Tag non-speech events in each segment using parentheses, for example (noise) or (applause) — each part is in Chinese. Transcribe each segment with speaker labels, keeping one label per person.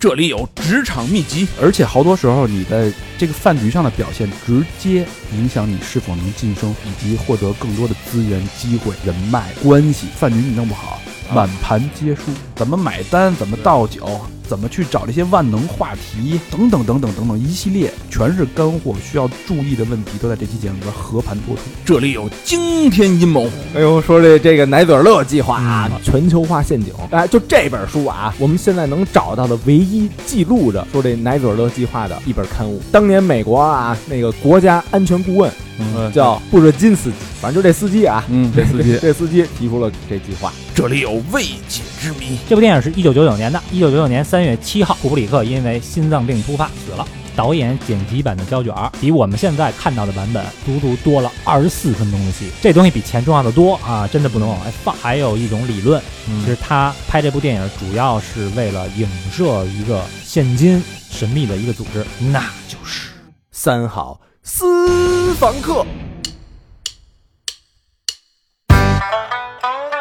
Speaker 1: 这里有职场秘籍。
Speaker 2: 而且好多时候你在这个饭局上的表现，直接影响你是否能晋升以及获得更多的资源、机会、人脉、关系。饭局你弄不好，满盘皆输。怎么买单？怎么倒酒？怎么去找这些万能话题？等等等等等等，一系列全是干货，需要注意的问题都在这期节目里边和盘托出。
Speaker 1: 这里有惊天阴谋。
Speaker 3: 哎呦，说这这个奶嘴乐计划啊，
Speaker 2: 嗯
Speaker 3: 全球化陷阱。哎，就这本书啊，我们现在能找到的唯一记录着说这奶嘴乐计划的一本刊物。当年美国啊，那个国家安全顾问
Speaker 2: 嗯
Speaker 3: 叫布热津斯基，反正就这司机啊，
Speaker 2: 嗯，这司机
Speaker 3: (laughs) 这司机提出了这计划。
Speaker 1: 这里有未解之谜。
Speaker 4: 这部电影是一九九九年的，一九九九年三月七号，库布里克因为心脏病突发死了。导演剪辑版的胶卷儿比我们现在看到的版本足足多了二十四分钟的戏，这东西比钱重要的多啊！真的不能往外放。还有一种理论，
Speaker 2: 嗯
Speaker 4: 其实他拍这部电影主要是为了影射一个现今神秘的一个组织，那就是
Speaker 3: 三好私房客，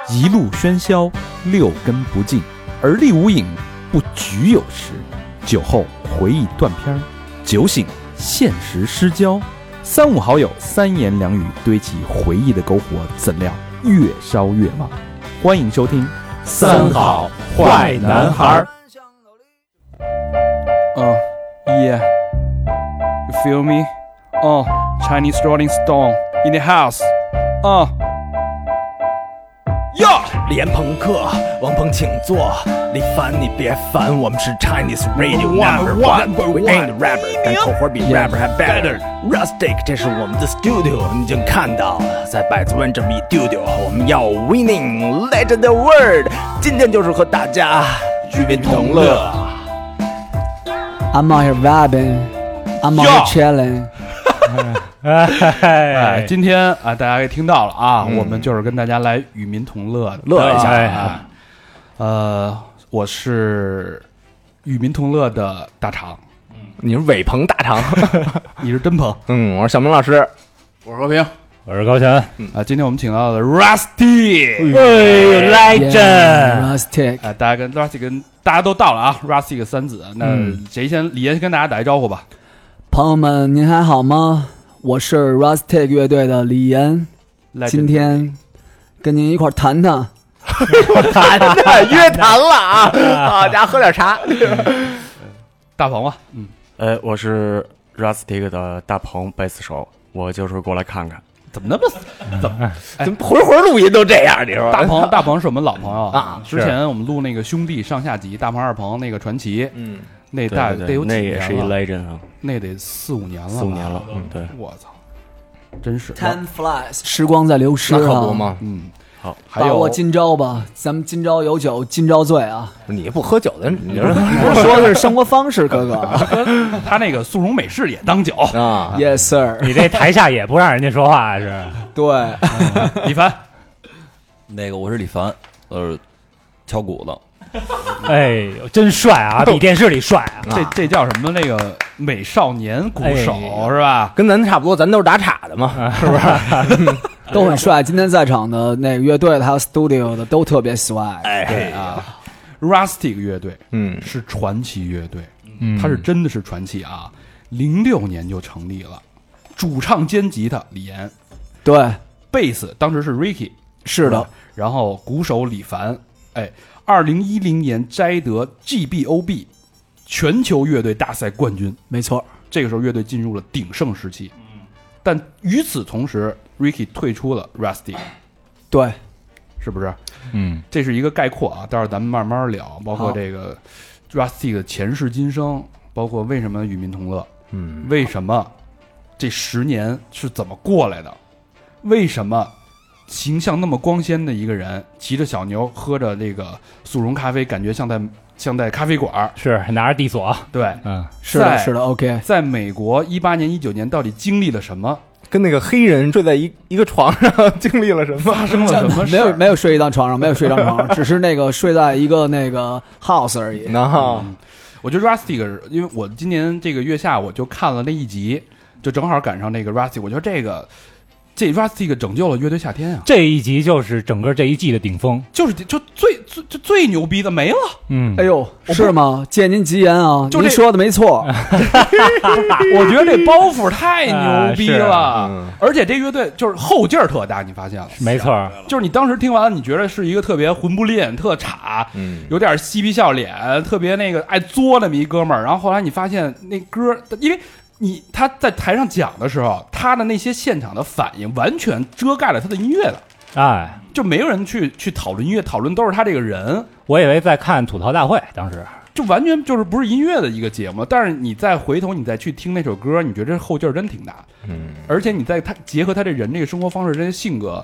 Speaker 2: 一路喧嚣，六根不净，而立无影，不局有时。酒后回忆断片儿，酒醒现实失焦。三五好友，三言两语堆起回忆的篝火，怎料越烧越旺。欢迎收听《
Speaker 4: 三好坏男孩儿》。
Speaker 5: Uh, yeah. You feel me? Uh, Chinese Rolling Stone in the house. Uh.
Speaker 6: 连朋克，王鹏请坐。李凡，你别烦，我们是 Chinese Radio Number One，We ain't the rapper，但口活比 rapper 还 better。Rustic，这是我们的 studio，你已经看到了，在百子湾这么一丢丢，我们要 winning legend the world。今天就是和大家与民同乐。
Speaker 7: I'm out here vibing, I'm out here chilling。
Speaker 5: 哎，今天啊，大家也听到了啊，我们就是跟大家来与民同乐的，乐一下啊。呃，我是与民同乐的大厂，
Speaker 3: 嗯你是伟鹏大肠。
Speaker 5: (laughs) 你是真鹏
Speaker 3: 嗯，我说小明老师，
Speaker 1: 我是和平，
Speaker 4: 我是高晨，
Speaker 5: 啊。今天我们请到的 Rusty，
Speaker 4: 哎，来真
Speaker 7: Rustic，
Speaker 5: 啊，大家跟 Rusty 跟大家都到了啊，Rusty 三子，那谁先？李岩先跟大家打一招呼吧。
Speaker 7: 朋友们，您还好吗？我是 Rustic 乐队的李岩，
Speaker 5: 来，
Speaker 7: 今天跟您一块儿谈谈。
Speaker 3: 谈谈约谈了
Speaker 1: (laughs)
Speaker 3: 啊，啊，大家喝点茶。
Speaker 5: 大鹏吧，嗯，
Speaker 8: 呃，我是 Rustic 的大鹏贝斯手，我就是过来看看。
Speaker 5: 怎么那么哎
Speaker 3: 怎么回回录音都这样？你说
Speaker 5: 大鹏， (laughs) 大鹏是我们老朋友
Speaker 3: 啊
Speaker 5: 之前我们录那个兄弟上下集，大鹏二鹏那个传奇，
Speaker 3: 嗯，
Speaker 5: 那
Speaker 8: 对
Speaker 5: 大
Speaker 8: 对
Speaker 5: 得有几
Speaker 8: 那也
Speaker 5: 年
Speaker 8: 是一
Speaker 5: 了
Speaker 8: legend 啊，
Speaker 5: 那得四五年了，
Speaker 8: 四五年了。。嗯，对，
Speaker 5: 我操，真是。
Speaker 7: Time flies，时光在流逝
Speaker 3: 那可不
Speaker 7: 啊！
Speaker 3: 吗？
Speaker 5: 嗯，
Speaker 8: 好，
Speaker 5: 还
Speaker 7: 把握
Speaker 5: 有
Speaker 7: 今朝吧，咱们今朝有酒今朝醉
Speaker 5: (laughs)
Speaker 7: 啊！
Speaker 3: 你不喝酒的，你这
Speaker 7: 我说的是生活方式，哥哥。
Speaker 5: 他那个速溶美式也当酒。
Speaker 3: 啊，
Speaker 7: Yes sir，
Speaker 4: 你这台下也不让人家说话啊是？ (laughs)
Speaker 7: 对，
Speaker 5: 李
Speaker 3: 啊
Speaker 5: 凡，
Speaker 9: 那个我是李凡，呃，敲鼓的，
Speaker 4: 哎呦，真帅 (laughs) 啊，比电视里帅啊！
Speaker 5: 这这叫什么？那个美少年鼓手
Speaker 4: 哎
Speaker 5: 是吧？
Speaker 3: 跟咱差不多，咱都是打岔的嘛。
Speaker 7: 都很帅。今天在场的那个乐队的还有 studio 的都特别帅。
Speaker 5: 哎 Rustic 乐队
Speaker 3: 嗯，
Speaker 5: 是传奇乐队，他是真的是传奇啊！零六年就成立了，主唱兼吉他李岩，
Speaker 7: 对，
Speaker 5: 贝斯当时是 Ricky，
Speaker 7: 是的，
Speaker 5: 然后鼓手李凡，哎，二零一零年摘得 GBOB 全球乐队大赛冠军，
Speaker 7: 没错。
Speaker 5: 这个时候乐队进入了鼎盛时期。但与此同时，Ricky 退出了 Rusty，
Speaker 7: 对，
Speaker 5: 是不是？
Speaker 2: 嗯，
Speaker 5: 这是一个概括啊，待会儿咱们慢慢聊，包括
Speaker 7: 好
Speaker 5: 这个 Rusty 的前世今生，包括为什么与民同乐，
Speaker 3: 嗯，
Speaker 5: 为什么这十年是怎么过来的，为什么形象那么光鲜的一个人，骑着小牛，喝着这个速溶咖啡，感觉像在像在咖啡馆儿，
Speaker 4: 是拿着地锁，
Speaker 5: 对，
Speaker 4: 嗯，
Speaker 7: 是的，
Speaker 5: 在
Speaker 7: 是的。OK，
Speaker 5: 在美国一八年、一九年到底经历了什么？
Speaker 3: 跟那个黑人睡在一一个床上，经历了什么？
Speaker 5: (laughs) 发生 (laughs) 了什么事
Speaker 7: 没有
Speaker 5: 儿？
Speaker 7: 没有睡一张床上，没有睡一张床上，只是那个睡在一个那个 house 而已。
Speaker 3: 啊，
Speaker 5: 我觉得 Rustic，是因为我今年这个月下我就看了那一集，就正好赶上那个 Rustic，我觉得这个这 Rustic 拯救了乐队夏天啊，
Speaker 4: 这一集就是整个这一季的顶峰。
Speaker 5: 就是就最最就最牛逼的没了。
Speaker 4: 嗯
Speaker 7: 哎，呦，是吗？借您吉言啊，
Speaker 5: 就
Speaker 7: 您
Speaker 5: 这
Speaker 7: 说的没错。
Speaker 5: 我觉得这包袱太牛逼了，
Speaker 4: 啊
Speaker 3: 嗯
Speaker 5: 而且这乐队就是后劲儿特大，你发现了？
Speaker 4: 没错儿，
Speaker 5: 就是你当时听完，你觉得是一个特别混不吝、特差，
Speaker 3: 嗯，
Speaker 5: 有点嬉皮笑脸，特别那个爱作那么一哥们儿。然后后来你发现那歌，因为你他在台上讲的时候，他的那些现场的反应完全遮盖了他的音乐了，
Speaker 4: 哎，
Speaker 5: 就没有人去去讨论音乐，讨论都是他这个人。
Speaker 4: 我以为在看吐槽大会，当时
Speaker 5: 就完全就是不是音乐的一个节目，但是你再回头你再去听那首歌，你觉得这后劲儿真挺大，
Speaker 3: 嗯，
Speaker 5: 而且你在他结合他这人这个生活方式、这些性格，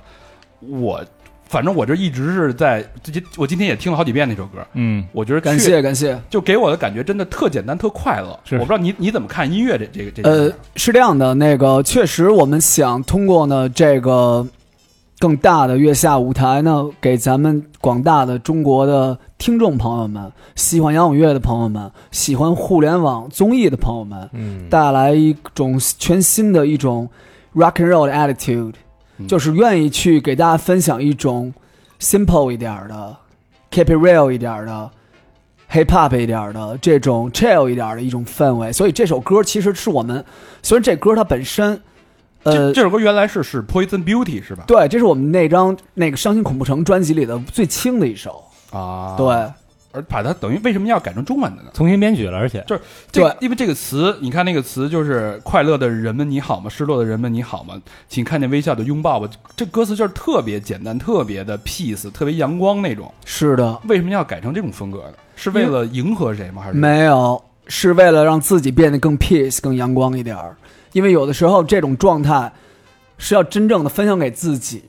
Speaker 5: 我反正我这一直是在这些，我今天也听了好几遍那首歌，
Speaker 4: 嗯，
Speaker 5: 我觉得
Speaker 7: 感
Speaker 5: 确
Speaker 7: 谢感谢。
Speaker 5: 就给我的感觉真的特简单、特快乐。
Speaker 4: 是
Speaker 5: 我不知道你你怎么看音乐这这个这啊件事
Speaker 7: 呃，是这样的，那个确实我们想通过呢这个更大的月下舞台呢，给咱们广大的中国的听众朋友们、喜欢摇滚乐的朋友们、喜欢互联网综艺的朋友们，
Speaker 3: 嗯
Speaker 7: 带来一种全新的一种 rock and roll 的 attitude，、
Speaker 5: 嗯
Speaker 7: 就是愿意去给大家分享一种 simple 一点儿的、keep it real 一点儿的、hip hop 一点儿的这种 chill 一点儿的一种氛围。所以这首歌其实是我们，虽然这歌它本身，呃
Speaker 5: 这，这首歌原来是是 Poison Beauty 是吧？
Speaker 7: 对，这是我们那张那个《伤心恐怖城》专辑里的最轻的一首。
Speaker 5: 啊，
Speaker 7: 对，，
Speaker 5: 而把它等于为什么要改成中文的呢？
Speaker 4: 重新编曲了，而且
Speaker 5: 这
Speaker 7: 对
Speaker 5: 因为这个词，你看那个词就是“快乐的人们你好吗？失落的人们你好吗？请看见微笑的拥抱吧。”这歌词就是特别简单，特别的 peace，特别阳光那种。
Speaker 7: 是的，
Speaker 5: 为什么要改成这种风格呢？是为了迎合谁吗？还是
Speaker 7: 没有，是为了让自己变得更 peace、更阳光一点儿。因为有的时候这种状态是要真正的分享给自己，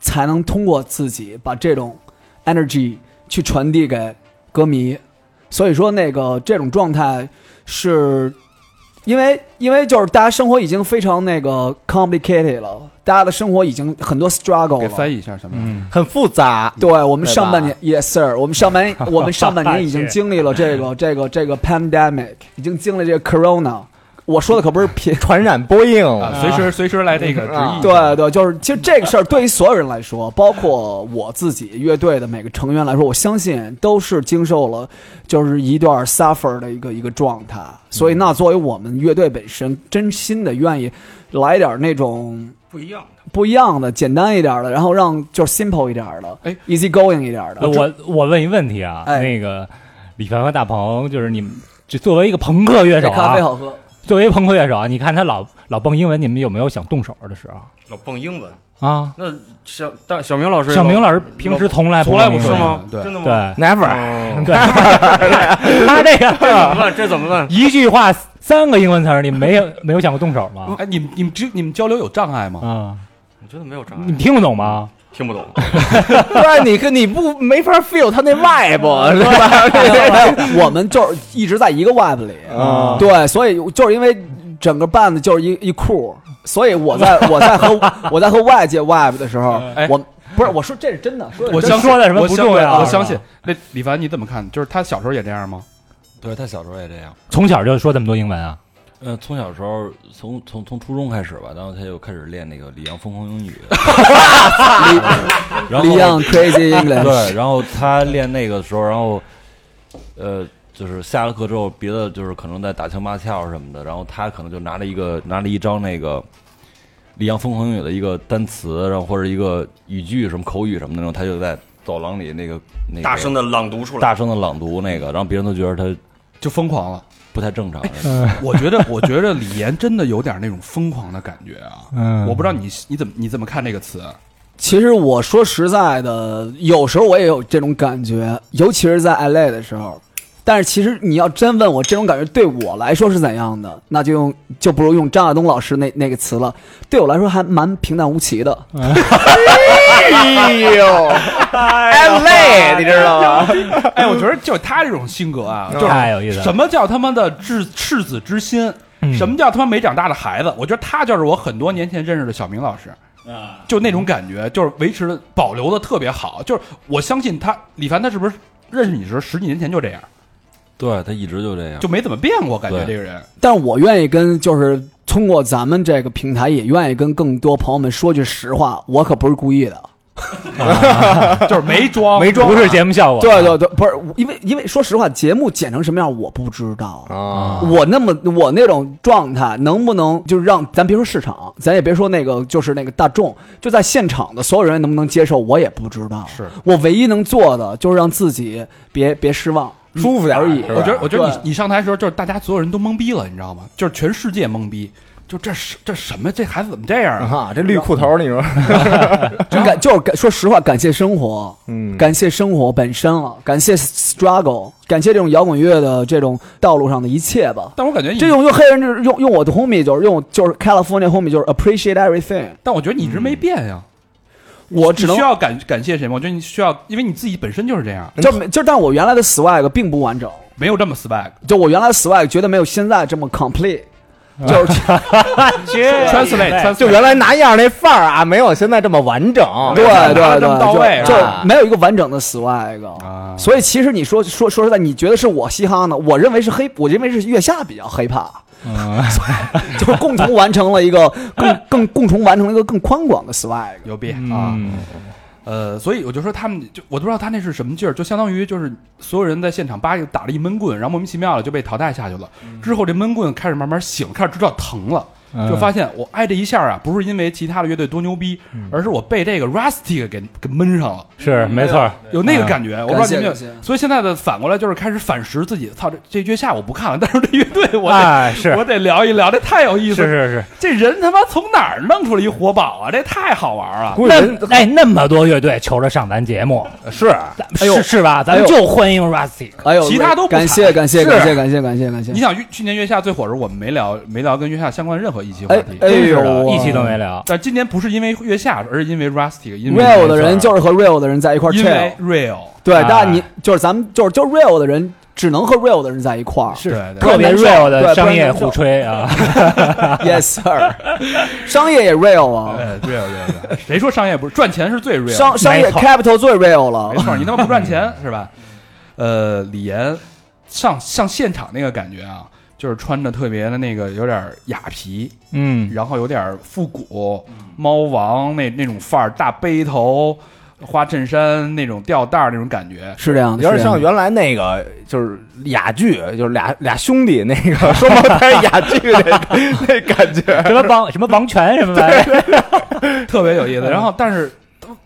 Speaker 7: 才能通过自己把这种 energy 去传递给歌迷。所以说，那个这种状态是。因为，因为就是大家生活已经非常那个 complicated 了，大家的生活已经很多 struggle
Speaker 5: 给
Speaker 7: 了。
Speaker 5: 翻译一下什么？
Speaker 4: 嗯，
Speaker 3: 很复杂，
Speaker 7: 对我们上半年，yes sir，我们上半我们上半年已
Speaker 4: 是
Speaker 7: 经经历了这个这个这个 pandemic，已经经历这个 corona。我说的可不是贫，
Speaker 3: 传染播应，
Speaker 5: 啊，随时随时
Speaker 4: 嗯
Speaker 5: 来这个直译。
Speaker 7: 对对，就是其实这个事儿对于所有人来说，包括我自己乐队的每个成员来说，我相信都是经受了就是一段 suffer 的一个一个状态。所以那作为我们乐队本身，真心的愿意来点那种
Speaker 5: 不一样。
Speaker 7: 不一样的、简单一点的，然后让就是 simple 一点的、
Speaker 5: 哎
Speaker 7: easy going 一点的。
Speaker 4: 我我问一问题啊，
Speaker 7: 哎
Speaker 4: 那个李凡和大鹏，就是你们就作为一个朋克乐
Speaker 7: 这
Speaker 4: 手
Speaker 7: 咖
Speaker 4: 啊
Speaker 7: 啡，好喝。
Speaker 4: 作为朋克乐手啊，你看他老老蹦英文，你们有没有想动手的时候
Speaker 8: 老蹦英文。
Speaker 4: 啊？
Speaker 8: 那小但小明老师，
Speaker 4: 小明老师平时从来
Speaker 5: 从来不
Speaker 4: 蹦英
Speaker 8: 是
Speaker 4: 文
Speaker 8: 吗？
Speaker 5: 对
Speaker 8: 真的吗？
Speaker 4: 对
Speaker 3: never，
Speaker 8: 哦
Speaker 4: 对，他这个
Speaker 8: (laughs) 怎么办？这怎么办？
Speaker 4: 一句话三个英文词儿，你没有没有想过动手吗？
Speaker 5: 哎，你们你们之你们交流有障碍吗？
Speaker 4: 啊，
Speaker 8: 我觉得没有障
Speaker 4: 你
Speaker 8: 碍，
Speaker 4: 听得懂吗？
Speaker 8: 听不懂。
Speaker 3: 对，你跟你不没法 feel 他那
Speaker 7: (laughs)
Speaker 3: vibe，是吧？
Speaker 7: 我们就是一直在一个 web 里，
Speaker 3: 啊
Speaker 7: 对，所以就是因为整个 band 就是一一库，所以我在我在和我在和外界 web 的时候
Speaker 5: 哎，
Speaker 7: 我不是我说这是真的，说的
Speaker 5: 我
Speaker 7: 是
Speaker 5: 相
Speaker 7: 真
Speaker 5: 信
Speaker 4: 说的什么
Speaker 5: 我
Speaker 4: 不
Speaker 5: 相
Speaker 4: 重要啊
Speaker 5: 我
Speaker 4: 是吧
Speaker 5: 相信。那李凡你怎么看？就是他小时候也这样吗？
Speaker 9: 对他小时候也这样。
Speaker 4: 从小就说这么多英文啊？
Speaker 9: 嗯，从小时候，从从从初中开始吧，然后他就开始练那个李阳疯狂英
Speaker 7: (laughs)
Speaker 9: 语，然后
Speaker 7: 李阳 Crazy English，
Speaker 9: 对，然后他练那个的时候，然后呃，就是下了课之后，别的就是可能在打情骂俏什么的，然后他可能就拿着一个拿着一张那个《李阳疯狂英语》的一个单词，然后或者一个语句什么口语什么的那种，他就在走廊里那个那个
Speaker 8: (laughs) 大声的朗读出来，
Speaker 9: 大声的朗读那个，然后别人都觉得他
Speaker 5: 就疯狂了。
Speaker 9: 不太
Speaker 7: 哎
Speaker 9: 正常。
Speaker 5: 我觉得， (laughs) 我觉得李岩真的有点那种疯狂的感觉啊。
Speaker 4: 嗯
Speaker 5: 我不知道你你怎么你怎么看这个词？啊
Speaker 7: 其实我说实在的，有时候我也有这种感觉，尤其是在 LA 的时候。但是其实你要真问我这种感觉对我来说是怎样的，那就用就不如用张亚东老师那那个词了。对我来说还蛮平淡无奇的。
Speaker 3: 哎呦，M 累，你知道吗？
Speaker 5: 哎，我觉得就他这种性格啊，就是
Speaker 4: 太有意思了
Speaker 5: 什么叫他妈的赤赤子之心？
Speaker 4: 嗯
Speaker 5: 什么叫他妈没长大的孩子？我觉得他就是我很多年前认识的小明老师，就那种感觉，就是维持的保留的特别好。就是我相信他，李凡他是不是认识你的时候十几年前就这样？
Speaker 9: 对他一直就这样，
Speaker 5: 就没怎么变过，感觉
Speaker 9: 对
Speaker 5: 这个人
Speaker 7: 但是我愿意跟就是通过咱们这个平台，也愿意跟更多朋友们说句实话，我可不是故意的。
Speaker 5: 哦就是没装，没
Speaker 4: 啊不是节目效果，
Speaker 7: 对对对，不是因为因为说实话，节目剪成什么样我不知道。
Speaker 6: 啊，
Speaker 7: 我那么我那种状态，能不能就是让咱别说市场，咱也别说那个就是那个大众，就在现场的所有人能不能接受，我也不知道。
Speaker 5: 是
Speaker 7: 我唯一能做的就是让自己别别失望。
Speaker 3: 舒服点
Speaker 7: 而已
Speaker 3: 是吧
Speaker 5: 我觉得，我觉得
Speaker 7: 对
Speaker 5: 你你上台的时候，就是大家所有人都懵逼了，你知道吗？就是全世界懵逼，就这是这什么？这孩子怎么这样啊？
Speaker 3: 啊，这绿裤头，你说，
Speaker 7: 真感就是感，说实话，感谢生活，
Speaker 3: 嗯
Speaker 7: 感谢生活本身了，感谢 struggle，感谢这种摇滚乐的这种道路上的一切吧。
Speaker 5: 但我感觉你
Speaker 7: 这，种用黑人就是用用我的 homie 就是用就是 California homie 就是 appreciate everything，
Speaker 5: 但我觉得你一直没变呀。
Speaker 7: 我
Speaker 5: 你
Speaker 7: 只能
Speaker 5: 需要感感谢谁吗？我觉得你需要，因为你自己本身就是这样，
Speaker 7: 就就但我原来的 swag 并不完整，
Speaker 5: 没有这么 swag。
Speaker 7: 就我原来的 swag 绝对没有现在这么 complete，就是
Speaker 5: 啊 (laughs) translate translate
Speaker 3: 就原来拿样儿那范儿啊，没有现在这么完整。
Speaker 7: 对对
Speaker 5: 拿得
Speaker 7: 对，
Speaker 5: 这么到位
Speaker 7: 就是就没有一个完整的 swag，、
Speaker 5: 啊
Speaker 7: 所以其实你说说说实在，你觉得是我嘻哈呢？我认为是黑，我认为是月下比较黑怕。
Speaker 5: 嗯
Speaker 7: (laughs) 就是共同完成了一个更更共同完成了一个更宽广的 swag，
Speaker 5: 牛逼啊！呃，所以我就说他们就我都不知道他那是什么劲儿，就相当于就是所有人在现场叭就打了一闷棍，然后莫名其妙的就被淘汰下去了。之后这闷棍开始慢慢醒，开始知道疼了，就发现我挨这一下啊，不是因为其他的乐队多牛逼，而是我被这个 Rusty 给给闷上了，
Speaker 4: 是
Speaker 7: 嗯
Speaker 4: 没
Speaker 7: 啊
Speaker 4: 错儿，
Speaker 5: 有那个感觉。我不知道你们有
Speaker 7: 感谢感谢
Speaker 5: 所以现在的反过来就是开始反食自己，操这这月下我不看了，但是这乐队我得、 (laughs)
Speaker 4: 哎是
Speaker 5: 我得聊一聊，这太有意
Speaker 4: 是
Speaker 5: 思了。
Speaker 4: 是是。
Speaker 5: 这人他妈从哪儿弄出来一活宝啊？这太好玩儿啊！
Speaker 3: 估计人
Speaker 4: 那哎，那么多乐队求着上咱节目，
Speaker 3: 是
Speaker 4: 咱
Speaker 7: 哎呦
Speaker 4: 是是吧？咱
Speaker 7: 哎
Speaker 4: 们
Speaker 7: 呦
Speaker 4: 就欢迎 Rusty。
Speaker 7: 哎呦，
Speaker 5: 其他都不
Speaker 7: 感谢
Speaker 5: 惨
Speaker 7: 感谢
Speaker 5: 是
Speaker 7: 感谢感谢感谢感谢
Speaker 5: 你，想去去年月下最火的时候，我们没聊没聊跟月下相关任何一期话
Speaker 7: 哎
Speaker 5: 题，
Speaker 7: 哎
Speaker 4: 真是
Speaker 7: 呦
Speaker 4: 的，，
Speaker 7: 我
Speaker 4: 一期都没聊。
Speaker 5: 但今年不是因为月下，而是因为 Rusty，因为
Speaker 7: real 的人就是和 real 的人在一块儿
Speaker 5: 因
Speaker 7: chill，
Speaker 5: 为 Real
Speaker 7: 对
Speaker 4: 哎，
Speaker 7: 但你就是咱们就是就是 real 的人只能和 real 的人在一块儿
Speaker 5: 是对对
Speaker 4: 特别
Speaker 7: 不然难受
Speaker 4: real 的
Speaker 7: 对
Speaker 4: 商
Speaker 7: 不然
Speaker 4: 业
Speaker 7: 难受
Speaker 4: 互吹
Speaker 7: (laughs)
Speaker 4: 啊，
Speaker 7: ，yes sir，商 (laughs) 业也 real 啊，
Speaker 5: 哎 Real Real，Real 谁说商业不是赚钱是最 Real？
Speaker 7: 商商业
Speaker 4: 没错
Speaker 7: capital 最 real 了
Speaker 5: 没，错，你他妈不赚钱
Speaker 4: 嗯
Speaker 5: 是吧？呃，李岩上上现场那个感觉啊，就是穿着特别的那个有点儿雅皮，
Speaker 4: 嗯，
Speaker 5: 然后有点复古猫王那那种范儿，大背头、花衬衫那种吊带儿那种感觉。
Speaker 7: 是这样的，
Speaker 3: 有点
Speaker 6: 啊
Speaker 7: 是这
Speaker 3: 像
Speaker 7: 样的
Speaker 3: 原来那个，就是哑剧，就是俩俩兄弟那
Speaker 6: (laughs)
Speaker 3: 个双胞胎哑剧那个那感觉。
Speaker 4: 什么王什么王权什么玩意儿，
Speaker 5: 特别有意思。然
Speaker 4: 嗯
Speaker 5: 后，但是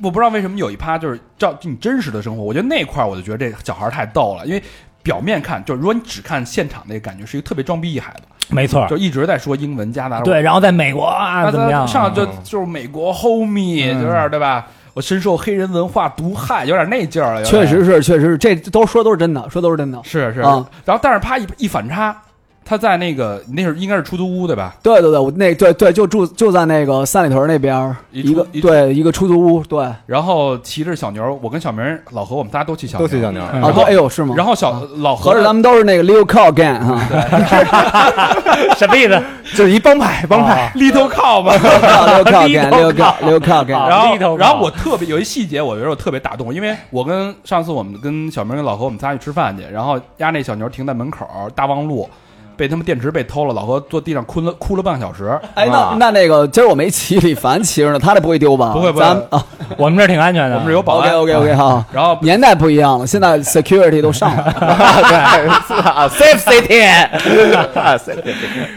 Speaker 5: 我不知道为什么有一趴就是照就你真实的生活，我觉得那块儿我就觉得这小孩儿太逗了，因为。表面看，就如果你只看现场那个感觉，是一个特别装逼一孩子，
Speaker 4: (laughs) 没错儿
Speaker 5: 就，一直在说英文加拿大。
Speaker 4: 啊对。然后在美国啊
Speaker 5: 他，
Speaker 4: 怎么样
Speaker 5: 他
Speaker 4: 啊？
Speaker 5: 上来就就是美国 homie，有点
Speaker 7: 嗯
Speaker 5: 儿对吧？我深受黑人文化毒害，有点儿那劲儿了。有点儿
Speaker 7: 确实是确实是，这都说都是真的，说都是真的，
Speaker 5: 是是
Speaker 7: 啊
Speaker 5: 然后但是啪一一反差，他在那个那是应该是出租屋对吧？
Speaker 7: 对对对，我那对对就住就在那个三里屯那边儿
Speaker 5: 一
Speaker 7: 一个
Speaker 5: 出一
Speaker 7: 对一个出租屋，对啊，
Speaker 5: 然后骑着小牛儿，我跟小明儿老何我们仨都骑小牛
Speaker 3: 都
Speaker 5: 儿，
Speaker 3: 去小妞，
Speaker 5: 然后
Speaker 7: 对，哎呦是吗？
Speaker 5: 然后小老何
Speaker 7: 合着咱们都是那个 Leo Call Gang 哈
Speaker 4: 什么意思？
Speaker 3: 就是一帮派帮派，
Speaker 5: little cow 嘛。
Speaker 7: ，Leo Call Gang，Leo Call，Leo Call
Speaker 4: 啊
Speaker 7: Gang，
Speaker 5: 然后
Speaker 4: little cow
Speaker 5: 然后我特别有一细节，我觉得我特别打动，因为我跟上次我们跟小明儿跟老何我们仨去吃饭去，然后压那小牛儿停在门口儿大望路。被他们电池被偷了，老何坐地上哭了哭了半个小 (laughs) 时，
Speaker 7: 哎，那
Speaker 3: 啊
Speaker 7: 那那个今儿我没骑，李凡骑着呢，他这不会丢吧？
Speaker 5: 不会不会
Speaker 7: 咱们啊
Speaker 4: 我们这儿挺安全的，
Speaker 5: 我们是有保
Speaker 7: ，OK
Speaker 5: 安。啊
Speaker 7: OK OK 好。
Speaker 5: 然后
Speaker 7: (laughs) 年代不一样了，现在 security 都上了，
Speaker 5: (laughs)
Speaker 7: (laughs)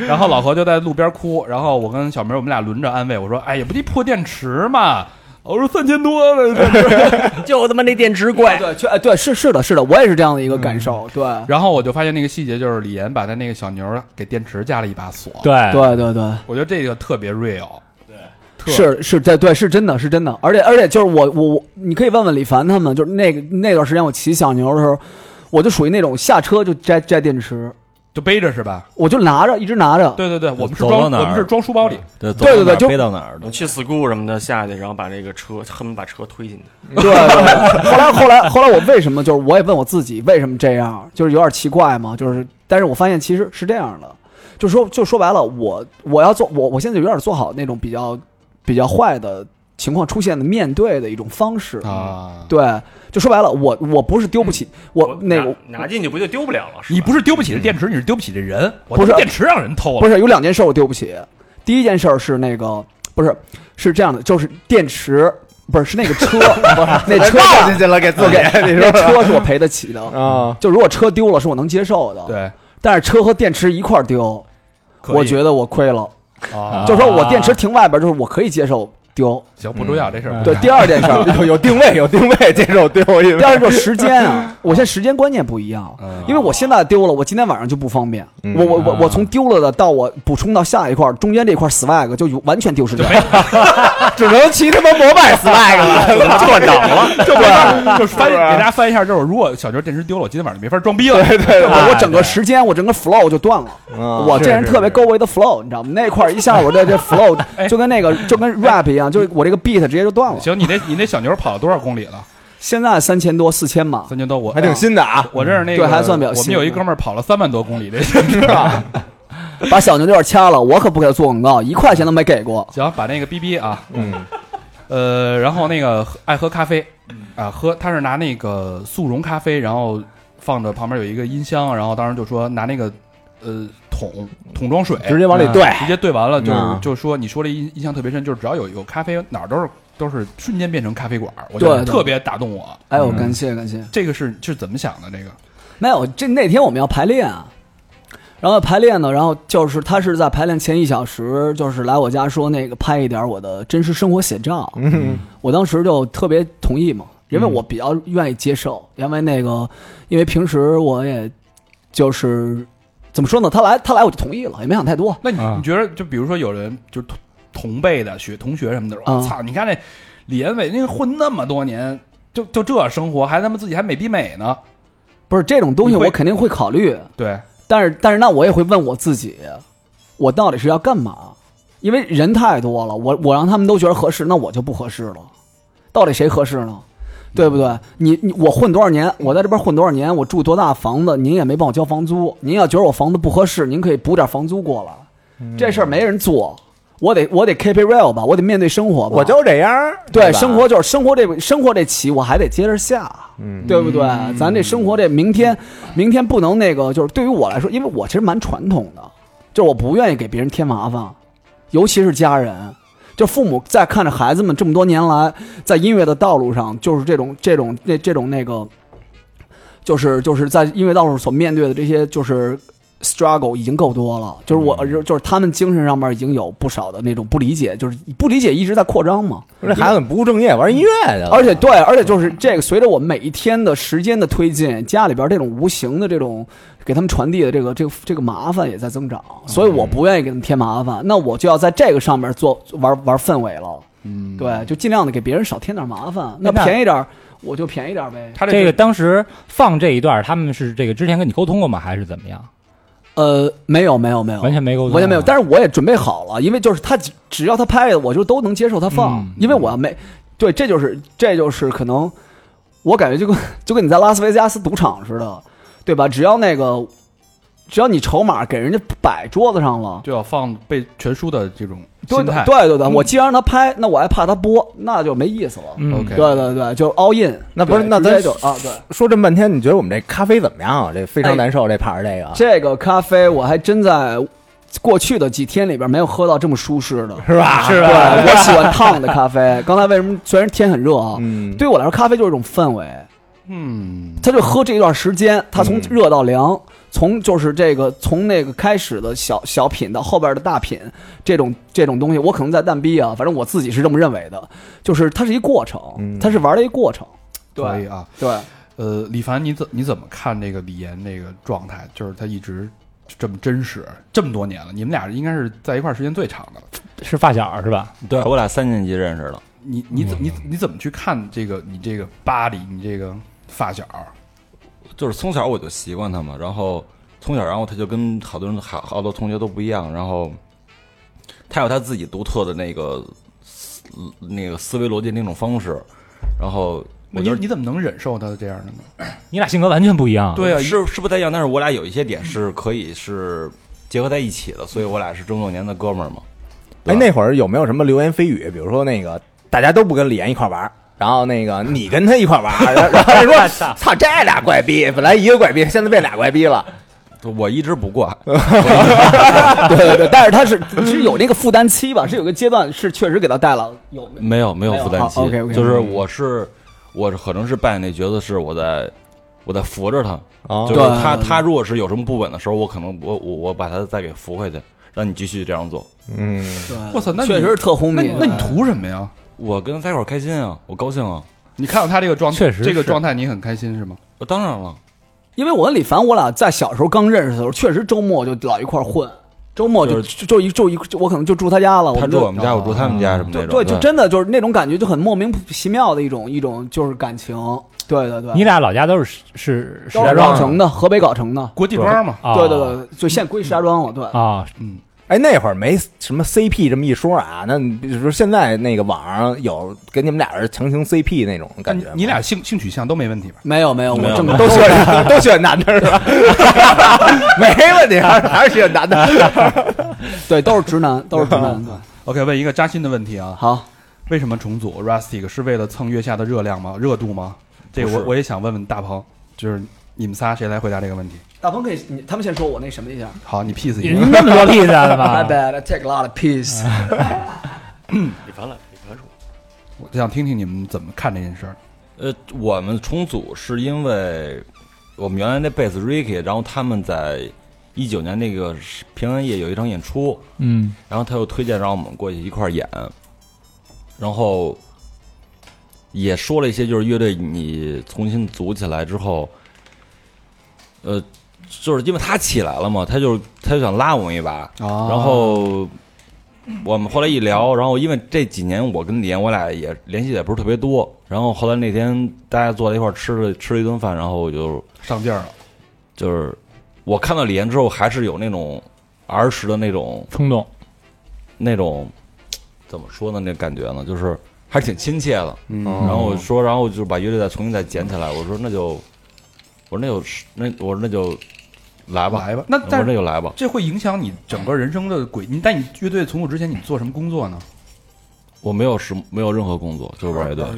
Speaker 5: 然后老何就在路边哭，然后我跟小明我们俩轮着安慰，我说：“哎，也不就破电池嘛。”我说三千多了， (laughs)
Speaker 6: 就他妈那电池贵，
Speaker 7: 对，确哎对是是的，是的，我也是这样的一个感
Speaker 5: 嗯
Speaker 7: 受，对，
Speaker 5: 然后我就发现那个细节就是李岩把他那个小牛儿给电池加了一把锁，，
Speaker 4: 对，
Speaker 7: 对对对，
Speaker 5: 我觉得这个特别 real，对特
Speaker 7: 是是，对对是真的是真的，而且而且就是我我我，你可以问问李凡他们，就是那个那段时间我骑小牛的时候，我就属于那种下车就摘摘电池，
Speaker 5: 就背着是吧？
Speaker 7: 我就拿着一直拿着，
Speaker 5: 对对对，我们是
Speaker 9: 走
Speaker 5: 装我
Speaker 9: 到哪儿
Speaker 5: 们是装书包里，
Speaker 9: 对
Speaker 7: 对对
Speaker 9: 走到哪儿
Speaker 7: 就
Speaker 9: 背到哪儿的
Speaker 8: 你去 school 什么的下去，然后把这个车恨不得把车推进去。
Speaker 5: (laughs)
Speaker 7: 对，对后来后来后来，我为什么就是我也问我自己为什么这样，就是有点奇怪嘛，就是但是我发现其实是这样的，就说就说白了，我我要做我我现在有点做好那种比较比较坏的情况出现的面对的一种方式。
Speaker 5: 啊，
Speaker 7: 对，就说白了，我我不是丢不
Speaker 5: 嗯
Speaker 7: 起，我那个
Speaker 8: 拿拿进去不就丢不了了？
Speaker 5: 你不是丢不起这电池，你是丢不起这人。我
Speaker 7: 不是
Speaker 5: 这电池让人偷
Speaker 7: 不
Speaker 5: 了，
Speaker 7: 是有两件事我丢不起。第一件事儿是那个不是是这样的，就是电池不是是那个车，不是
Speaker 5: (laughs)
Speaker 7: 那车
Speaker 6: 绕进去
Speaker 7: (laughs)
Speaker 6: 了，给自己
Speaker 7: 对，那车是我赔得起的。
Speaker 3: 啊，
Speaker 7: 就如果车丢了是我能接受的，。
Speaker 5: 对，
Speaker 7: 但是车和电池一块儿丢，
Speaker 5: 可以
Speaker 7: 我觉得我亏了。
Speaker 5: 啊，
Speaker 7: 就说我电池停外边，就是我可以接受丢。
Speaker 5: 行，不重要这事儿。
Speaker 7: 对，第二件事儿，
Speaker 6: 哎 (laughs) 有有定位，有定位，接受丢，因 (laughs)
Speaker 7: 第二就是时间啊，我现在时间观念不一样，
Speaker 6: 啊
Speaker 7: 因为我现在丢了，我今天晚上就不方便。
Speaker 6: 嗯
Speaker 7: 我我我我从丢了的到我补充到下一块儿，中间这块儿 swag 就有完全丢时间，
Speaker 6: (laughs) 只能骑他妈摩拜 flag 了，做到了，
Speaker 5: 就我就翻给大家翻一下，就是如果小球电池丢了，我今天晚上没法装逼了。对哎对，
Speaker 7: 哎我我整个时间我整个 flow 就断了。
Speaker 3: 啊
Speaker 7: 我这人特别 go with the flow，你知道吗？那块儿一下我这这
Speaker 5: (laughs)
Speaker 7: flow 就跟那个就跟 rap 一样，就是我这个 beat 直接就断了。
Speaker 5: (laughs) 哎行，你那你那小牛跑了多少公里了？
Speaker 7: 现在三千多四千吧，
Speaker 5: 三千多，我哎
Speaker 6: 还挺新的啊，
Speaker 5: 我认识那个，
Speaker 7: 对还算比较
Speaker 5: 我
Speaker 7: 新嗯
Speaker 5: 们有一哥们儿跑了三万多公里
Speaker 7: (laughs)
Speaker 5: 的，行，
Speaker 7: 把小牛有点掐了，我可不给他做广告，一块钱都没给过。
Speaker 5: 把那个逼逼啊，
Speaker 6: 嗯，
Speaker 5: 呃，然后那个喝爱喝咖啡，
Speaker 3: 嗯
Speaker 5: 啊，喝他是拿那个速溶咖啡，然后放着旁边有一个音箱，然后当时就说拿那个呃桶桶装水嗯
Speaker 3: 直接往里兑，
Speaker 5: 直接兑完了，就是
Speaker 3: 嗯
Speaker 5: 就说你说这印印象特别深，就是只要有有咖啡哪儿都是都是瞬间变成咖啡馆儿，我觉得
Speaker 7: 对对
Speaker 5: 特别打动我。
Speaker 7: 哎呦，感谢感谢。
Speaker 5: 这个是是怎么想的？这个
Speaker 7: 没有，这那天我们要排练啊，然后排练呢，然后就是他是在排练前一小时，就是来我家说那个拍一点我的真实生活写照，
Speaker 3: 嗯，
Speaker 7: 我当时就特别同意嘛，因为我比较愿意接受，因为那个，因为平时我也就是怎么说呢，他来他来我就同意了，也没想太多，
Speaker 5: 那你、
Speaker 2: 啊
Speaker 5: 你觉得，就比如说有人就是同同辈的学同学什么的，我、
Speaker 7: 啊
Speaker 5: 操，你看这李延伟那个混那么多年，就就这生活，还他妈自己还美逼美呢，
Speaker 7: 不是这种东西
Speaker 5: 你会
Speaker 7: 我肯定会考虑，
Speaker 5: 对，
Speaker 7: 但是但是那我也会问我自己，我到底是要干嘛？因为人太多了，我我让他们都觉得合适，那我就不合适了。到底谁合适呢？对不对？你你我混多少年，我在这边混多少年，我住多大房子，您也没帮我交房租。您要觉得我房子不合适，您可以补点房租过来。
Speaker 6: 嗯
Speaker 7: 这事儿没人做，我得我得 keep it real 吧，我得面对生活吧。
Speaker 6: 我就这样，吧
Speaker 7: 对生活就是生活这生活这棋我还得接着下，嗯，对不对？咱这生活这明天，明天不能那个，就是对于我来说，因为我其实蛮传统的，就是我不愿意给别人添麻烦，尤其是家人。就父母在看着孩子们这么多年来，在音乐的道路上，就是这种这种那这种那个，就是就是在音乐道路所面对的这些就是 struggle 已经够多了，就是我就是他们精神上面已经有不少的那种不理解，就是不理解一直在扩张嘛。
Speaker 6: 这孩子怎么不务正业，玩音乐去了？
Speaker 7: 而且对，而且就是这个，随着我们每一天的时间的推进，家里边这种无形的这种给他们传递的这个这个这个麻烦也在增长，所以我不愿意给他们添麻烦，那我就要在这个上面做玩玩氛围了。嗯，对，就尽量的给别人少添点麻烦，那
Speaker 4: 那
Speaker 7: 便宜点儿我就便宜点儿呗。
Speaker 5: 他
Speaker 4: 这个
Speaker 5: 个
Speaker 4: 当时放这一段，他们是这个之前跟你沟通过吗？还是怎么样？
Speaker 7: 呃，没有没有没有，
Speaker 4: 完全没沟通啊，
Speaker 7: 完全没有，但是我也准备好了，因为就是他只只要他拍的，我就都能接受他放，
Speaker 4: 嗯
Speaker 7: 因为我要没对，这就是这就是可能，我感觉就跟就跟你在拉斯维加斯赌场似的，对吧？只要那个只要你筹码给人家摆桌子上了，
Speaker 5: 就要放被全输的这种
Speaker 7: 对
Speaker 5: 心
Speaker 7: 对
Speaker 5: 态。
Speaker 7: 对对对，我既然让他拍，那我还怕他播，那就没意思了。
Speaker 4: 嗯
Speaker 5: OK
Speaker 7: 对对对，就 all in，
Speaker 6: 那不是
Speaker 7: 对
Speaker 6: 那咱
Speaker 7: 直接就啊对。
Speaker 6: 说这么半天，你觉得我们这咖啡怎么样啊？这非
Speaker 7: 哎
Speaker 6: 常难受，这牌儿这个
Speaker 7: 这个咖啡我还真在过去的几天里边没有喝到这么舒适的，是吧？是吧？
Speaker 5: (laughs)
Speaker 7: 对，我喜欢烫的咖啡。刚才为什么虽然天很热啊，
Speaker 6: 嗯
Speaker 7: 对我来说咖啡就是一种氛围，
Speaker 5: 嗯，
Speaker 7: 它就喝这一段时间，它从热到凉。从就是这个从那个开始的小小品到后边的大品，这种这种东西，我可能在蛋逼啊，反正我自己是这么认为的，就是它是一过程，它是玩的一过程，
Speaker 5: 嗯可以
Speaker 7: 对
Speaker 5: 啊。
Speaker 7: 对，
Speaker 5: 呃，李凡，你怎你怎么看这个李岩这个状态？就是他一直这么真实，这么多年了，你们俩应该是在一块儿时间最长的了。
Speaker 4: 是发小是吧？
Speaker 9: 对我俩三年级认识的，
Speaker 5: 你你怎你你怎么去看这个你这个巴黎你这个发小？
Speaker 9: 就是从小我就习惯他嘛，然后从小，然后他就跟好多人好好多同学都不一样，然后他有他自己独特的那个思那个思维逻辑那种方式，然后我
Speaker 5: 你
Speaker 9: 觉得
Speaker 5: 你怎么能忍受他这样的呢？
Speaker 4: 你俩性格完全不一样。，
Speaker 5: 对啊，
Speaker 9: 是是不太一样，但是我俩有一些点是可以是结合在一起的，所以我俩是这么多年的哥们儿嘛。
Speaker 3: 啊
Speaker 6: 哎，那会儿有没有什么流言蜚语？比如说那个
Speaker 3: 大家都不跟李岩一块玩儿，然后那个你跟他一 (laughs) 块玩儿，然后然后他说操这俩怪逼，本来一个怪逼，现在变俩怪逼了。
Speaker 9: 我一直不挂，
Speaker 7: 对对对，但是他是是有那个负担期吧，是有个阶段是确实给他带了有
Speaker 9: 没有没有
Speaker 7: 没有
Speaker 9: 负担
Speaker 7: 好
Speaker 9: 期
Speaker 7: ，OK，OK，，
Speaker 9: 就是我是我是可能是扮演那角色是我在我在扶着他，
Speaker 3: 哦
Speaker 9: 就是他
Speaker 7: 对
Speaker 9: 他如果是有什么不稳的时候，我可能我我我把他再给扶回去，让你继续这样做。
Speaker 3: 嗯，
Speaker 5: 我操那你
Speaker 7: 确实是特轰
Speaker 5: 那
Speaker 7: 鸣
Speaker 5: 你。那你图什么呀？
Speaker 9: 我跟他在一块儿开心啊，我高兴啊，
Speaker 5: 你看到他这个状态，
Speaker 4: 确实
Speaker 5: 这个
Speaker 4: 是
Speaker 5: 状态，你很开心是吗？
Speaker 9: 我当然了，
Speaker 7: 因为我跟李凡，我俩在小时候刚认识的时候，确实周末就老一块儿混，周末就就就一就一我可能就住他家了，我
Speaker 9: 他
Speaker 7: 们
Speaker 9: 住
Speaker 7: 就
Speaker 9: 我们家，我住他们家什么那
Speaker 7: 对
Speaker 9: 种。
Speaker 7: 对，就真的就是那种感觉，就很莫名其妙的一种一种就是感情。对对对，
Speaker 4: 你俩老家都是是石
Speaker 7: 都
Speaker 4: 家
Speaker 7: 是
Speaker 4: 庄
Speaker 7: 搞成的，河北搞成的。
Speaker 5: 国际班嘛，
Speaker 4: 啊？
Speaker 7: 对对
Speaker 9: 哦
Speaker 7: 对，就现归石家庄了。对，
Speaker 4: 啊，
Speaker 3: 哎，那会儿没什么 CP 这么一说啊，那你比如说现在那个网上有给你们俩人强行 CP 那种感
Speaker 5: 你
Speaker 3: 觉吗，
Speaker 5: 你俩性性取向都没问题吧？
Speaker 7: 没有没有，我
Speaker 9: 没有
Speaker 7: 正
Speaker 9: 没
Speaker 3: 都喜
Speaker 9: (laughs)
Speaker 3: 欢 (laughs) 都喜欢男的是吧？没问题，还是还是喜欢男的。
Speaker 7: 对都是直男，都是直
Speaker 9: 啊
Speaker 7: 男。对，
Speaker 5: OK，问一个扎心的问题啊，
Speaker 7: 好，
Speaker 5: 为什么重组 Rustic 是为了蹭月下的热量吗？热度吗？这个
Speaker 9: 不
Speaker 5: 我
Speaker 9: 是
Speaker 5: 我也想问问大鹏，就是你们仨谁来回答这个问题？
Speaker 7: 大鹏可以，你他们先说我那什么
Speaker 9: 啊
Speaker 7: 一下。
Speaker 5: 好，你 peace 一
Speaker 4: 你
Speaker 5: 下。
Speaker 4: 那么多例子了
Speaker 7: (laughs) My
Speaker 4: 吧？
Speaker 7: bad, I take a lot of peace。
Speaker 8: 李凡来，李凡说，
Speaker 5: 我想听听你们怎么看这件事儿。
Speaker 9: 呃，我们重组是因为我们原来那贝斯 Ricky，然后他们在一九年那个平安夜有一场演出，
Speaker 2: 嗯，
Speaker 9: 然后他又推荐让我们过去一块儿演，然后也说了一些就是乐队你重新组起来之后，呃，就是因为他起来了嘛，他就他就想拉我们一把，
Speaker 5: 啊
Speaker 9: 然后我们后来一聊，然后因为这几年我跟李岩我俩也联系也不是特别多，然后后来那天大家坐在一块儿吃了吃了一顿饭，然后我就
Speaker 5: 上劲儿了，
Speaker 9: 就是我看到李岩之后，还是有那种儿时的那种
Speaker 4: 冲动，
Speaker 9: 那种怎么说呢？那感觉呢，就是还挺亲切的。
Speaker 5: 嗯
Speaker 9: 然后我说，然后就是把乐队再重新再捡起来。我说那就，我说那就那我说那就来吧，
Speaker 5: 来吧。那
Speaker 9: 我
Speaker 5: 但
Speaker 9: 说
Speaker 5: 是
Speaker 9: 那就来吧。
Speaker 5: 这会影响你整个人生的轨。你在你乐队重组之前，你做什么工作呢？
Speaker 9: 我没有什没有任何工作，就是玩乐队。
Speaker 5: 啊，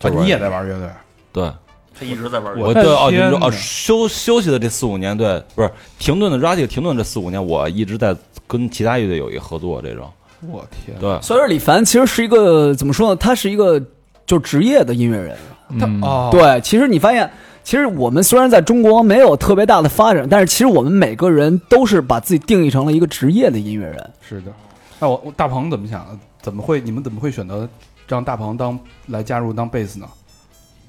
Speaker 9: 就是
Speaker 5: 你也在玩乐队？
Speaker 9: 对，
Speaker 8: 他一直在玩
Speaker 9: 我
Speaker 5: 的
Speaker 9: 对哦，你
Speaker 5: 天
Speaker 9: 说
Speaker 5: 哪
Speaker 9: 哦，休休息的这四五年，对，不是停顿的 r a t i 停顿这四五年，我一直在跟其他乐队有一个合作，这种
Speaker 5: 我天，
Speaker 9: 对。
Speaker 7: 所以说李凡其实是一个怎么说呢？他是一个就职业的音乐人。
Speaker 5: 他哦，
Speaker 7: 对，其实你发现，其实我们虽然在中国没有特别大的发展，但是其实我们每个人都是把自己定义成了一个职业的音乐人。
Speaker 5: 是的。那我我大鹏怎么想的？怎么会你们怎么会选择让大鹏当来加入当贝斯呢？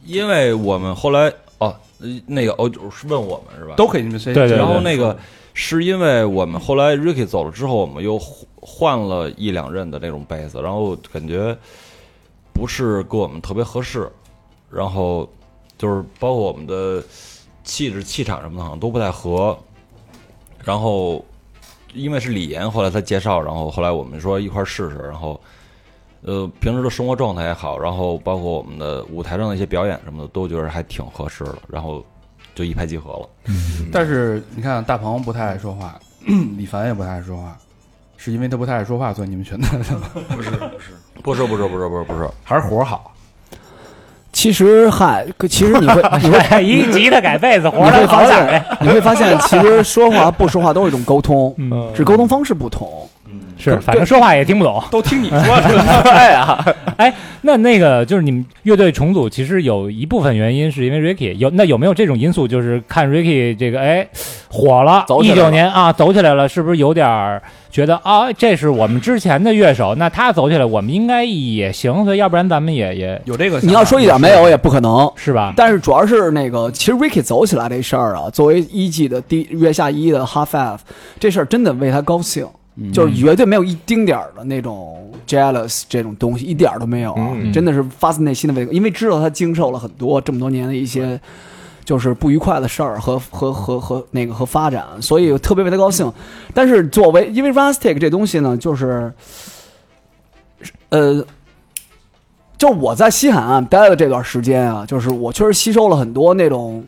Speaker 9: 因为我们后来哦，呃那个哦，就是问我们是吧？
Speaker 5: 都可以，你们谁？
Speaker 4: 对对
Speaker 9: 然后
Speaker 4: 对
Speaker 9: 那个是因为我们后来 Ricky 走了之后，我们又换了一两任的那种贝斯，然后感觉不是跟我们特别合适，然后就是包括我们的气质、气场什么的，好像都不太合。然后因为是李岩后来他介绍，然后后来我们说一块儿试试，然后。呃，平时的生活状态也好，然后包括我们的舞台上的一些表演什么的，都觉得还挺合适的，然后就一拍即合了。
Speaker 5: 但是你看，大鹏不太爱说话， (clears throat) 李凡也不太爱说话，是因为他不太爱说话，所以你们选择他吗？
Speaker 9: 不是不是不是不是不是，
Speaker 5: 还是活儿好？
Speaker 7: 其实嗨，可其实你
Speaker 5: (laughs)
Speaker 7: 会你
Speaker 4: (laughs)
Speaker 7: 会
Speaker 4: 一吉他改贝斯，活
Speaker 7: 你会
Speaker 4: 的好
Speaker 7: 发
Speaker 4: 点儿
Speaker 7: 现， (laughs) 你会发现，其实说话不说话都是一种沟通，
Speaker 5: 嗯
Speaker 7: 只是沟通方式不同。
Speaker 4: 是，反正说话也听不懂。
Speaker 5: 都听你说哎的，
Speaker 4: 哎那那个就是你们乐队重组，其实有一部分原因是因为 Ricky 有那有没有这种因素？就是看 Ricky 这个哎火了，
Speaker 7: 走起
Speaker 4: 一
Speaker 7: 来了
Speaker 4: 九年啊走起来了，是不是有点儿觉得啊这是我们之前的乐手，那他走起来我们应该也行，所以要不然咱们也也
Speaker 5: 有这个想法。
Speaker 7: 你要说一点没有也不可能。
Speaker 4: 是吧？
Speaker 7: 但是主要是那个，其实 Ricky 走起来这事儿啊，作为一季的第月下一的 Half Five，这事儿真的为他高兴，就是绝对没有一丁点儿的那种 jealous 这种东西，一点儿都没有啊，真的是发自内心的为，因为知道他经受了很多这么多年的一些。就是不愉快的事儿和和和和那个和发展，所以特别为他高兴。但是作为因为 rustic 这东西呢，就是，呃，就我在西海岸待的这段时间啊，就是我确实吸收了很多那种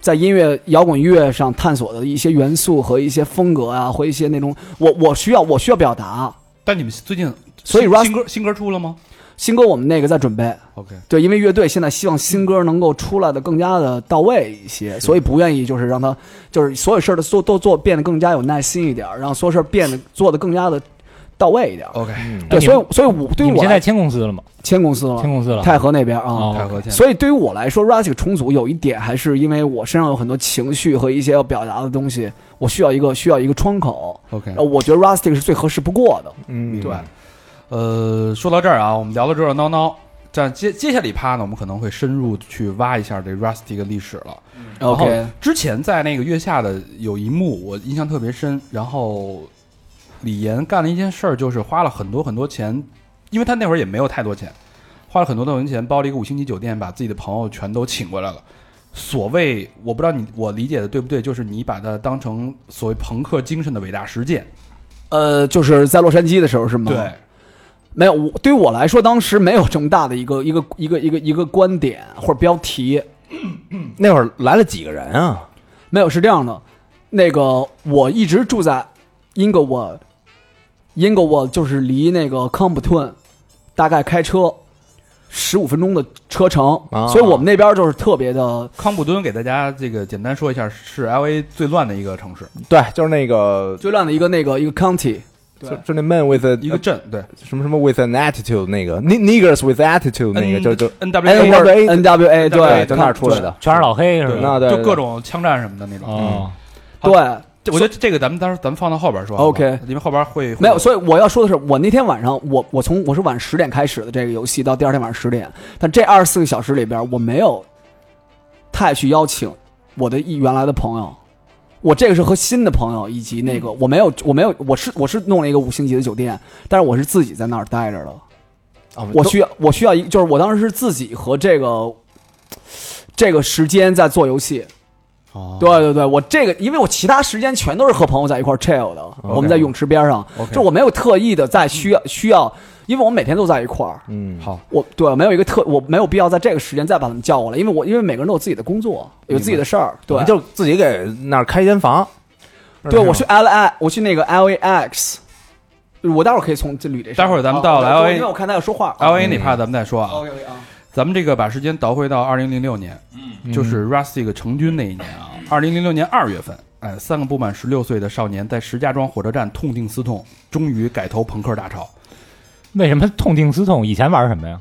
Speaker 7: 在音乐摇滚乐上探索的一些元素和一些风格啊，和一些那种我我需要我需要表达，
Speaker 5: 但你们最近
Speaker 7: 所以
Speaker 5: 新
Speaker 7: Rust-
Speaker 5: 新歌新歌出了吗？
Speaker 7: 新歌我们那个在准备，
Speaker 5: OK，
Speaker 7: 对，因为乐队现在希望新歌能够出来的更加的到位一些，所以不愿意就是让它就是所有事儿的做都做变得更加有耐心一点儿，让所有事儿变得做得更加的到位一点儿。
Speaker 5: OK，
Speaker 3: 嗯
Speaker 7: 对，
Speaker 4: 你
Speaker 7: 所
Speaker 4: 们
Speaker 7: 以所以我对
Speaker 4: 哦你
Speaker 7: 于
Speaker 4: 们
Speaker 7: 我
Speaker 4: 现在
Speaker 7: 来
Speaker 4: 签公司了吗？
Speaker 7: 签公司了
Speaker 4: 签，公司了。
Speaker 7: 太和那边啊。
Speaker 5: 太
Speaker 4: 哦，
Speaker 5: 和现在
Speaker 7: 所以对于我来说 r a s i c 重组有一点还是因为我身上有很多情绪和一些要表达的东西，我需要一个需要一个窗口。
Speaker 5: OK，
Speaker 7: 呃，我觉得 Rustic 是最合适不过的。
Speaker 3: 嗯，
Speaker 5: 对，呃，说到这儿啊，我们聊了热热闹闹，这样接接下来一趴呢，我们可能会深入去挖一下这 Rusty 的历史了。然后之前在那个月下的有一幕我印象特别深，然后李岩干了一件事儿，就是花了很多很多钱，因为他那会儿也没有太多钱，花了很多很多钱包了一个五星级酒店，把自己的朋友全都请过来了。所谓我不知道你我理解的对不对，就是你把它当成所谓朋克精神的伟大实践，
Speaker 7: 呃，就是在洛杉矶的时候是吗？
Speaker 5: 对，
Speaker 7: 没有，我对于我来说，当时没有这么大的一个一个一个一个一个观点或者标题，
Speaker 3: 那会儿来了几个人啊？
Speaker 7: 没有是这样的。那个我一直住在英格沃，英格沃就是离那个康普顿大概开车十五分钟的车程，
Speaker 3: 啊
Speaker 7: 所以我们那边就是特别的
Speaker 5: 康普敦给大家这个简单说一下，是 L A 最乱的一个城市，
Speaker 3: 对，就是那个，
Speaker 7: 最乱的一个那个一个 county，对
Speaker 3: 就就那 man with a,
Speaker 5: 一个镇，对，
Speaker 3: 什么什么 with an attitude 那个 n niggers with attitude 那个，就就
Speaker 5: N W
Speaker 3: N
Speaker 5: A，
Speaker 3: W
Speaker 7: N W A
Speaker 3: 对，
Speaker 7: 嗯对
Speaker 3: 就那儿出来的。
Speaker 4: 全是老黑是吧？
Speaker 3: 那对
Speaker 5: 就各种枪战什么的那种。
Speaker 4: 哦，
Speaker 7: 对
Speaker 5: 这我觉得这个咱们到时候咱们放到后边说好不好
Speaker 7: OK
Speaker 5: 因为后边会
Speaker 7: 没有，
Speaker 5: 以
Speaker 7: 所以我要说的是，我那天晚上，我我从我是晚十点开始的这个游戏，到第二天晚上十点，但这二十四个小时里边，我没有太去邀请我的一原来的朋友，我这个是和新的朋友以及那个我没有我没有我是我是弄了一个五星级的酒店，但是我是自己在那儿待着的，
Speaker 5: 啊
Speaker 7: 我需要我需要一就是我当时是自己和这个这个时间在做游戏。
Speaker 5: 哦
Speaker 7: 对对对，我这个，因为我其他时间全都是和朋友在一块儿 chill 的，我们在泳池边上
Speaker 5: OK
Speaker 7: 就我没有特意的在需要需要，因为我们每天都在一块儿，
Speaker 3: 嗯，
Speaker 5: 好，
Speaker 7: 我对我没有一个特，我没有必要在这个时间再把他们叫过来，因为我因为每个人都有自己的工作，有自己的事儿，对
Speaker 3: 你，就自己给那儿开一间房。
Speaker 7: 对我去 L I，我去那个 L A X，我待会儿可以从这捋这事儿，
Speaker 5: 待会儿咱们到
Speaker 7: 啊
Speaker 5: LA
Speaker 7: 因为我看他要说话
Speaker 5: L A 那怕咱们再说啊。
Speaker 7: ，OK OK 啊，
Speaker 5: 咱们这个把时间倒回到二零零六年，嗯，就是 Rustic 成军那一年啊。二零零六年二月份，哎，三个不满十六岁的少年在石家庄火车站痛定思痛，终于改投朋克大潮。
Speaker 4: 为什么痛定思痛？以前玩什么呀？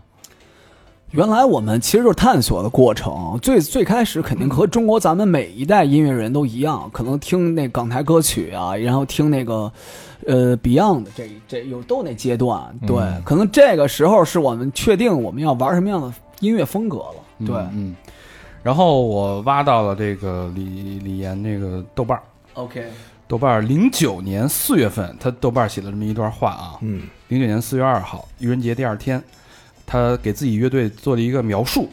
Speaker 7: 原来我们其实就是探索的过
Speaker 5: 嗯
Speaker 7: 程，最最开始肯定和中国咱们每一代音乐人都一样，可能听那港台歌曲啊，然后听那个呃 Beyond 的这这有都有那阶段，
Speaker 5: 嗯
Speaker 7: 对，可能这个时候是我们确定我们要玩什么样的音乐风格了，对、
Speaker 5: 嗯。然后我挖到了这个李李岩这个豆瓣儿
Speaker 7: o k
Speaker 5: 豆瓣儿零九年四月份，他豆瓣儿写了这么一段话啊，
Speaker 3: 嗯，
Speaker 5: 零九年四月二号，愚人节第二天，他给自己乐队做了一个描述，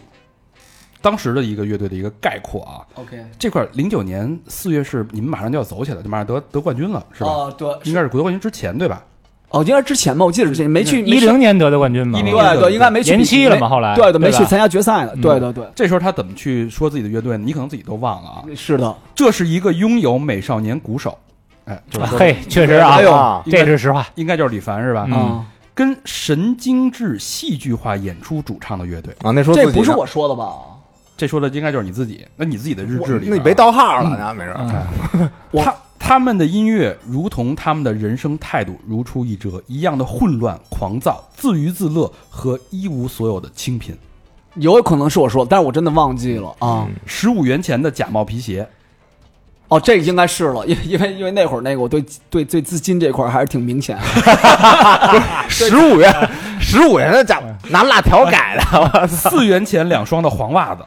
Speaker 5: 当时的一个乐队的一个概括啊。
Speaker 7: OK，
Speaker 5: 这块零九年四月是你们马上就要走起来，就马上得得冠军了，是吧？
Speaker 7: 哦对，
Speaker 5: 应该是夺冠军之前对吧？
Speaker 7: 哦应该是之前吧，我记得是之前没
Speaker 5: 嗯
Speaker 7: 去
Speaker 4: 一
Speaker 7: 没上
Speaker 4: 零年得的冠军嘛，
Speaker 5: 10
Speaker 7: 对对，应该没去
Speaker 4: 延期了嘛？
Speaker 7: 没
Speaker 4: 后来
Speaker 7: 对
Speaker 4: 对，
Speaker 7: 没去
Speaker 4: 吧嗯
Speaker 7: 参加决赛呢，对对对，
Speaker 5: 这时候他怎么去说自己的乐队呢？你可能自己都忘了啊。
Speaker 7: 嗯是的，
Speaker 5: 这是一个拥有美少年鼓手，哎，就是说
Speaker 4: 嘿，确实啊
Speaker 3: 哎，呦，
Speaker 5: 应该
Speaker 4: 这是实话。
Speaker 5: 应该就是李凡是吧？
Speaker 4: 嗯
Speaker 7: 啊、
Speaker 5: 跟神经质戏剧化演出主唱的乐队，
Speaker 3: 啊，那时候
Speaker 7: 这
Speaker 3: 自己
Speaker 7: 不是
Speaker 3: 呢
Speaker 7: 我说的吧？
Speaker 5: 这说的应该就是你自己。那你自己的日志里边啊，
Speaker 3: 那你别盗号
Speaker 7: 嗯
Speaker 3: 了，那没事儿。
Speaker 5: 他他们的音乐如同他们的人生态度如出一辙，一样的混乱、狂躁、自娱自乐和一无所有的清贫。
Speaker 7: 有可能是我说的，但是我真的忘记了啊。
Speaker 4: 嗯
Speaker 5: 十五元钱的假冒皮鞋， (laughs)
Speaker 7: 哦，这个应该是了，因为因为因为那会儿那个我对对对资金这块儿还是挺明显的。 (laughs)
Speaker 3: 十五元，十五元的家伙拿辣条改的，
Speaker 5: 四元钱两双的黄袜子，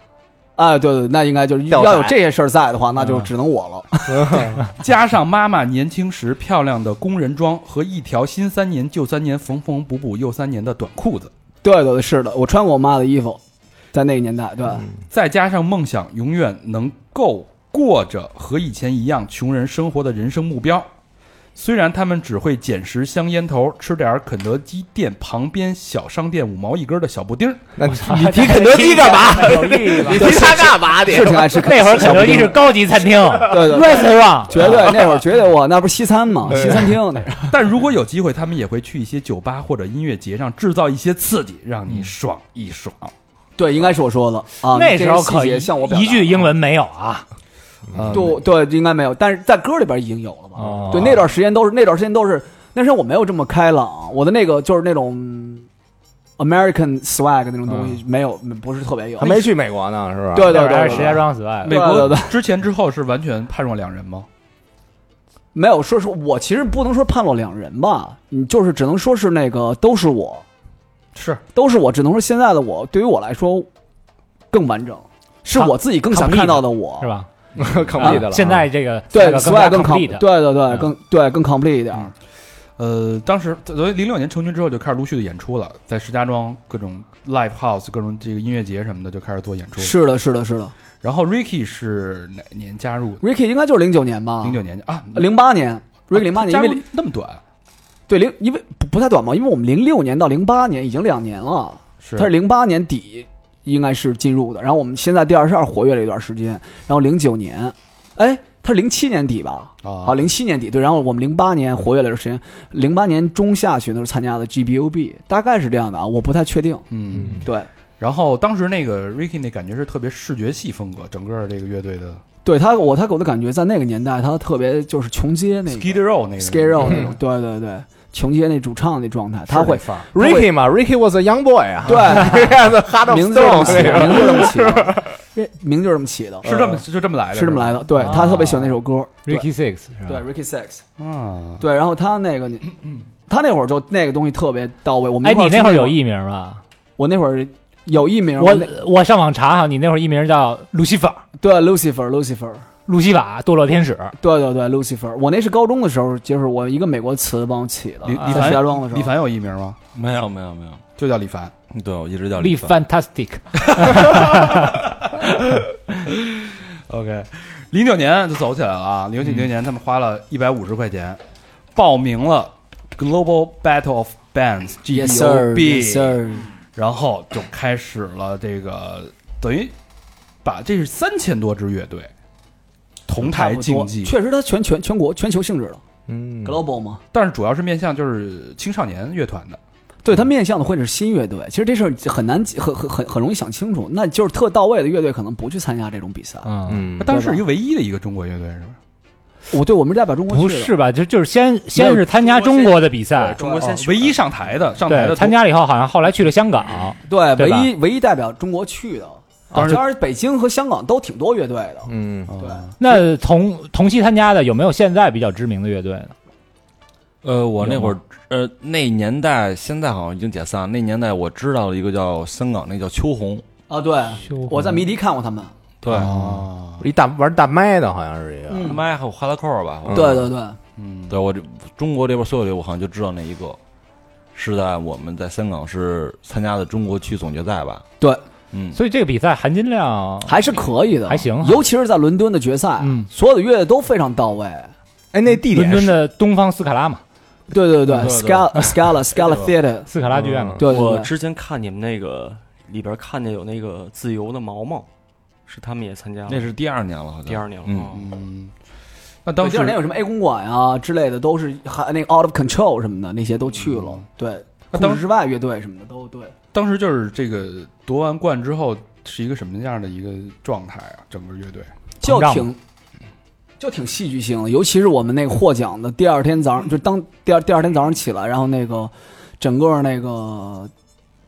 Speaker 7: 哎，对对，那应该就是
Speaker 3: 掉色
Speaker 7: 要有这些事儿在的话，那就
Speaker 4: 嗯
Speaker 7: 只能我了。 (laughs)
Speaker 5: 加上妈妈年轻时漂亮的工人装和一条新三年旧三年缝缝补补又三年的短裤子，
Speaker 7: 对对对，是的，我穿过我妈的衣服，在那个年代，对，
Speaker 4: 嗯
Speaker 5: 再加上梦想永远能够过着和以前一样穷人生活的人生目标，虽然他们只会捡拾香烟头，吃点儿肯德基店旁边小商店五毛一根儿的小布丁儿，
Speaker 3: 那你你提肯德基干嘛？
Speaker 4: 那
Speaker 7: 你提他干嘛
Speaker 1: (laughs)
Speaker 7: 的？是挺爱吃肯
Speaker 4: 会儿肯
Speaker 7: 小布
Speaker 4: 德基
Speaker 7: 丁啊
Speaker 4: 是高级餐厅
Speaker 7: (laughs) 对对，
Speaker 4: ，restaurant，
Speaker 7: 绝对那会儿绝对我那不是西餐吗？西餐厅那
Speaker 5: (laughs) 但如果有机会，他们也会去一些酒吧或者音乐节上制造一些刺激，让你爽一爽。
Speaker 7: 对，应该是我说的啊。
Speaker 4: 那时候
Speaker 7: 这些
Speaker 4: 可
Speaker 7: 细节向我表达
Speaker 4: 一句英文没有啊，
Speaker 5: 啊，
Speaker 7: 对对，应该没有，但是在歌里边已经有了吧？
Speaker 4: 哦
Speaker 7: 对，那段时间都是那段时间都是那时候我没有这么开朗，我的那个就是那种嗯 American swag 那种东
Speaker 4: 嗯
Speaker 7: 西没有，不是特别有。
Speaker 3: 还没去美国呢，是吧？
Speaker 7: 对对对
Speaker 4: 还
Speaker 7: 对
Speaker 4: 是石
Speaker 7: 对
Speaker 4: 家庄此外，
Speaker 5: 美
Speaker 7: 对
Speaker 5: 国
Speaker 7: 对
Speaker 5: 之前之后是完全判若两人吗？
Speaker 7: 没有说是我其实不能说判若两人吧，你就是只能说是那个都是我，
Speaker 5: 是
Speaker 7: 都是我，只能说现在的我对于我来说更完整，是
Speaker 4: 抗
Speaker 7: 我自己更想
Speaker 4: complete
Speaker 7: 看到的我，
Speaker 4: 是吧？啊
Speaker 3: 对，抗力的了。
Speaker 7: 啊
Speaker 3: 啊
Speaker 4: 现在这个
Speaker 7: 对
Speaker 4: 更加
Speaker 7: swag 更
Speaker 4: complete
Speaker 7: 对对对，
Speaker 4: 嗯
Speaker 7: 更对更 complete 一点儿。
Speaker 5: 呃，当时所以零六年成军之后就开始陆续的演出了，在石家庄各种 live house、各种这个音乐节什么的就开始做演出。
Speaker 7: 是的，是的，是的。
Speaker 5: 然后 Ricky 是哪年加入？
Speaker 7: Ricky 应该就是零九年吧？
Speaker 5: 零九年啊，
Speaker 7: 零八年，Ricky 零八年，因
Speaker 5: 加
Speaker 7: 为
Speaker 5: 入
Speaker 7: 零
Speaker 5: 那么短，
Speaker 7: 对零，因为不不太短嘛，因为我们零六年到零八年已经两年了，
Speaker 5: 是
Speaker 7: 他是零八年底应该是进入的，然后我们现在第二十二活跃了一段时间，然后零九年，哎，他是零七年底吧？
Speaker 5: 啊
Speaker 7: 啊，，零七年底对，然后我们零八年活跃了一段时间，零八年中下旬的时候参加的 GBUB，大概是这样的啊，我不太确定。
Speaker 5: 嗯。
Speaker 7: 对，
Speaker 5: 然后当时那个 Ricky 那感觉是特别视觉系风格，整个这个乐队的
Speaker 7: 对他我他给我的感觉，在那个年代，他特别就是穷街那个
Speaker 5: Skid Row 那个
Speaker 7: skid row 那
Speaker 4: 嗯
Speaker 7: 种，对对对，穷街那主唱那状态，他会
Speaker 5: 发，儿
Speaker 3: Ricky 嘛，Ricky was a young boy (laughs) 啊，
Speaker 7: 对，
Speaker 3: 这样子哈到
Speaker 7: 名字就这么起，的，名字就这么起
Speaker 4: (laughs)
Speaker 7: 的，这名就这么起的，
Speaker 5: 呃是这么就这么来的，
Speaker 7: 是这么来
Speaker 5: 的
Speaker 7: 的。对
Speaker 4: 啊
Speaker 7: 他特别喜欢那首歌，对
Speaker 4: ，Ricky Six 是
Speaker 7: 对
Speaker 4: 吧？
Speaker 7: Ricky Six，
Speaker 5: 啊。
Speaker 7: 对，然后他那
Speaker 4: (laughs)
Speaker 7: 个他那会儿就那个东西特别到位。我们
Speaker 4: 哎，
Speaker 7: 一块
Speaker 4: 你那会儿有
Speaker 7: 出去
Speaker 4: 艺名吧？
Speaker 7: 我那会儿有艺名，
Speaker 4: 我
Speaker 7: 那
Speaker 4: 我上网查哈，你那会儿艺名叫路西法，
Speaker 7: 对 Lucifer Lucifer，
Speaker 4: 路西法堕落天使。
Speaker 7: 对对对 Lucifer，我那是高中的时候，就是我一个美国词帮我起的
Speaker 5: 李，啊李
Speaker 7: 在石家
Speaker 5: 凡，
Speaker 7: 庄的时
Speaker 5: 李
Speaker 7: 候。
Speaker 5: 凡有艺名吗？
Speaker 9: 没有没有没有，
Speaker 5: 就叫李凡。
Speaker 9: 对我一直叫
Speaker 4: 力
Speaker 9: 李凡。
Speaker 4: fantastic，
Speaker 5: OK，零九年就走起来了啊！零九零
Speaker 7: 嗯
Speaker 5: 年他们花了一百五十块钱，报名了 Global Battle of Bands
Speaker 7: Yes sir, yes
Speaker 5: GBOB，
Speaker 7: sir。
Speaker 5: 然后就开始了这个等于把这是三千多支乐队同台竞技，
Speaker 7: 确实他全全全国全球性质的
Speaker 3: 嗯
Speaker 7: global 嘛，
Speaker 5: 但是主要是面向就是青少年乐团的。
Speaker 7: 对他面向的会是新乐队，其实这事儿很难很很很很容易想清楚，那就是特到位的乐队可能不去参加这种比赛。
Speaker 4: 嗯，
Speaker 3: 嗯
Speaker 5: 那，当时是一个唯一的一个中国乐队是吧？
Speaker 7: 我对我们是代表中国去
Speaker 4: 不
Speaker 7: 的
Speaker 4: 是吧？就哦就是先先是参加中国的比赛，
Speaker 8: 中国先选
Speaker 5: 唯一上台的上台
Speaker 4: 对，
Speaker 5: 的嗯
Speaker 4: 参加了以后好像后来去了香港，
Speaker 7: 对，
Speaker 4: 对
Speaker 7: 唯
Speaker 4: 吧
Speaker 7: 一唯一代表中国去的。啊
Speaker 5: 当时
Speaker 7: 当然，北京和香港都挺多乐队的。
Speaker 3: 嗯，
Speaker 5: 同
Speaker 7: 对
Speaker 4: 那同同期参加的有没有现在比较知名的乐队呢？
Speaker 9: 呃，我那会儿呃那年代，现在好像已经解散了。那年代我知道了一个叫香港那叫秋红，
Speaker 7: 啊，对
Speaker 4: 修红，
Speaker 7: 我在迷笛看过他们。
Speaker 9: 对，
Speaker 5: 哦，
Speaker 3: 一大玩大麦的，好像是一个，
Speaker 7: 嗯，
Speaker 9: 嗯麦还有哈拉扣儿
Speaker 4: 嗯
Speaker 9: 吧？我
Speaker 7: 对对对，
Speaker 5: 嗯，
Speaker 9: 对我这中国这边所有的我好像就知道那一个，是在我们在香港是参加的中国区总决赛吧？
Speaker 7: 对，
Speaker 9: 嗯，
Speaker 4: 所以这个比赛含金量
Speaker 7: 还是可以的，
Speaker 4: 还行
Speaker 7: 尤其是在伦敦的决赛，
Speaker 4: 嗯
Speaker 7: 所有的乐队都非常到位。
Speaker 3: 哎，那地
Speaker 4: 伦
Speaker 3: 点
Speaker 4: 敦
Speaker 3: 是
Speaker 4: 的东方斯卡拉嘛，
Speaker 7: 对对对
Speaker 9: 对对
Speaker 7: ，Scala Scala Scala Theater，
Speaker 4: 斯卡拉剧院嘛。
Speaker 7: 对
Speaker 8: 我
Speaker 7: 对对，
Speaker 8: 之前看你们那个里边看见有那个自由的毛毛，是他们也参加了，
Speaker 9: 那是第二年了，好像
Speaker 8: 第二年了。
Speaker 9: 嗯
Speaker 8: 哦
Speaker 5: 嗯，那当
Speaker 7: 对
Speaker 5: 时
Speaker 7: 第二年有什么 A 公馆啊之类的，都是还那个 Out of Control 什么的那些都去了
Speaker 5: 嗯。
Speaker 7: 对，
Speaker 5: 那
Speaker 7: 控
Speaker 5: 当
Speaker 7: 制之外乐队什么的都对。
Speaker 5: 当时就是这个夺完冠之后是一个什么样的一个状态啊？整个乐队
Speaker 7: 就
Speaker 4: 膨胀
Speaker 7: 挺就挺戏剧性的，尤其是我们那个获奖的第二天早上，就当第二第二天早上起来，然后那个整个那个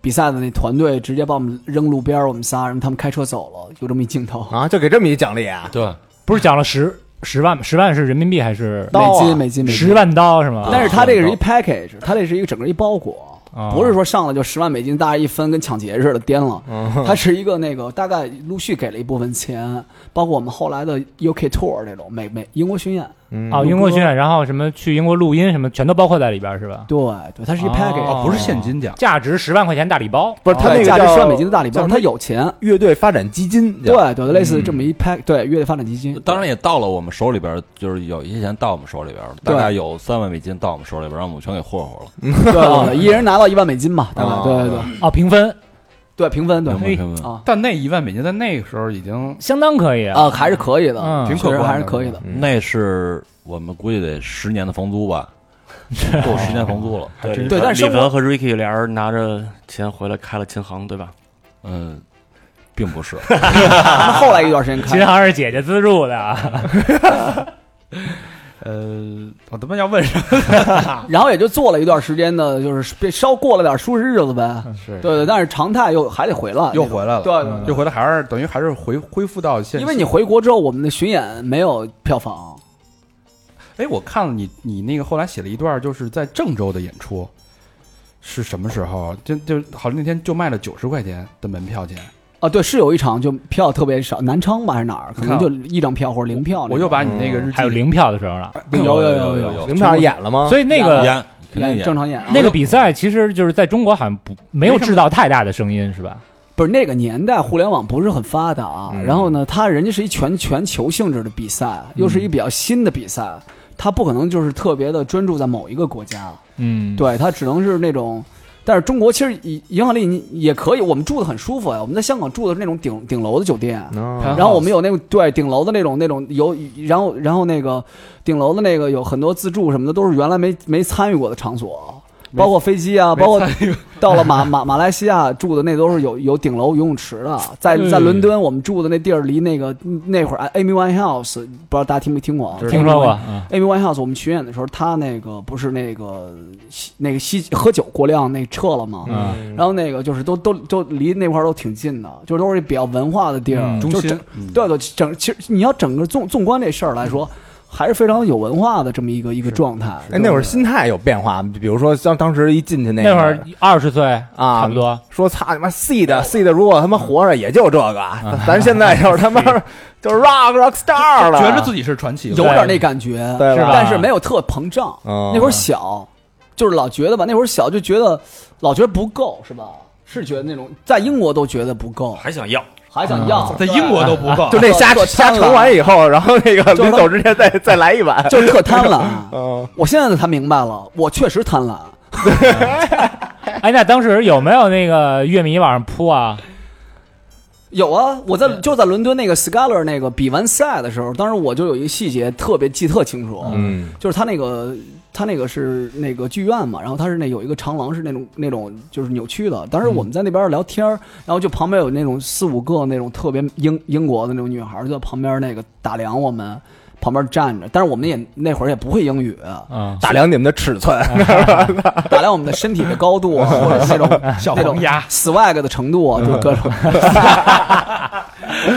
Speaker 7: 比赛的那团队直接把我们扔路边儿，我们仨，然后他们开车走了，有这么一镜头，
Speaker 3: 啊，就给这么一奖励啊，
Speaker 9: 对，
Speaker 4: 不是讲了十十万吗？十万是人民币还是
Speaker 3: 刀啊
Speaker 7: 美金美金美金
Speaker 4: 十，万刀是吗？
Speaker 7: 但是他这个是一
Speaker 9: 啊
Speaker 7: package，他这是一个整个一包裹，
Speaker 3: 啊
Speaker 7: 不是说上来就十万美金，大家一分跟抢劫似的颠了。
Speaker 3: 啊
Speaker 7: (laughs) 它是一个那个大概陆续给了一部分钱，包括我们后来的 UK tour 这种美美英国巡演，
Speaker 4: 哦，英国巡演，然后什么去英国录音什么，全都包括在里边儿是吧？
Speaker 7: 对对，它是一 package，、
Speaker 5: 哦，不是现金奖，
Speaker 4: 价值十万块钱大礼包，
Speaker 3: 不是他那个
Speaker 7: 价值
Speaker 3: 叫
Speaker 7: 十万美金的大礼包，
Speaker 3: 叫
Speaker 7: 它有钱，
Speaker 3: 乐队发展基金，
Speaker 7: 对对，类
Speaker 3: 嗯
Speaker 7: 似这么一 pack，、对乐队发展基金，
Speaker 9: 当然也到了我们手里边，就是有一些钱到我们手里边，大
Speaker 7: 对
Speaker 9: 概有三万美金到我们手里边，让我们全给霍霍了。
Speaker 7: 对对对，一人拿到一万美金嘛，
Speaker 3: 啊
Speaker 7: 大概对对对
Speaker 3: 嗯
Speaker 4: 哦，平分
Speaker 7: 对平分对
Speaker 9: 明白明白
Speaker 7: 啊
Speaker 5: 但那一万美金在那个时候已经
Speaker 4: 相当可以
Speaker 7: 啊，还是可以的，
Speaker 4: 嗯
Speaker 5: 挺
Speaker 7: 确
Speaker 5: 可
Speaker 7: 实
Speaker 5: 观的
Speaker 7: 还是可以的。
Speaker 3: 嗯
Speaker 9: 那是我们估计得十年的房租吧，够十年房租了。
Speaker 8: 对
Speaker 7: 对但是生
Speaker 8: 李
Speaker 7: 活
Speaker 8: 文和 Ricky 俩人拿着钱回来开了琴行，对吧？
Speaker 9: 嗯，并不是，
Speaker 7: 他们后来一段时间
Speaker 4: 琴
Speaker 7: 开，
Speaker 4: 行是姐姐资助的啊，
Speaker 5: 呃，我他妈要问什么？
Speaker 7: 然后也就做了一段时间的，就是被稍过了点舒适日子呗。
Speaker 5: 嗯是
Speaker 7: 对对，但是常态又还得回来，
Speaker 5: 又回来了，啊
Speaker 7: 对对对
Speaker 5: 又回来还是等于还是回恢复到现实，
Speaker 7: 因为你回国之后，我们的巡演没有票房，
Speaker 5: 哎，我看了你你那个后来写了一段，就是在郑州的演出是什么时候？啊就就好像那天就卖了九十块钱的门票钱，
Speaker 7: 啊，对，是有一场就票特别少，南昌吧还是哪儿，可能就一张票或者零票那种。
Speaker 5: 啊我又把你那个嗯日记
Speaker 4: 还有零票的时候了。
Speaker 7: 有有有有
Speaker 3: 零票演了
Speaker 5: 啊
Speaker 3: 吗？
Speaker 4: 所以那个
Speaker 9: 演肯定
Speaker 7: 正
Speaker 9: 演。
Speaker 7: 常演啊
Speaker 4: 那个比赛其实就是在中国好像不没有制造太大的声音是吧？
Speaker 7: 不是那个年代，互联网不是很发达啊。
Speaker 3: 嗯
Speaker 7: 然后呢，它人家是一全全球性质的比赛，又
Speaker 5: 嗯
Speaker 7: 是一比较新的比赛，它不可能就是特别的专注在某一个国家，
Speaker 4: 嗯，
Speaker 7: 对，它只能是那种。但是中国其实影影响力你也可以，我们住的很舒服呀、啊我们在香港住的是那种顶顶楼的酒店，
Speaker 3: 嗯
Speaker 7: 然后我们有那种对顶楼的那种那种有，然后然后那个顶楼的那个有很多自助什么的，都是原来没没参与过的场所，包括飞机啊，包括到了马马马来西亚住的那都是有有顶楼游泳池的，在在伦敦我们住的那地儿离那个那会儿哎 Amy Winehouse 不知道大家听没听过啊？
Speaker 4: 听说过。嗯
Speaker 7: Amy Winehouse，我们巡演的时候，她那个不是那个吸那个吸喝酒过量那撤了吗？
Speaker 4: 嗯
Speaker 7: 然后那个就是都都都离那块儿都挺近的，就是都是比较文化的地儿，
Speaker 4: 嗯
Speaker 7: 就
Speaker 5: 中
Speaker 7: 是
Speaker 5: 心
Speaker 7: 整对对，整其实你要整个纵纵观这事儿来说，还是非常有文化的这么一个一个状态。
Speaker 3: 哎，那会儿心态有变化吗，比如说像当时一进去那
Speaker 4: 那会儿二十岁
Speaker 3: 啊
Speaker 4: 差不多。
Speaker 3: 说操你妈 C 的 C 的，如果他妈活着也就这个，咱现在就是他妈 (laughs) 就是 rock rock star 了，
Speaker 5: 觉着自己是传奇了，
Speaker 7: 有点那感觉，
Speaker 3: 对吧？
Speaker 7: 但是没有特膨胀。
Speaker 3: 嗯
Speaker 7: 那会儿小，就是老觉得吧，那会儿小就觉得老觉得不够，是吧？是觉得那种在英国都觉得不够，
Speaker 8: 还想要，
Speaker 7: 还想要，
Speaker 5: 啊在英国都不够
Speaker 3: 就。那瞎
Speaker 7: 做
Speaker 3: 瞎
Speaker 7: 贪婪
Speaker 3: 盛完以后，然后那个
Speaker 7: 就
Speaker 3: 临
Speaker 7: 是
Speaker 3: 走之前再再来一碗，
Speaker 7: 就是特贪婪。
Speaker 3: 嗯，
Speaker 7: 我现在才明白了，我确实贪婪。
Speaker 4: 哎，那当时有没有那个乐迷往上扑啊？ (laughs)
Speaker 7: 有啊，我在就在伦敦那个 Scholar 那个比完赛的时候，当时我就有一个细节特别记特清楚，
Speaker 3: 嗯，
Speaker 7: 就是他那个他那个是那个剧院嘛，然后他是那有一个长廊是那种那种就是扭曲的，当时我们在那边聊天儿，然后就旁边有那种四五个那种特别英英国的那种女孩儿就在旁边那个打量我们，旁边站着，但是我们也那会儿也不会英语，啊
Speaker 4: 嗯，
Speaker 3: 打量你们的尺寸，
Speaker 7: 打量我们的身体的高度啊，或者是那种
Speaker 5: 小
Speaker 7: 那种
Speaker 5: 黄鸭
Speaker 7: swag 的程度啊，就各种。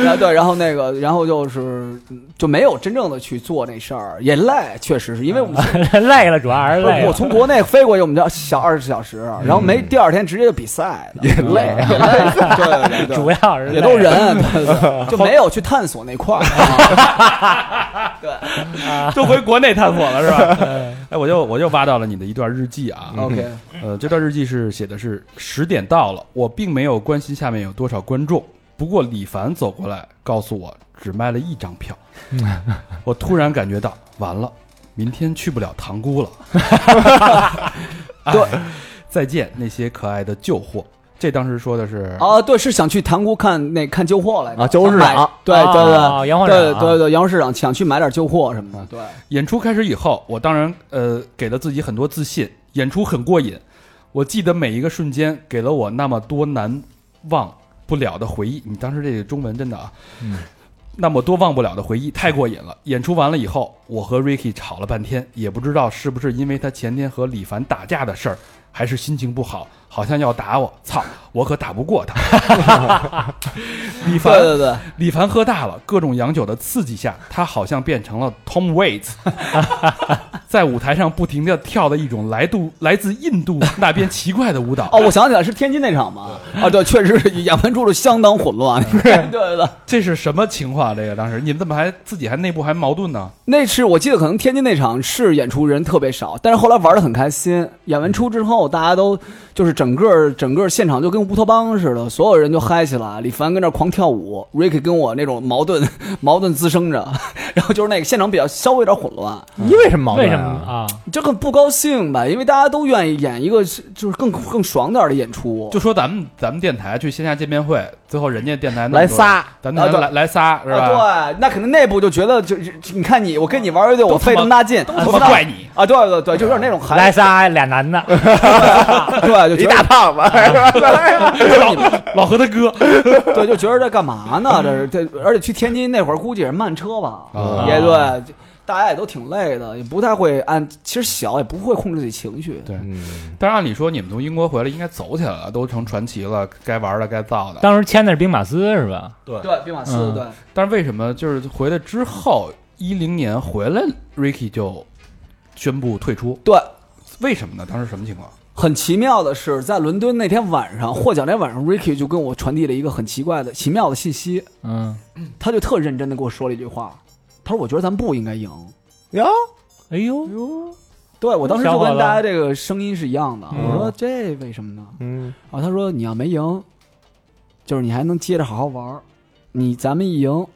Speaker 7: 然后对，然后那个，然后就是就没有真正的去做那事儿，也累，确实是因为我们
Speaker 4: 累了，主要还是嗯累啊
Speaker 7: 我
Speaker 4: 了。
Speaker 7: 从国内飞过去，我们就要小二十小时，然后没第二天直接就比赛的，也累，也累，对对对
Speaker 4: 主要是
Speaker 7: 也
Speaker 4: 累
Speaker 7: 都人，对对对，就没有去探索那块儿。
Speaker 5: (laughs)
Speaker 7: 啊
Speaker 5: 都回国内探索了是吧？ (laughs) 哎，我就我就挖到了你的一段日记啊。
Speaker 7: OK，
Speaker 5: 呃，这段日记是写的是十点到了，我并没有关心下面有多少观众，不过李凡走过来告诉我只卖了一张票，我突然感觉到完了，明天去不了塘沽了。
Speaker 7: 对，
Speaker 5: 再见那些可爱的旧货。这当时说的是
Speaker 7: 啊，对，是想去塘沽看那看旧货来着
Speaker 3: 啊旧货市
Speaker 7: 想买
Speaker 3: 场
Speaker 7: 对
Speaker 4: 啊
Speaker 7: 对对，
Speaker 4: 洋货市
Speaker 7: 对
Speaker 4: 场
Speaker 7: 对对，洋货市场想去买点旧货什么的，对，
Speaker 5: 演出开始以后，我当然呃给了自己很多自信，演出很过瘾。我记得每一个瞬间给了我那么多难忘不了的回忆。你当时这个中文真的啊，那么多忘不了的回忆太过瘾了。演出完了以后，我和 Ricky 吵了半天，也不知道是不是因为他前天和李凡打架的事儿，还是心情不好，好像要打我，操，我可打不过他。 (laughs) 李
Speaker 7: 对
Speaker 5: 凡
Speaker 7: 对对，
Speaker 5: 李凡喝大了，各种洋酒的刺激下，他好像变成了
Speaker 7: (laughs)
Speaker 5: Tom Waits，在舞台上不停地跳的一种来度来自印度那边奇怪的舞蹈。
Speaker 7: 哦，我想起来是天津那场嘛，啊，对，确实是演完之后相当混 (laughs) 乱，对对对，
Speaker 5: 这是什么情况？啊这个当时你们怎么还自己还内部还矛盾呢？
Speaker 7: 那是我记得可能天津那场是演出人特别少，但是后来玩的很开心，演完出之后大家都就是整个整个现场就跟乌托邦似的，所有人就嗨起来，李凡跟那儿狂跳舞，Ricky 跟我那种矛盾矛盾滋生着， (laughs) 然后就是那个现场比较稍微有点混乱，
Speaker 3: (laughs) 你为什么矛
Speaker 4: 为
Speaker 3: 盾啊
Speaker 4: 什么啊？
Speaker 7: 就很不高兴吧，因为大家都愿意演一个是就是更更爽点儿的演出，
Speaker 5: 就说咱们咱们电台去线下见面会，最后人家电台那么多
Speaker 3: 来仨，
Speaker 5: 咱们电台
Speaker 7: 啊
Speaker 5: 来来仨是吧？
Speaker 7: 啊，对，那可能内部就觉得就就你看你，我跟你玩乐队，我费这么大劲，都
Speaker 5: 他妈怪你，
Speaker 7: 啊！对对对，就有点那种
Speaker 4: (laughs)
Speaker 7: 孩
Speaker 4: 来
Speaker 7: 子，
Speaker 4: 仨俩男的，
Speaker 7: (laughs) 对，就觉 (laughs) 得
Speaker 3: 胖子，
Speaker 5: 老何他哥
Speaker 7: 对，就觉得这干嘛呢？这是这，而且去天津那会儿估计也是慢车吧，
Speaker 5: 啊
Speaker 7: 也对，大家也都挺累的，也不太会按，其实小也不会控制自己情绪，
Speaker 5: 对
Speaker 3: 嗯，
Speaker 5: 但是按理说你们从英国回来应该走起来了，都成传奇了，该玩的该造的。
Speaker 4: 当时签的是兵马司是吧？
Speaker 7: 对，兵马司
Speaker 4: 嗯
Speaker 7: 对。
Speaker 5: 但是为什么就是回来之后，一零年回来，Ricky 就宣布退出？
Speaker 7: 对，
Speaker 5: 为什么呢？当时什么情况？
Speaker 7: 很奇妙的是，在伦敦那天晚上获奖那晚上，Ricky 就跟我传递了一个很奇怪的、奇妙的信息。
Speaker 4: 嗯，
Speaker 7: 他就特认真的跟我说了一句话，他说：“我觉得咱们不应该赢。
Speaker 3: (laughs) 哟，
Speaker 4: 哎呦，
Speaker 7: 对”我当时
Speaker 4: 小
Speaker 7: 就
Speaker 4: 伙
Speaker 7: 跟
Speaker 4: 子
Speaker 7: 大家这个声音是一样的，
Speaker 3: 嗯
Speaker 7: 我说：“这为什么呢
Speaker 3: 嗯，？”
Speaker 7: 然后他说：“你要没赢，就是你还能接着好好玩儿；你咱们一赢，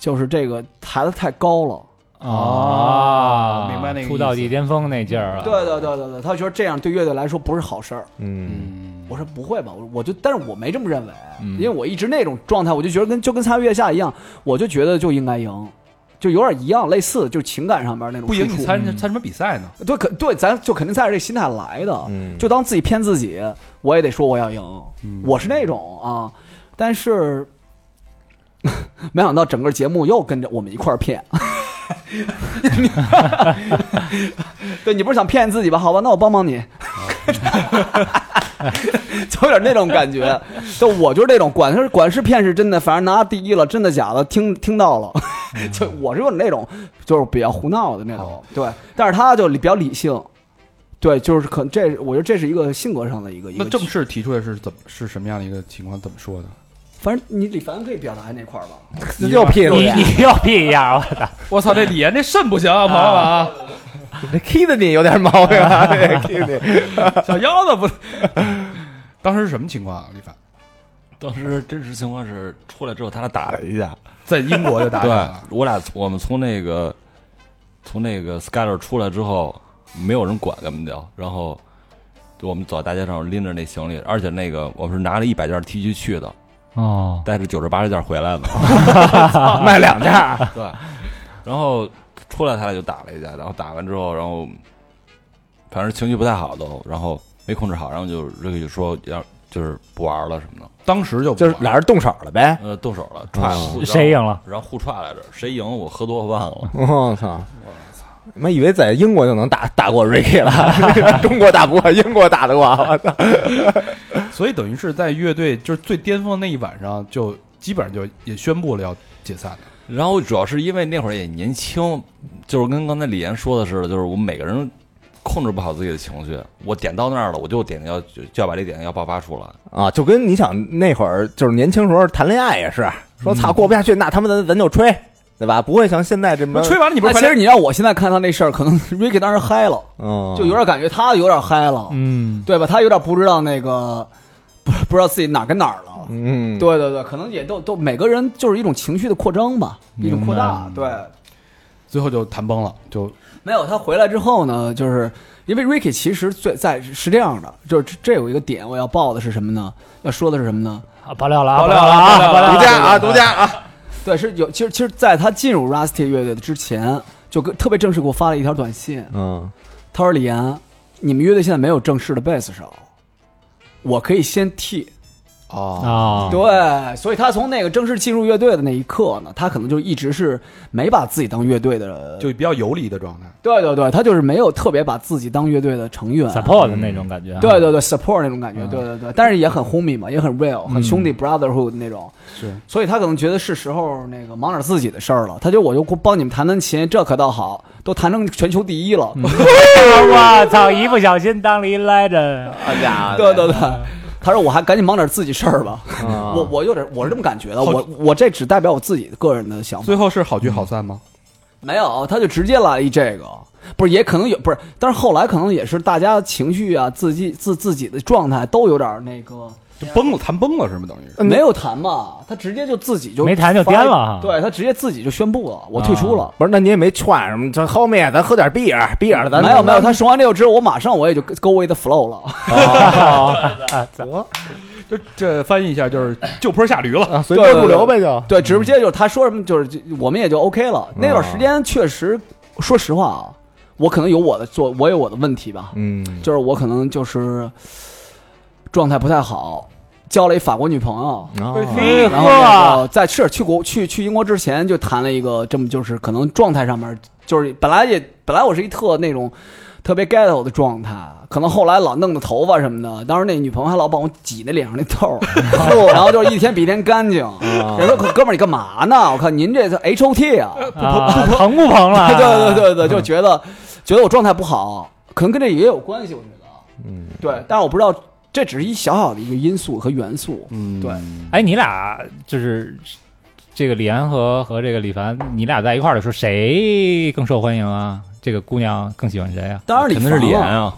Speaker 7: 就是这个抬得太高了。
Speaker 5: 哦明白那个意思
Speaker 4: 出道即巅峰那劲儿了。
Speaker 7: 对对对对对，他觉得这样对乐队来说不是好事儿。
Speaker 3: 嗯，
Speaker 5: 嗯
Speaker 7: 我说不会吧，我我就，但是我没这么认为，
Speaker 2: 嗯
Speaker 7: 因为我一直那种状态，我就觉得跟就跟参与月下一样，我就觉得就应该赢，就有点一样类似，就是情感上面那种
Speaker 5: 不赢
Speaker 7: 输
Speaker 5: 你
Speaker 7: 出
Speaker 5: 参
Speaker 4: 嗯
Speaker 5: 参什么比赛呢？
Speaker 7: 对，可对，咱就肯定带着这心态来的，
Speaker 3: 嗯
Speaker 7: 就当自己骗自己，我也得说我要赢，
Speaker 5: 嗯
Speaker 7: 我是那种啊，但是 (laughs) 没想到整个节目又跟着我们一块儿骗。 (laughs) 对你不是想骗自己吧？好吧，那我帮帮你， (laughs) 就有点那种感觉。就我就是那种，管是管是骗是真的，反正拿第一了，真的假的，听听到了。就我是有点那种，就是比较胡闹的那种。对，但是他就比较理性，对，就是可这我觉得这是一个性格上的一个一
Speaker 5: 那
Speaker 7: 个
Speaker 5: 正式提出来是怎么是什么样的一个情况？怎么说的？
Speaker 7: 反正你李凡可以表达那块儿吧。
Speaker 3: 又屁股
Speaker 4: 你，你又屁一下，我操！
Speaker 5: (laughs) 我操，这李岩这肾不行啊，朋友们啊！
Speaker 3: 这 Kid 你有点毛病啊，这 Kid
Speaker 5: 小腰子不。当时是什么情况啊？李凡
Speaker 9: 当时真实情况是出来之后，他俩打了一架。
Speaker 5: 在英国 (laughs) 就打起
Speaker 9: 对
Speaker 5: 来了，
Speaker 9: 我俩我们从那个从那个 Skyler 出来之后，没有人管咱们的，然后就我们走在大街上拎着那行李，而且那个我们是拿了一百件 T 恤去的，
Speaker 4: 哦，
Speaker 9: 带着九十八十件回来的。 (laughs)
Speaker 3: 卖两架，
Speaker 9: 对，然后出来他俩就打了一架，然后打完之后，然后反正情绪不太好都，然后没控制好，然后就 Ricky 就说要就是不玩了什么的，
Speaker 5: 当时就
Speaker 3: 就是俩人动手了呗。
Speaker 9: 呃，动手了，踹了，互
Speaker 4: 谁赢了？
Speaker 9: 然后互踹来着，谁赢我喝多忘了。
Speaker 3: 我操！妈以为在英国就能打打过 Ricky 了， (laughs) 中国打不过，英国打得过，我操！
Speaker 5: 所以等于是在乐队就是最巅峰的那一晚上，就基本上就也宣布了要解散了。
Speaker 9: 然后主要是因为那会儿也年轻，就是跟刚才李岩说的似的，就是我们每个人控制不好自己的情绪。我点到那儿了，我就点要就要把这点要爆发出来。
Speaker 3: 啊，就跟你想那会儿就是年轻时候谈恋爱也是，说操过不下去，那他妈咱咱就吹，对吧？不会像现在这么
Speaker 5: (laughs) 吹，完了你不
Speaker 7: 那
Speaker 5: 是
Speaker 7: 啊其
Speaker 5: 快
Speaker 7: 实你让我现在看到那事儿，可能 (laughs) Ricky 当时嗨了，
Speaker 3: 嗯，
Speaker 7: 就有点感觉他有点嗨了，
Speaker 4: 嗯，
Speaker 7: 对吧？他有点不知道那个，不不知道自己哪跟哪儿了。
Speaker 3: 嗯，
Speaker 7: 对对对，可能也都都每个人就是一种情绪的扩张吧，一种扩大。对，
Speaker 5: 最后就谈崩了，就
Speaker 7: 没有他回来之后呢，就是因为 Ricky 其实最在是这样的，就是这这有一个点我要报的是什么呢？要说的是什么呢？
Speaker 4: 啊爆料了啊，爆
Speaker 5: 爆料
Speaker 4: 料
Speaker 5: 了
Speaker 4: 了啊，爆料
Speaker 3: 独
Speaker 4: 了
Speaker 3: 家啊，独家啊，
Speaker 7: 对，是有其实其实在他进入 Rusty 乐队的之前，就跟特别正式给我发了一条短信，
Speaker 3: 嗯，
Speaker 7: 他说：“李岩，你们乐队现在没有正式的贝斯手，我可以先替。
Speaker 5: 哦，
Speaker 4: 啊，
Speaker 7: 对，所以他从那个正式进入乐队的那一刻呢，他可能就一直是没把自己当乐队的，
Speaker 5: 就比较游离的状态。
Speaker 7: 对对对，他就是没有特别把自己当乐队的成员
Speaker 4: support 的那种感觉啊。
Speaker 7: 对对对，support 那种感觉，
Speaker 4: 嗯
Speaker 7: 对对对，但是也很 homie 嘛，也很 real，很
Speaker 5: 嗯
Speaker 7: 兄弟 brotherhood 那种。
Speaker 2: 是，
Speaker 7: 所以他可能觉得是时候那个忙点自己的事儿了。他就我就帮你们弹弹琴，这可倒好，都弹成全球第一了。
Speaker 5: 嗯
Speaker 4: 我操！一不小心当了一 legend，
Speaker 3: 好家
Speaker 7: 对对对，他啊说我还赶紧忙点自己事儿吧。我我有点我是这么感觉的，我我这只代表我自己个人的想法。
Speaker 5: 最后是好聚好散吗？
Speaker 7: 没有，他就直接来一这个，不是也可能有，不是，但是后来可能也是大家情绪啊，自己自自己的状态都有点那个，
Speaker 5: 就崩了，谈崩了是吗？等于是
Speaker 7: 没有谈嘛，他直接就自己就
Speaker 4: 没谈就
Speaker 7: 发
Speaker 4: 颠了啊哈
Speaker 7: 对他直接自己就宣布了，我退出了。
Speaker 3: 不是，那你也没劝什么，这后面咱喝点 beer beer，咱
Speaker 7: 没有没有，他说完这个之后，我马上我也就 go with the flow 了。
Speaker 5: 就这翻译一下就是就坡下驴了。
Speaker 3: 啊，随波逐流呗就。
Speaker 7: 对，直接就是他说什么就是就我们也就 OK 了。那段时间确实，说实话啊，我可能有我的做，我有我的问题吧，
Speaker 3: 嗯，
Speaker 7: 就是我可能就是状态不太好，交了一法国女朋友，
Speaker 3: 嗯啊
Speaker 4: 嘿
Speaker 7: 然后那个在是去国去去英国之前就谈了一个这么就是可能状态上面就是本来也本来我是一特那种特别 ghetto 的状态，可能后来老弄的头发什么的，当时那女朋友还老帮我挤那脸上那痘儿， (laughs) 然后就是一天比一天干净。人说哥们儿你干嘛呢？我看您这是 H O T 啊，
Speaker 4: 啊疼不疼了？
Speaker 7: (laughs) 对对对对，就觉得觉得我状态不好，可能跟这也有关系，我觉得。嗯，对，但是我不知道。这只是一小小的一个因素和元素，嗯，对，
Speaker 4: 哎，你俩就是这个李安和和这个李凡，你俩在一块儿的时候，谁更受欢迎啊？这个姑娘更喜欢谁啊？
Speaker 7: 当然李
Speaker 9: 肯定是
Speaker 7: 凡
Speaker 9: 李岩
Speaker 7: 了
Speaker 9: 啊，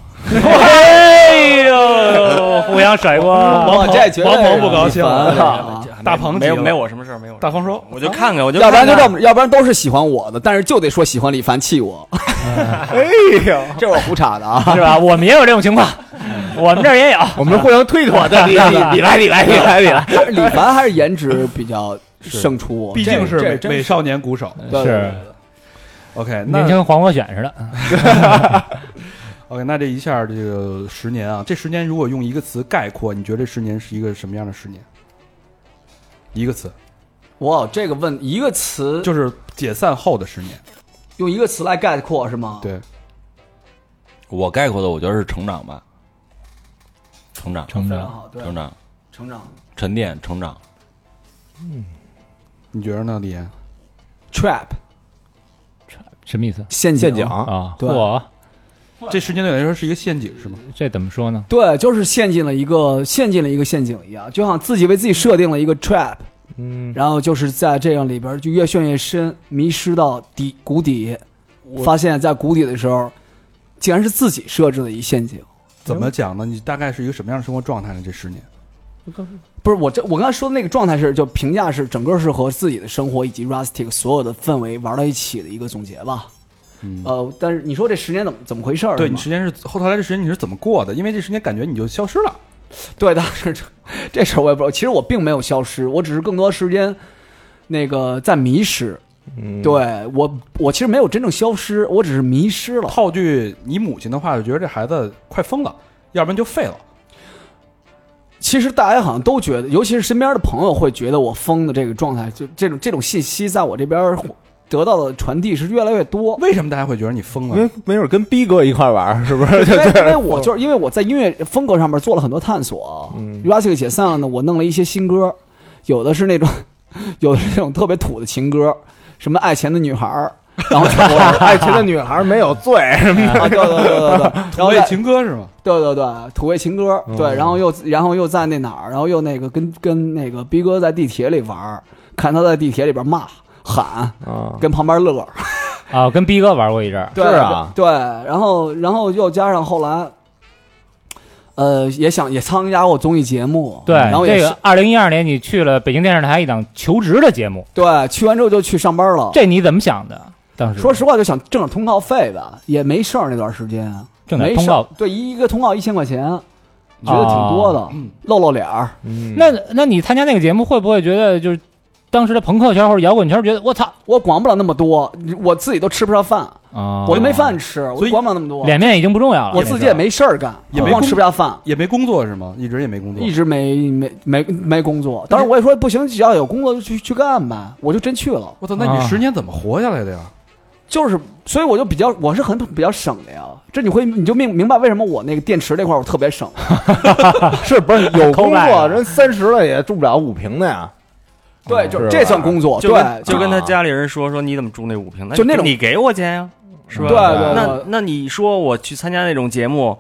Speaker 4: 哎呦，互相甩锅，
Speaker 7: 我哦这绝对
Speaker 5: 王鹏不
Speaker 7: 是
Speaker 5: 高兴
Speaker 7: 李凡
Speaker 5: 了
Speaker 7: 啊
Speaker 5: 大鹏
Speaker 8: 没有
Speaker 5: 急了
Speaker 8: 没我什么事儿，没有。
Speaker 5: 大方说，
Speaker 8: 我就看看，我就
Speaker 7: 要不然就
Speaker 8: 看看
Speaker 7: 这么，要不然都是喜欢我的，但是就得说喜欢李凡气我。哎呦，这是我胡扯的啊！
Speaker 4: 是吧？我们也有这种情况，我们这儿也有。
Speaker 3: 我们互相推脱
Speaker 4: (laughs)
Speaker 3: 的，你你你来你来你来你来，
Speaker 7: 还是李凡还是颜值比较胜出，
Speaker 5: 毕竟是
Speaker 7: 哦这哎
Speaker 5: 美美少年鼓手。
Speaker 7: 对
Speaker 4: 是，
Speaker 5: OK，
Speaker 4: 那
Speaker 5: 那
Speaker 4: 天黄国选似的，
Speaker 5: OK，那这一下这个十年啊，这十年如果用一个词概括，你觉得这十年是一个什么样的十年？一个词，
Speaker 7: 哇，这个问一个词，
Speaker 5: 就是解散后的十年。
Speaker 7: 用一个词来概括是吗？，
Speaker 5: 对，
Speaker 9: 我概括的我觉得是成长吧，成长，
Speaker 4: 成
Speaker 7: 非常
Speaker 4: 长。
Speaker 7: 好，啊哦对，
Speaker 9: 成长，
Speaker 7: 成长
Speaker 9: 沉淀，成长。
Speaker 5: 你觉得呢，李岩？
Speaker 7: ，trap
Speaker 4: 什么意思
Speaker 7: 陷阱，
Speaker 3: 陷阱，
Speaker 4: 啊？
Speaker 7: 对
Speaker 4: 嚯，
Speaker 5: 这十年对你来说是一个陷阱是吗？
Speaker 4: 这怎么说呢？
Speaker 7: 对，就是陷进了一个陷进了一个陷阱一样，就好像自己为自己设定了一个 trap，
Speaker 3: 嗯，
Speaker 7: 然后就是在这样里边就越陷越深，迷失到底谷底，发现在谷底的时候，竟然是自己设置的一陷阱。
Speaker 5: 怎么讲呢？你大概是一个什么样的生活状态呢？这十年，
Speaker 7: 不是我这我刚才说的那个状态是，就评价是整个是和自己的生活以及 Rustic 所有的氛围玩到一起的一个总结吧。
Speaker 5: 嗯
Speaker 7: 呃，但是你说这十年怎么怎么回事儿？
Speaker 5: 对
Speaker 7: 是
Speaker 5: 你
Speaker 7: 吗
Speaker 5: 时间是后头来这十年你是怎么过的？因为这十年感觉你就消失了。
Speaker 7: (laughs) 对，当时这这事儿我也不知道。其实我并没有消失，我只是更多时间那个在迷失。对我，我其实没有真正消失，我只是迷失了。
Speaker 5: 套句你母亲的话，就觉得这孩子快疯了，要不然就废了。
Speaker 7: 其实大家好像都觉得，尤其是身边的朋友会觉得我疯的这个状态，就这种这种信息在我这边儿得到的传递是越来越
Speaker 5: (laughs)
Speaker 7: 多。
Speaker 5: 为什么大家会觉得你疯
Speaker 3: 没
Speaker 5: 了？
Speaker 3: 没准跟逼哥一块玩是不 (laughs) 是？
Speaker 7: 因为因为我就是因为我在音乐风格上面做了很多探索。
Speaker 3: 嗯
Speaker 7: r a s i c 解散了呢，我弄了一些新歌，有的是那种， (laughs) 有的是那种特别土的情歌，什么爱钱的女孩儿，然后
Speaker 3: 爱情的女孩没有罪，
Speaker 7: 啊，对对对对对，然后
Speaker 5: 我也
Speaker 7: 在
Speaker 5: 情歌是吗？
Speaker 7: 对对对，土味情歌，对，然后又然后又在那哪儿，然后又那个跟跟那个逼哥在地铁里玩儿，看他在地铁里边骂喊，
Speaker 3: 啊，
Speaker 7: 跟旁边乐儿，
Speaker 4: 啊，跟逼哥玩过一阵儿，
Speaker 7: 对
Speaker 3: 是啊
Speaker 7: 对，然后然后又加上后来，呃，也想也参加过综艺节目，
Speaker 4: 对
Speaker 7: 啊然后，也
Speaker 4: 这
Speaker 7: 是、
Speaker 4: 个二零一二年你去了北京电视台一档求职的节目，
Speaker 7: 对，去完之后就去上班了。
Speaker 4: 这你怎么想的？当时
Speaker 7: 哦说实话，就想挣点通告费吧，也没事儿那段时间，
Speaker 4: 挣点
Speaker 7: 没
Speaker 4: 通
Speaker 7: 事儿
Speaker 4: 告，
Speaker 7: 对，一个通告一千块钱，觉得挺多的，
Speaker 5: 嗯
Speaker 7: 露露脸儿，
Speaker 4: 啊那那你参加那个节目会不会觉得就是当时的朋克圈或者摇滚圈觉得我操
Speaker 7: 我管不了那么多，我自己都吃不上饭，
Speaker 4: 啊，
Speaker 7: 我就没饭吃，我
Speaker 5: 所以
Speaker 7: 管不了那么多，
Speaker 4: 脸面已经不重要了，
Speaker 7: 我自己也没事儿干，
Speaker 5: 也
Speaker 7: 不
Speaker 5: 没
Speaker 7: 光
Speaker 5: 工
Speaker 7: 吃不下饭，
Speaker 5: 也没工作是吗？一直也没工作
Speaker 7: 一。直没没没没工作。当时我也说不行，只要有工作就去去干呗，我就真去了。
Speaker 5: 我操，那你
Speaker 4: 啊
Speaker 5: 十年怎么活下来的呀？
Speaker 7: 就是，所以我就比较，我是很比较省的呀。这你会你就明明白为什么我那个电池这块儿我特别省，
Speaker 3: 是不是有啊工
Speaker 4: (laughs) 抠
Speaker 3: 作
Speaker 4: 卖
Speaker 3: 人三十了也住不了五平的呀？
Speaker 7: 对，就是这算工作，
Speaker 8: 就
Speaker 7: 对
Speaker 8: 跟，就
Speaker 5: 啊
Speaker 8: 跟他家里人说说你怎么住那五平，那
Speaker 7: 就那种
Speaker 8: 你给我钱呀，是吧？
Speaker 7: 对对
Speaker 8: 那
Speaker 7: 对
Speaker 8: 那你说我去参加那种节目，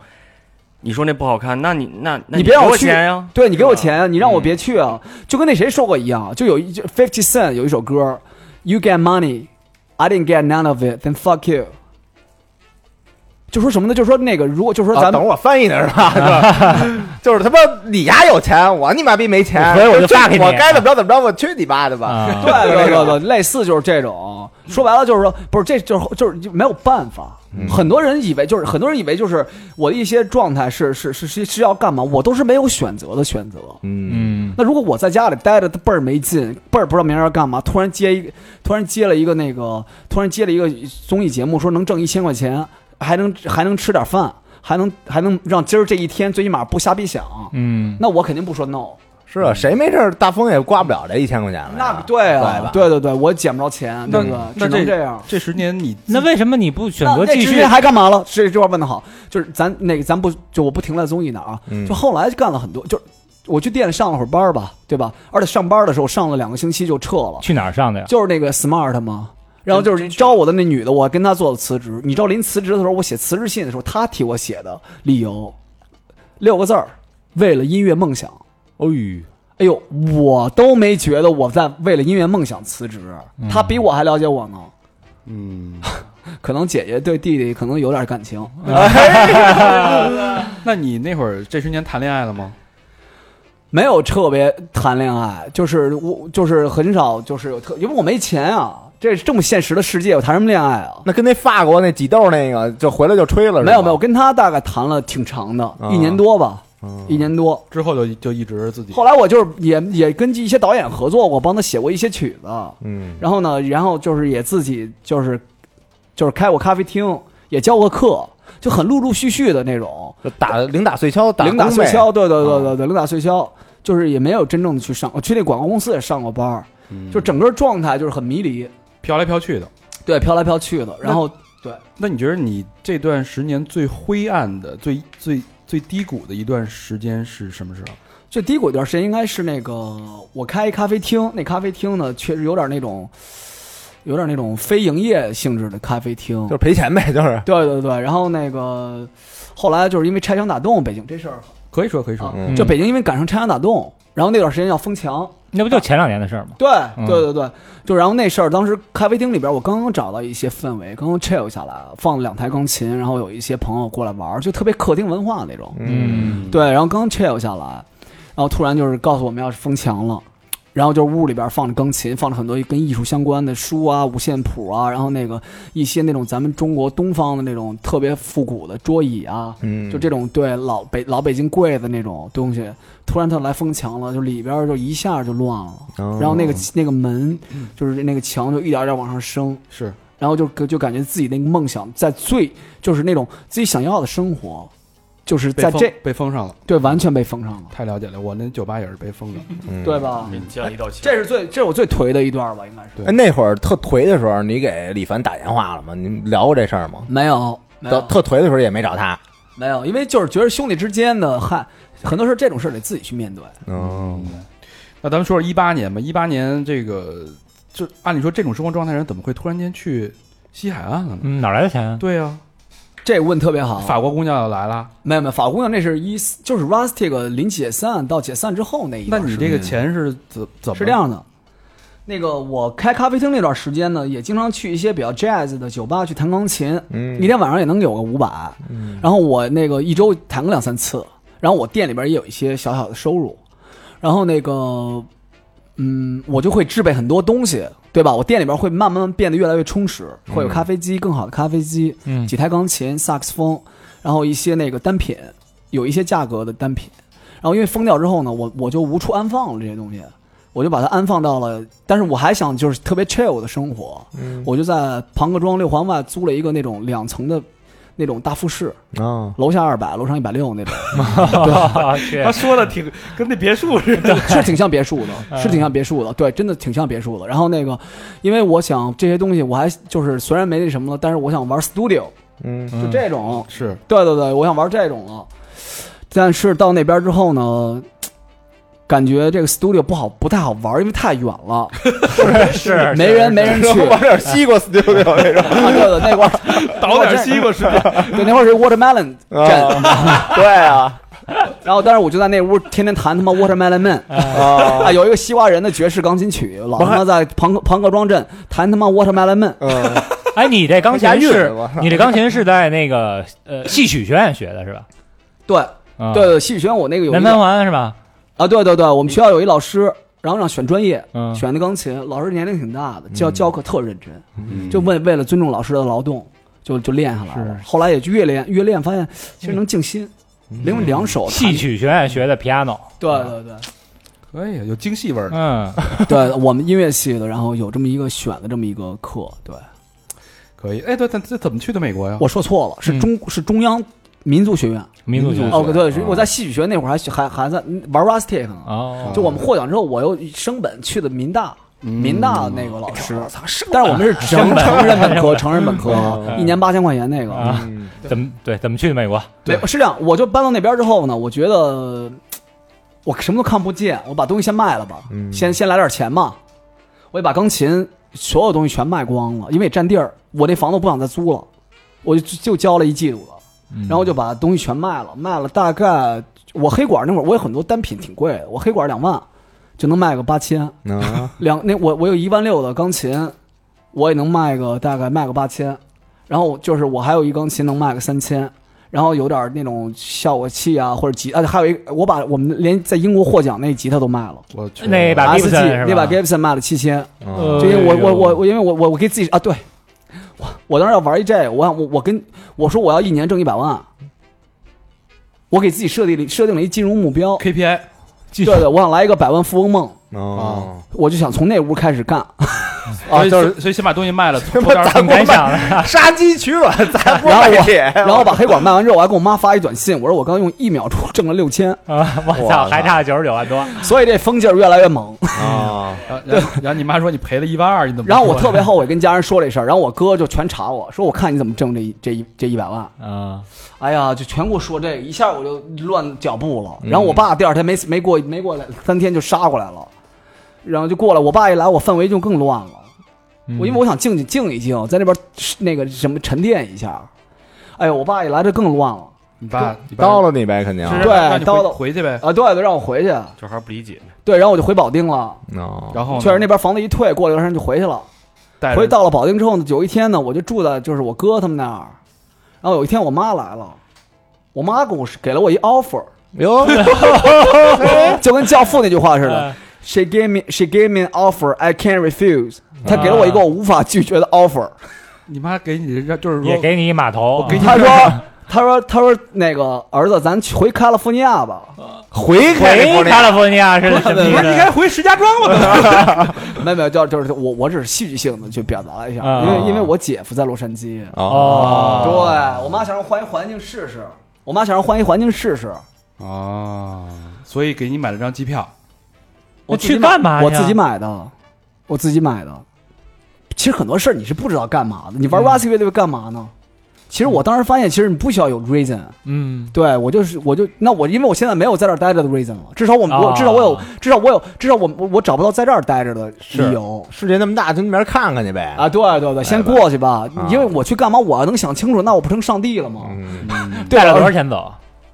Speaker 8: 你说那不好看，那你那那
Speaker 7: 你别
Speaker 8: 给
Speaker 7: 让我
Speaker 8: 我
Speaker 7: 去
Speaker 8: 钱呀，
Speaker 7: 对你给我
Speaker 8: 是吧嗯
Speaker 7: 钱，你让我别去啊，就跟那谁说过一样，就有一 Fifty Cent 有一首歌，You get money, I didn't get none of it, then fuck you。就说什么呢？就说那个，如果就说
Speaker 3: 啊
Speaker 7: 咱
Speaker 3: 等
Speaker 7: 们
Speaker 3: 我翻译呢是吧？就是 (laughs) 就是他妈你丫有钱，我你妈逼没钱，
Speaker 4: 所以我就发给你
Speaker 3: 我该怎么着怎么着，我去你妈的吧！
Speaker 4: 啊，
Speaker 7: 对对对对，类似就是这种。说白了就是说，不是，这就是就是就没有办法。很多人以为就是很多人以为就是我的一些状态是是是是是要干嘛，我都是没有选择的选择。
Speaker 3: 嗯，
Speaker 5: 嗯，
Speaker 7: 那如果我在家里待着倍儿没劲，倍儿不知道明儿要干嘛，突然接一个，突然接了一个那个，突然接了一个综艺节目，说能挣一千块钱，还能还能吃点饭，还能还能让今儿这一天最起码不瞎逼想，
Speaker 5: 嗯，
Speaker 7: 那我肯定不说 no。
Speaker 3: (laughs) 是啊，谁没事儿大风也刮不了这一千块钱了呀。
Speaker 7: 那对啊，对对对，我捡不着钱，
Speaker 5: 那
Speaker 7: 对吧？
Speaker 5: 那
Speaker 7: 只
Speaker 5: 这
Speaker 7: 能这样。
Speaker 5: 这十年你
Speaker 4: 那为什么你不选
Speaker 7: 那
Speaker 4: 择
Speaker 7: 那
Speaker 4: 继
Speaker 7: 之
Speaker 4: 续
Speaker 7: 前？还干嘛了？这这话问的好，就是咱那个咱不就我不停留在综艺那儿啊，
Speaker 3: 嗯
Speaker 7: 就后来干了很多，就是我去店里上了会儿班儿吧，对吧？而且上班的时候上了两个星期就撤了，
Speaker 4: 去哪儿上的呀？
Speaker 7: 就是那个 smart 嘛。然后就是招我的那女的，我跟她做的辞职。你知道临辞职的时候，我写辞职信的时候，她替我写的理由，六个字儿：为了音乐梦想。
Speaker 3: 哦呦，
Speaker 7: 哎呦，我都没觉得我在为了音乐梦想辞职，她比我还了解我呢。
Speaker 5: 嗯，
Speaker 7: (laughs) 可能姐姐对弟弟可能有点感情，
Speaker 5: 那你那会儿这十年谈恋爱了吗？
Speaker 7: 没有特别谈恋爱，就是我就是很少，就是有特，因为我没钱啊，这这么现实的世界，我谈什么恋爱啊？
Speaker 3: 那跟那法国那挤痘那个，就回来就吹了，是吧
Speaker 7: 没有没有，我，跟他大概谈了挺长的，
Speaker 5: 啊
Speaker 7: 一年多吧，一年多。
Speaker 5: 之后就就一直自己
Speaker 7: 后来我就是也也跟一些导演合作过，帮他写过一些曲子，
Speaker 3: 嗯，
Speaker 7: 然后呢，然后就是也自己就是就是开过咖啡厅，也教过课，就很陆陆续续的那种。
Speaker 3: 就打零打碎敲，打
Speaker 7: 零打
Speaker 3: 工
Speaker 7: 碎
Speaker 3: 呗
Speaker 5: 啊
Speaker 7: 敲，对对对对对，零打碎敲，就是也没有真正的去上，我去那广告公司也上过班儿，就整个状态就是很迷离，
Speaker 5: 嗯飘来飘去的。
Speaker 7: 对，飘来飘去的，然后
Speaker 5: 那你觉得你这段十年最灰暗的、最最最低谷的一段时间是什么时候？
Speaker 7: 最低谷一段时间应该是那个我开一咖啡厅，那咖啡厅呢确实有点那种，有点那种非营业性质的咖啡厅
Speaker 3: 就，是赔钱呗，就是。
Speaker 7: 对对对，然后那个后来就是因为拆墙打洞，北京这事儿，
Speaker 5: 可以说，可以说
Speaker 7: 啊，
Speaker 3: 嗯
Speaker 7: 就北京因为赶上拆墙打洞，然后那段时间要封墙，
Speaker 4: 那不就前两年的事儿吗？
Speaker 7: 对对对对，就然后那事儿，当时咖啡厅里边，我刚刚找到一些氛围，刚刚 chill 下来，放了两台钢琴，然后有一些朋友过来玩儿，就特别客厅文化那种。
Speaker 3: 嗯，
Speaker 7: 对，然后刚刚 chill 下来，然后突然就是告诉我们要是封墙了，然后就是屋里边放着钢琴，放着很多跟艺术相关的书啊、五线谱啊，然后那个一些那种咱们中国东方的那种特别复古的桌椅啊，
Speaker 3: 嗯
Speaker 7: 就这种对老北老北京柜子那种东西，突然它来封墙了，就里边儿就一下就乱了。
Speaker 3: 哦
Speaker 7: 然后那个那个门，就是那个墙就一点点往上升，
Speaker 5: 是
Speaker 7: 然后就就感觉自己那个梦想在最就是那种自己想要的生活，就是
Speaker 5: 被
Speaker 7: 在
Speaker 5: 封
Speaker 7: 这
Speaker 5: 被封上了，
Speaker 7: 对完全被封上了，
Speaker 5: 太了解了。我那酒吧也是被封的，
Speaker 3: 嗯
Speaker 7: 对吧？
Speaker 8: 给你降一道钱，
Speaker 7: 这是最这是我最颓的一段吧，应该是
Speaker 5: 对
Speaker 3: 哎，那会儿特颓的时候，你给李凡打电话了吗？你们聊过这事儿吗？
Speaker 7: 没有没
Speaker 3: 特
Speaker 7: 有
Speaker 3: 特颓的时候也没找他。
Speaker 7: 没有，因为就是觉得兄弟之间的嗨，很多事儿这种事儿得自己去面对。
Speaker 3: 嗯，
Speaker 5: 那咱们说说一八年吧，一八年这个，就按理说这种生活状态人怎么会突然间去西海岸了呢？
Speaker 4: 嗯，哪儿来的钱啊？
Speaker 5: 对呀、
Speaker 7: 这个问特别好，
Speaker 5: 法国姑娘要来了，
Speaker 7: 没有没有，法姑娘那是一四就是 Rustic 临解散到解散之后那一
Speaker 5: 那
Speaker 7: 段时间。
Speaker 5: 你这个钱是怎怎么？
Speaker 7: 是这，样的，那个我开咖啡厅那段时间呢，也经常去一些比较 jazz 的酒吧去弹钢琴，
Speaker 3: 嗯
Speaker 7: 一天晚上也能有个五百。然后我那个一周弹个两三次，然后我店里边也有一些小小的收入，然后那个，嗯，我就会制备很多东西，对吧？我店里边会慢慢变得越来越充实，会有咖啡机，更好的咖啡机，
Speaker 4: 嗯
Speaker 7: 几台钢琴、萨克斯风，然后一些那个单品，有一些价格的单品。然后因为封掉之后呢，我我就无处安放了这些东西，我就把它安放到了，但是我还想就是
Speaker 4: 嗯
Speaker 7: 特别 chill 的生活，我就在庞各庄六环外租了一个那种两层的那种大复式，
Speaker 3: 啊，
Speaker 7: 楼下二百，楼上一百
Speaker 4: (laughs)
Speaker 7: 六那种，
Speaker 4: 去
Speaker 5: 他说的挺跟那别墅似的，
Speaker 7: 是挺像别墅
Speaker 4: 嗯
Speaker 7: 的，是挺像别墅的，对，真的挺像别墅的。然后那个，因为我想这些东西，我还就是虽然没那什么了，但是我想玩 studio，
Speaker 3: 嗯，
Speaker 7: 就这种，
Speaker 5: 是
Speaker 7: 对对对，我想玩这种了。但是到那边之后呢，感觉这个 studio 不好，不太好玩，因为太远了，
Speaker 4: (laughs) 是
Speaker 7: 没人没人去。
Speaker 3: 往
Speaker 7: (laughs)
Speaker 3: 点西瓜 studio 那种，
Speaker 7: 啊，对对，那会儿
Speaker 5: 倒点西瓜是吧？哦
Speaker 7: 对那会儿是 watermelon
Speaker 5: (laughs)
Speaker 7: 站，
Speaker 3: 对啊，
Speaker 7: 然后当时我就在那屋天天弹他妈 watermelon man。
Speaker 3: 啊
Speaker 5: 哦
Speaker 7: 啊，，有一个西瓜人的爵士钢琴曲，老他妈在庞各庞各庄镇弹他妈 Watermelon Man，
Speaker 3: 嗯，
Speaker 4: (laughs)
Speaker 3: (laughs)
Speaker 4: 哎，你这钢琴
Speaker 3: 押韵
Speaker 4: 是
Speaker 3: 我 (laughs) 操，
Speaker 4: 你这钢琴是在那个呃戏曲学院学的是吧？
Speaker 7: 对
Speaker 4: 啊
Speaker 7: 对，对，戏曲学院我那个有一
Speaker 4: 南
Speaker 7: 个
Speaker 4: 三环是吧？
Speaker 7: 啊，对对对，我们学校有一老师，然后让选专业，
Speaker 4: 嗯
Speaker 7: 选的钢琴，老师年龄挺大的，教教课特认真，
Speaker 5: 嗯
Speaker 7: 就为为了尊重老师的劳动，就就练下来了。后来也就越练越练，发现其实能静心，
Speaker 4: 嗯
Speaker 7: 因为两手
Speaker 4: (laughs)
Speaker 7: 弹
Speaker 4: 戏，曲学院学的 piano，
Speaker 7: 对对对。 (laughs)
Speaker 5: 可哎以有京戏味儿的。
Speaker 4: 嗯，
Speaker 7: 对我们音乐系的，然后有这么一个选的这么一个课，对
Speaker 5: 可以，哎，对，但这怎么去的美国呀？
Speaker 7: 啊我说错了，是中是中央民族学院，
Speaker 4: 民族
Speaker 5: 民
Speaker 4: 学
Speaker 5: 族
Speaker 4: 院
Speaker 7: 哦，
Speaker 5: 对
Speaker 7: 对，
Speaker 5: 嗯
Speaker 7: 我在戏曲学院那会儿还还还在玩 rustic 呢。
Speaker 4: 哦，
Speaker 7: 就我们获奖之后，我又升本去的民大，民大那个老师，
Speaker 5: 操，是
Speaker 7: 但是我们是成成人本科，成人本科
Speaker 3: 嗯，
Speaker 7: 一年八千块钱那个。嗯
Speaker 4: 啊，怎么对怎么去的美国？
Speaker 7: 对，是这样，我就搬到那边之后呢，我觉得我什么都看不见，我把东西先卖了吧，
Speaker 3: 嗯
Speaker 7: 先先来点钱嘛，我也把钢琴所有东西全卖光了，因为也占地儿，我那房子不想再租了，我就就交了一季度了。然后就把东西全卖了，卖了大概我黑管那会儿我有很多单品挺贵的，我黑管两万就能卖个八千，
Speaker 3: 啊，
Speaker 7: 两那我我有一万六的钢琴，我也能卖个大概卖个八千，然后就是我还有一钢琴能卖个三千，然后有点那种效果器啊或者吉啊还有一我把我们连在英国获奖那吉他都卖了。
Speaker 5: 我去
Speaker 4: 那把
Speaker 7: S G
Speaker 4: Gibson 是吧
Speaker 7: 啊那把 Gibson 卖了七千，
Speaker 3: 嗯
Speaker 4: 呃
Speaker 7: 就因为我
Speaker 4: 哎呦
Speaker 7: 我我我因为我我我给自己啊对，我我当时要玩一这个，我想我我跟我说我要一年挣一百万，我给自己设定了设定了一金融目标，
Speaker 5: KPI
Speaker 4: 继
Speaker 7: 对
Speaker 4: 续
Speaker 7: 对，我想来一个百万富翁梦，
Speaker 3: 哦，
Speaker 7: 我就想从那屋开始干，
Speaker 5: 啊
Speaker 3: 就是
Speaker 5: 所以先把东西卖了，偷点儿
Speaker 4: (laughs)
Speaker 3: (laughs)
Speaker 4: 很白想的，
Speaker 3: 杀鸡取卵，
Speaker 4: 哎
Speaker 3: 咱不
Speaker 7: 然后我
Speaker 3: 铁，
Speaker 7: 然后把黑管卖完之后，我还给我妈发一短信，我说我刚用一秒钟挣了
Speaker 4: (laughs)
Speaker 7: 六千，
Speaker 4: 啊，我操，还差九十九万多，
Speaker 7: 所以这风劲儿越来越猛。
Speaker 3: 啊，
Speaker 5: 然后然后然后你妈说你赔了一万二，你怎么？
Speaker 7: (laughs) 然后我特别后悔跟家人说这事儿，然后我哥就全查我说我看你怎么挣这一这一这一百万，
Speaker 4: 啊，
Speaker 7: 哎呀，就全给我说这个，一下我就乱脚步了。然后我爸第二天没没过没过来三天就杀过来了，然后就过来，我爸一来我氛围就更乱了。我因为我想静静静一静，在那边那个什么沉淀一下。哎呦，我爸一来这更乱了
Speaker 5: 你
Speaker 3: 啊
Speaker 5: 爸你爸
Speaker 3: 刀了你呗，肯定啊
Speaker 5: 是
Speaker 7: 对
Speaker 5: 让你回
Speaker 7: 刀了
Speaker 5: 回去呗。
Speaker 7: 啊！对对，让我回去。
Speaker 8: 这还不理解呢。
Speaker 7: 对，然后我就回保定了。
Speaker 3: 哦
Speaker 5: 然后
Speaker 7: 确实那边房子一退，过了一段时间就回去了。
Speaker 5: 那
Speaker 7: 回到了保定之后呢，有一天呢，我就住在就是我哥他们那儿，然后有一天我妈来了，我妈跟我是给了我一 offer，
Speaker 3: 哟，
Speaker 7: 就跟《教父》那句话似的，She gave me she gave me an offer I can't refuse，她给了我一个我无法拒绝的 offer。
Speaker 5: 你妈给你让就是
Speaker 4: 也
Speaker 5: 说
Speaker 4: 给你一码头，
Speaker 5: 我给你
Speaker 7: 她说她说她说那个儿子，咱去回加利福尼亚吧。
Speaker 3: 回
Speaker 4: 回加利福尼亚是什么意
Speaker 5: 不是你该
Speaker 4: 思？
Speaker 5: 回石家庄了。
Speaker 7: 没有没有，就就是我我只是戏剧性的去表达一下，
Speaker 4: 啊
Speaker 7: 因为因为我姐夫在洛杉矶，
Speaker 4: 哦，
Speaker 7: 对我妈想让我换一环境试试，我妈想让我换一环境试试。
Speaker 5: 哦，所以给你买了张机票，
Speaker 4: 那
Speaker 7: 我自己
Speaker 4: 去啊
Speaker 7: 买
Speaker 4: 干嘛呀
Speaker 7: 我自己买的，我自己买的。其实很多事儿你是不知道干嘛的，你玩 Rusty 乐队干嘛呢？其实我当时发现，其实你不需要有 reason。
Speaker 4: 嗯，
Speaker 7: 对我就是，我就那我因为我现在没有在这儿待着的 reason 了，至少我、我
Speaker 4: 啊
Speaker 7: 至少我有至少我有至少我我我找不到在这儿待着的理由
Speaker 3: 世界那么大，就那边看看去呗。
Speaker 7: 啊！对对对，先过去吧，
Speaker 3: 啊
Speaker 7: 因为我去干嘛，我要能想清楚，那我不成上帝了吗？
Speaker 3: 嗯，
Speaker 7: 对
Speaker 4: 带了多少
Speaker 7: 而
Speaker 4: 钱走？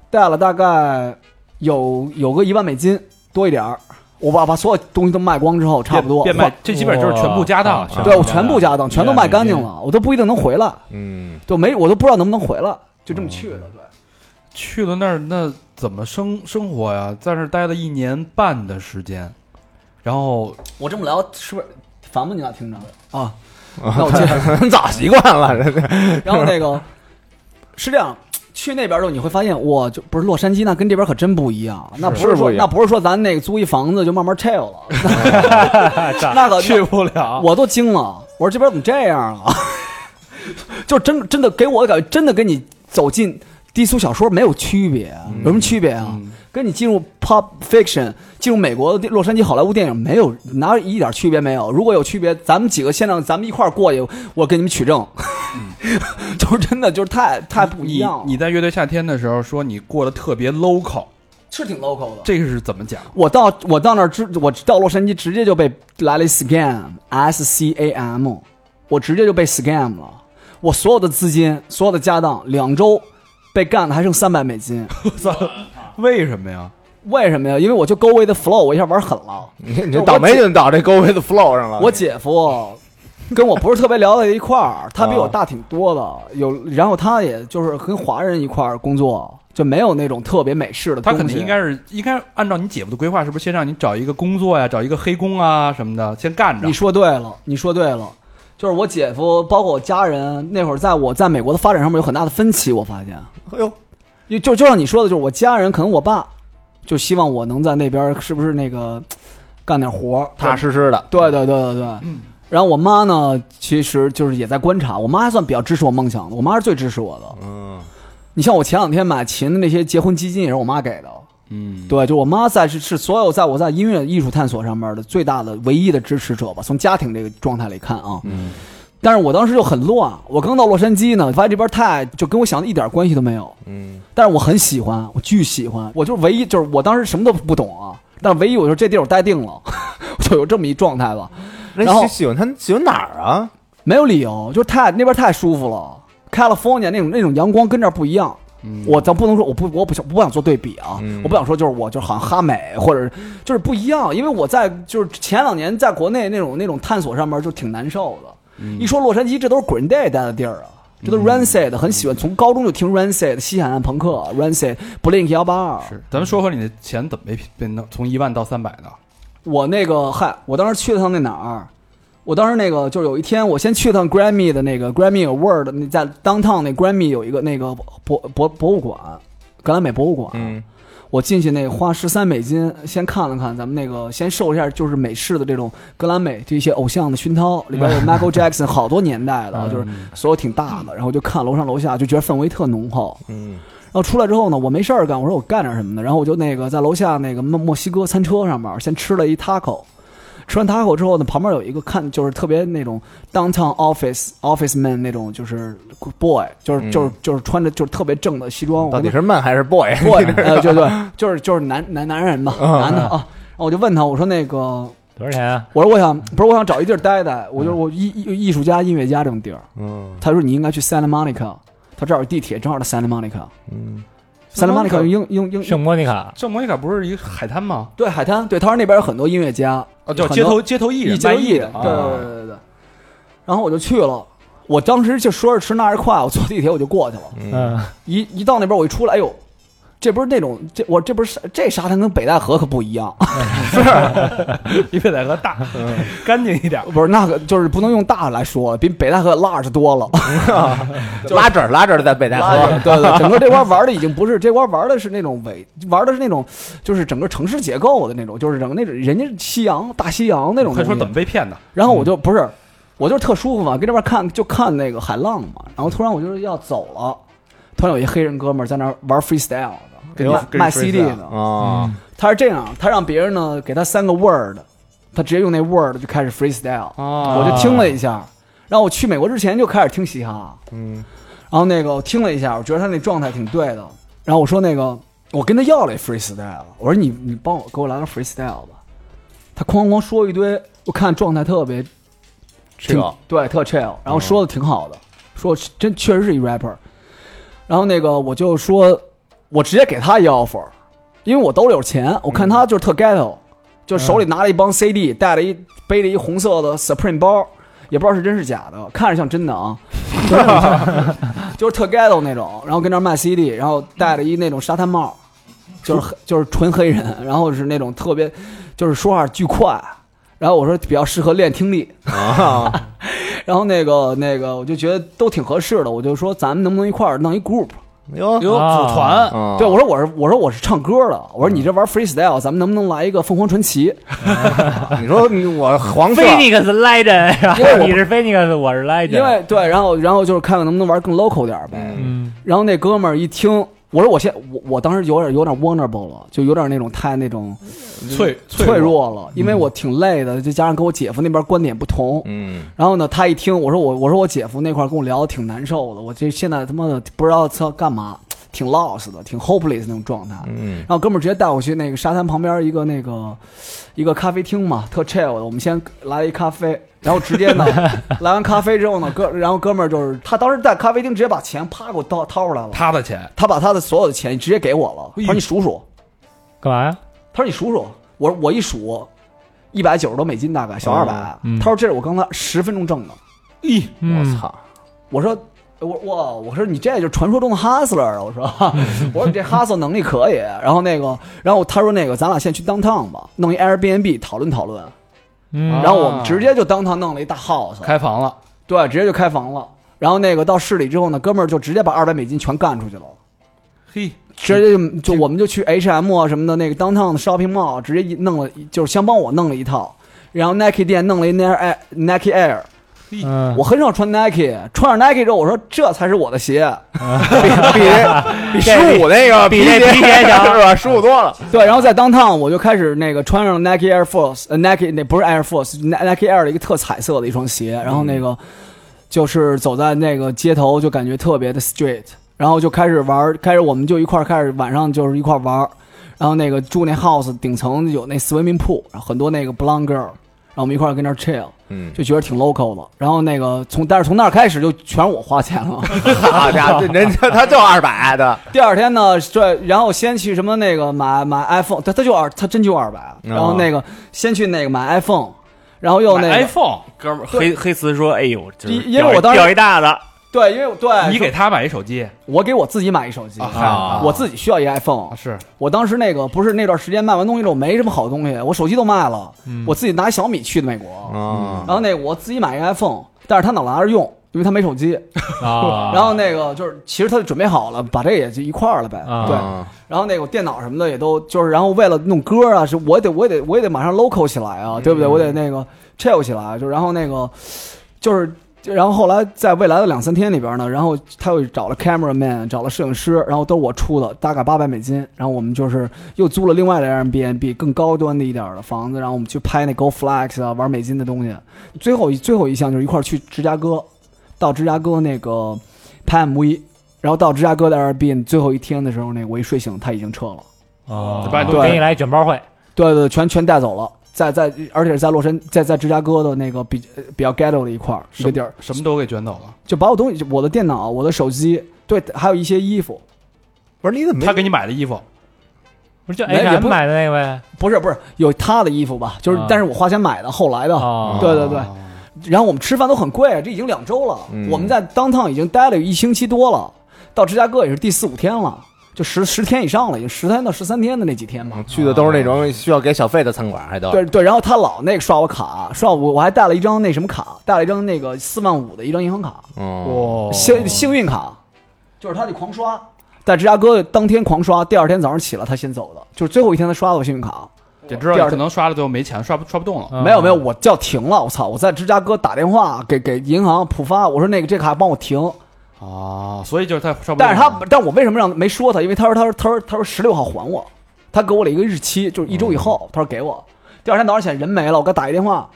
Speaker 7: 带了大概有有个一万美金多一点儿，我把把所有东西都卖光之后，差不多
Speaker 5: 变
Speaker 7: 换
Speaker 5: 卖，这基本就是全部家当
Speaker 4: 哇，
Speaker 3: 啊
Speaker 4: 全部
Speaker 7: 对我全部家当，全都卖干净了，我都不一定能回来，
Speaker 3: 嗯，
Speaker 7: 就没我都不知道能不能回来，就这么去了。
Speaker 5: 去了那儿，那怎么生生活呀？在那儿待了一年半的时间，然后
Speaker 7: 我这么聊是不是烦不你俩听着啊？那我接
Speaker 3: (laughs)
Speaker 7: 着，(laughs)
Speaker 3: 早啊习惯了，这是
Speaker 7: 然后那个是这样。去那边之后，你会发现，哇，就不是洛杉矶，那跟这边可真不一样。那不
Speaker 3: 是不
Speaker 7: 说，
Speaker 3: 一样
Speaker 7: 那不是说咱那个租一房子就慢慢 chill 了，
Speaker 3: (laughs)
Speaker 7: 那个
Speaker 5: 去不了。
Speaker 7: 我都惊了，我说这边怎么这样啊？就真真的给我的感觉，真的跟你走进低俗小说没有区别啊，有什么区别啊？跟你进入 pop fiction，进入美国的洛杉矶好莱坞电影没有哪有一点区别没有？如果有区别，咱们几个现场咱们一块儿过去，我给你们取证。嗯 (laughs) 就是真的，就是太太不一
Speaker 5: 你
Speaker 7: 样了，
Speaker 5: 你在乐队夏天的时候说你过得特别 local，
Speaker 7: 是挺 local 的。
Speaker 5: 这个是怎么讲？
Speaker 7: 我到我到那儿之，我到洛杉矶直接就被来了一 scam，S C A M，我直接就被 scam 了。我所有的资金，所有的家当，两周被干的还剩三百美
Speaker 5: (laughs)
Speaker 7: 金。
Speaker 5: 为什么呀？
Speaker 7: 为什么呀？因为我就 go with the flow，我一下玩狠了。
Speaker 5: 嗯
Speaker 3: 你这你这倒霉就倒这 go with the flow 上了。
Speaker 7: 我姐夫跟我不是特别聊在一块
Speaker 5: 嗯
Speaker 7: 儿，他比我大挺多的，有然后他也就是跟华人一块儿工作，就没有那种特别美式的东
Speaker 5: 他
Speaker 7: 西。
Speaker 5: 肯定应该是应该按照你姐夫的规划，是不是先让你找一个工作呀，找一个黑工啊什么的，先干着
Speaker 7: 你。说对了，你说对了，就是我姐夫，包括我家人，那会儿在我在美国的发展上面有很大的分歧，我发现，
Speaker 3: 哎呦，
Speaker 7: 就就就像你说的，就是我家人，可能我爸就希望我能在那边是不是那个干点活儿，
Speaker 3: 踏踏实嗯实的，
Speaker 7: 对对对对对。然后我妈呢，其实就是也在观察，我妈还算比较支持我梦想的，我妈是最支持我的。
Speaker 3: 嗯，
Speaker 7: 你像我前两天买琴的那些结婚基金也是我妈给的，
Speaker 5: 嗯，
Speaker 7: 对，就我妈在是是所有在我在音乐艺术探索上面的最大的唯一的支持者吧。从家庭这个状态里看啊，嗯，但是我当时就很乱，我刚到洛杉矶呢，发现这边太就跟我想的一点关系都没有，
Speaker 3: 嗯，
Speaker 7: 但是我很喜欢，我巨喜欢，我就是唯一就是我当时什么都不懂啊，但唯一我就这地儿我待定了， (laughs) 就有这么一状态吧，
Speaker 3: 那
Speaker 7: 然后
Speaker 3: 喜喜欢他喜欢哪儿啊？
Speaker 7: 没有理由，就是太那边太舒服了，California 那种那种阳光跟这儿不一样。我咱不能说我不我不想不想做对比啊，
Speaker 3: 嗯
Speaker 7: 我不想说就是我就好像哈美或者就是不一样，因为我在就是前两年在国内那种那种探索上面就挺难受的。一说洛杉矶，这都是 Green Day 待的地儿啊，这都是 Rancid，、很喜欢，从高中就听 Rancid 西海岸朋克 Rancid Blink 幺八二。
Speaker 5: 是，咱们说回你的钱怎么没被弄从一万到三百的？
Speaker 7: 我那个嗨，我当时去了趟那哪儿，我当时那个就是有一天，我先去了趟 Grammy 的那个 Grammy Award，那在 downtown 那 Grammy 有一个那个博博博物馆，格莱美博物馆。
Speaker 3: 嗯，
Speaker 7: 我进去那花十三美金，先看了看咱们那个，先受一下就是美式的这种格莱美这些偶像的熏陶，里边有 Michael Jackson 好多年代的，就是所有挺大的，然后就看楼上楼下，就觉得氛围特浓厚。
Speaker 3: 嗯，
Speaker 7: 然后出来之后呢，我没事儿干，我说我干点什么呢？然后我就那个在楼下那个墨墨西哥餐车上面先吃了一 taco，吃完 taco 之后呢，旁边有一个看就是特别那种 downtown office office man 那种就是 boy，就是就是就是穿着就是特别正的西装，我
Speaker 3: 啊到
Speaker 7: 跟
Speaker 3: 底
Speaker 7: 他
Speaker 3: 是 man 还是嗯 boy？ (laughs)
Speaker 7: boy，呃， (laughs) 对对，就是就是男男男人嘛，男的啊。然后我就问他，我说那个，
Speaker 4: 多少钱啊？
Speaker 7: 我说我想不是我想找一地儿待待，我就我艺艺艺术家、音乐家这种地儿。
Speaker 3: 嗯
Speaker 7: 他说你应该去 Santa Monica，他这儿有地铁，正好到 Santa Monica。
Speaker 3: 嗯，
Speaker 7: Santa Monica
Speaker 5: 圣
Speaker 7: 英英英
Speaker 4: 圣莫妮卡，
Speaker 5: 圣莫妮卡不是一个海滩吗？
Speaker 7: 对海滩，对，他说那边有很多音乐家，
Speaker 5: 哦，叫
Speaker 7: 很多
Speaker 5: 街头街头艺人，
Speaker 7: 街
Speaker 5: 卖
Speaker 7: 头艺人，
Speaker 5: 的
Speaker 7: 对
Speaker 5: 啊
Speaker 7: 对对对对。然后我就去了，我当时就说是迟那是快，我坐地铁我就过去了。
Speaker 4: 嗯，
Speaker 7: 一一到那边我一出来，哎呦，这不是那种这我这不是这沙滩跟北戴河可不一样， (laughs)
Speaker 5: 比北戴河大，
Speaker 4: 嗯
Speaker 5: 干净一点。
Speaker 7: 不是那个就是不能用大来说，比北戴河 large 多了。
Speaker 3: 拉这儿拉这儿 (laughs) 在北戴
Speaker 7: 拉着
Speaker 3: 河，(laughs)
Speaker 7: 对对，整个这关玩的已经不是这关玩的是那种伪，玩的是那种就是整个城市结构的那种，就是整个那种人家是西洋大西洋那种
Speaker 5: 他
Speaker 7: 东
Speaker 5: 说
Speaker 7: 西
Speaker 5: 怎。么被嗯骗的？
Speaker 7: 然后我就不是，我就是特舒服嘛，跟这边看就看那个海浪嘛。然后突然我就是要走了，突然有一黑人哥们儿在那儿玩 freestyle 的，给
Speaker 5: 你
Speaker 7: 卖
Speaker 5: 哎跟你
Speaker 7: 卖
Speaker 5: freestyle
Speaker 7: CD 的。
Speaker 3: 啊，
Speaker 7: 他是这样，他让别人呢给他三个 word，他直接用那 word 就开始 freestyle。
Speaker 5: 啊
Speaker 3: 哦
Speaker 7: 我就听了一下，然后我去美国之前就开始听嘻哈，
Speaker 3: 嗯，
Speaker 7: 然后那个我听了一下，我觉得他那状态挺对的。然后我说那个，我跟他要了一 freestyle，我说你你帮我给我来个 freestyle 吧。他哐哐说一堆，我看状态特别挺
Speaker 3: Chill 嗯
Speaker 7: 对，特 chill，然后说的挺好的，说真确实是一 rapper。然后那个我就说，我直接给他一 offer，因为我兜里有钱，我看他就是特 ghetto，、就手里拿了一帮 CD，带了一背着一红色的 Supreme 包，也不知道是真是假的，看着像真的啊，就是特 ghetto 那种，然后跟那儿卖 CD，然后戴了一那种沙滩帽，就是黑就是纯黑人，然后是那种特别，就是说话巨快，然后我说比较适合练听力， (laughs)
Speaker 3: 啊，
Speaker 7: 然后那个那个我就觉得都挺合适的，我就说咱们能不能一块儿弄一 group，
Speaker 3: 哟
Speaker 1: 有
Speaker 4: 啊
Speaker 1: 组团，
Speaker 3: 啊，
Speaker 7: 对，我说我是我说我是唱歌的，我说你这玩 freestyle，咱们能不能来一个凤凰传奇？
Speaker 3: 你说你我黄色，
Speaker 4: Phoenix Legend，然
Speaker 7: 因为
Speaker 4: 后
Speaker 7: 我
Speaker 4: 你是 Phoenix，我是 Legend，
Speaker 7: 因为对，然后然后就是看看能不能玩更 local 点儿呗。
Speaker 4: 嗯
Speaker 7: 然后那哥们儿一听，我说我现我我当时有点有点 vulnerable 了，就有点那种太那种
Speaker 5: 脆
Speaker 7: 脆弱了，因为我挺累的，再加上跟我姐夫那边观点不同。
Speaker 3: 嗯，
Speaker 7: 然后呢，他一听我说我我说我姐夫那块儿跟我聊的挺难受的，我这现在他妈的不知道操干嘛，挺 lost 的，挺 hopeless 那种状态。
Speaker 3: 嗯
Speaker 7: 然后哥们儿直接带我去那个沙滩旁边一个那个一个咖啡厅嘛，特 chill 的。我们先来了一咖啡，然后直接
Speaker 5: (laughs)
Speaker 7: 呢，来完咖啡之后呢，哥，然后哥们儿就是他当时在咖啡厅直接把钱啪给我掏掏出来了，
Speaker 5: 他的钱，哎
Speaker 7: 他把他的所有的钱直接给我了。他说你数数，
Speaker 4: 干嘛呀？
Speaker 7: 他说你数数，我我一数，一百九十多美金大概，小二百、
Speaker 5: 哦
Speaker 4: 嗯
Speaker 7: 他说这是我刚才十分钟挣的。
Speaker 5: 咦，
Speaker 4: 嗯
Speaker 3: 我操，
Speaker 7: 我说。我我我说你这就是传说中的 hustler 啊！我
Speaker 5: (laughs)
Speaker 7: 说我说你这 hustle 能力可以。然后那个，然后他说那个，咱俩先去 downtown 吧，弄一 Airbnb 讨论讨论。
Speaker 4: 嗯
Speaker 7: 然后我们直接就 downtown 弄了一大 house，
Speaker 5: 开房了，
Speaker 7: 对，直接就开房了。然后那个到市里之后呢，哥们儿就直接把二百美金全干出去了，
Speaker 5: 嘿，
Speaker 7: 直接就就我们就去 H&M 啊什么的那个 downtown 的 shopping mall 直接一弄了一，就是先帮我弄了一套，然后 Nike 店弄了一 Nair Air- Nike Air，
Speaker 4: (laughs) 嗯
Speaker 7: 我很少穿 Nike，穿上 Nike 之后，我说这才是我的鞋， (laughs) 比比比
Speaker 3: 十五那个
Speaker 4: 哎比这
Speaker 3: 皮
Speaker 4: 皮鞋强
Speaker 3: 是吧？十五多了，
Speaker 7: 对，然后在 downtown 我就开始那个穿上 Nike Air Force，呃 Nike 那不是 Air Force，Nike Air 的一个特彩色的一双鞋，然后那个就是走在那个街头就感觉特别的 street，然后就开始玩儿，开始我们就一块儿开始晚上就是一块儿玩儿，然后那个住那 house 顶层有那 swimming pool，然后很多那个 blonde girl，然后我们一块儿跟那儿 chill。
Speaker 3: 嗯，
Speaker 7: 就觉得挺 local 的，然后那个从但是从那儿开始就全我花钱了。
Speaker 3: 好家啊伙，这人家他就二百的，
Speaker 7: 第二天呢，这然后先去什么那个买买 iPhone，他他就二他真就二百，
Speaker 5: 哦
Speaker 7: 然后那个先去那个买 iPhone，然后又那个
Speaker 5: iPhone，
Speaker 8: 哥们儿黑黑丝说：“哎呦，就是
Speaker 7: 因因为我
Speaker 8: 掉
Speaker 7: 当时
Speaker 8: 掉
Speaker 7: (laughs)
Speaker 8: 一大的，
Speaker 7: 对，因为我对
Speaker 5: 你给他买一手机
Speaker 7: 我给我自己买一手机，
Speaker 5: 啊
Speaker 7: 我自己需要一 iPhone，
Speaker 5: 啊是
Speaker 7: 我当时那个不是那段时间卖完东西之后没什么好东西，我手机都卖了，
Speaker 5: 嗯
Speaker 7: 我自己拿小米去的美国，
Speaker 3: 啊，
Speaker 7: 然后那个我自己买一 iPhone，但是他老拿着用，因为他没手机，
Speaker 4: 啊，
Speaker 7: 然后那个就是其实他就准备好了，把这也就一块儿了呗，
Speaker 4: 啊
Speaker 7: 对。然后那个电脑什么的也都就是，然后为了弄歌啊，是我也得我也得我也得马上 local 起来啊，对不对？我得那个 chill 起来，就然后那个就是。然后后来在未来的两三天里边呢，然后他又找了 cameraman，找了摄影师，然后都是我出的，大概八百美金。然后我们就是又租了另外的 Airbnb 更高端的一点的房子，然后我们去拍那 Go Flex 啊，玩美金的东西。最后一最后一项就是一块儿去芝加哥，到芝加哥那个拍 MV，然后到芝加哥的 Airbnb 最后一天的时候，那我一睡醒，他已经撤了，
Speaker 4: 啊，
Speaker 5: 把你都
Speaker 4: 给你来一卷包会，
Speaker 7: 对对，全全带走了，在在而且是在洛杉在在芝加哥的那个比呃比较 ghetto 的一块儿一
Speaker 5: 什
Speaker 7: 个地儿
Speaker 5: 么，什么都给卷走了，
Speaker 7: 就把我东西，我的电脑、我的手机，对，还有一些衣服，
Speaker 3: 不是你怎么没
Speaker 5: 他给你买的衣服，
Speaker 4: 不是就
Speaker 7: 没也
Speaker 4: H&M
Speaker 7: 不
Speaker 4: 买的那位？
Speaker 7: 不是不是有他的衣服吧，就是、
Speaker 4: 啊
Speaker 7: 但是我花钱买的，后来的。
Speaker 4: 哦，
Speaker 7: 对对对，然后我们吃饭都很贵，这已经两周了。
Speaker 3: 嗯
Speaker 7: 我们在当趟已经待了一星期多了，到芝加哥也是第四五天了，就十十天以上了，也十天到十三天的那几天吧。
Speaker 3: 去的都是那种需要给小费的餐馆，还都
Speaker 7: 对对，然后他老那个刷我卡，刷我，我还带了一张那什么卡，带了一张那个四万五的一张银行卡，
Speaker 3: 哦，
Speaker 7: 幸幸运卡，就是他得狂刷，在芝加哥当天狂刷，第二天早上起来他先走的，就是最后一天他刷的我信用卡，
Speaker 5: 也知道
Speaker 7: 第二
Speaker 5: 可能刷了最后没钱，刷不刷不动了，
Speaker 4: 嗯
Speaker 7: 没有没有，我叫停了，我操，我在芝加哥打电话给给银行浦发，我说那个这卡帮我停，
Speaker 5: 啊，所以就是他刷不动了，
Speaker 7: 但是他但我为什么让没说他？因为他说他说他说他说十六号还我，他给我了一个日期，就是一周以后，他说给我，第二天早上起来人没了，我给他打一电话，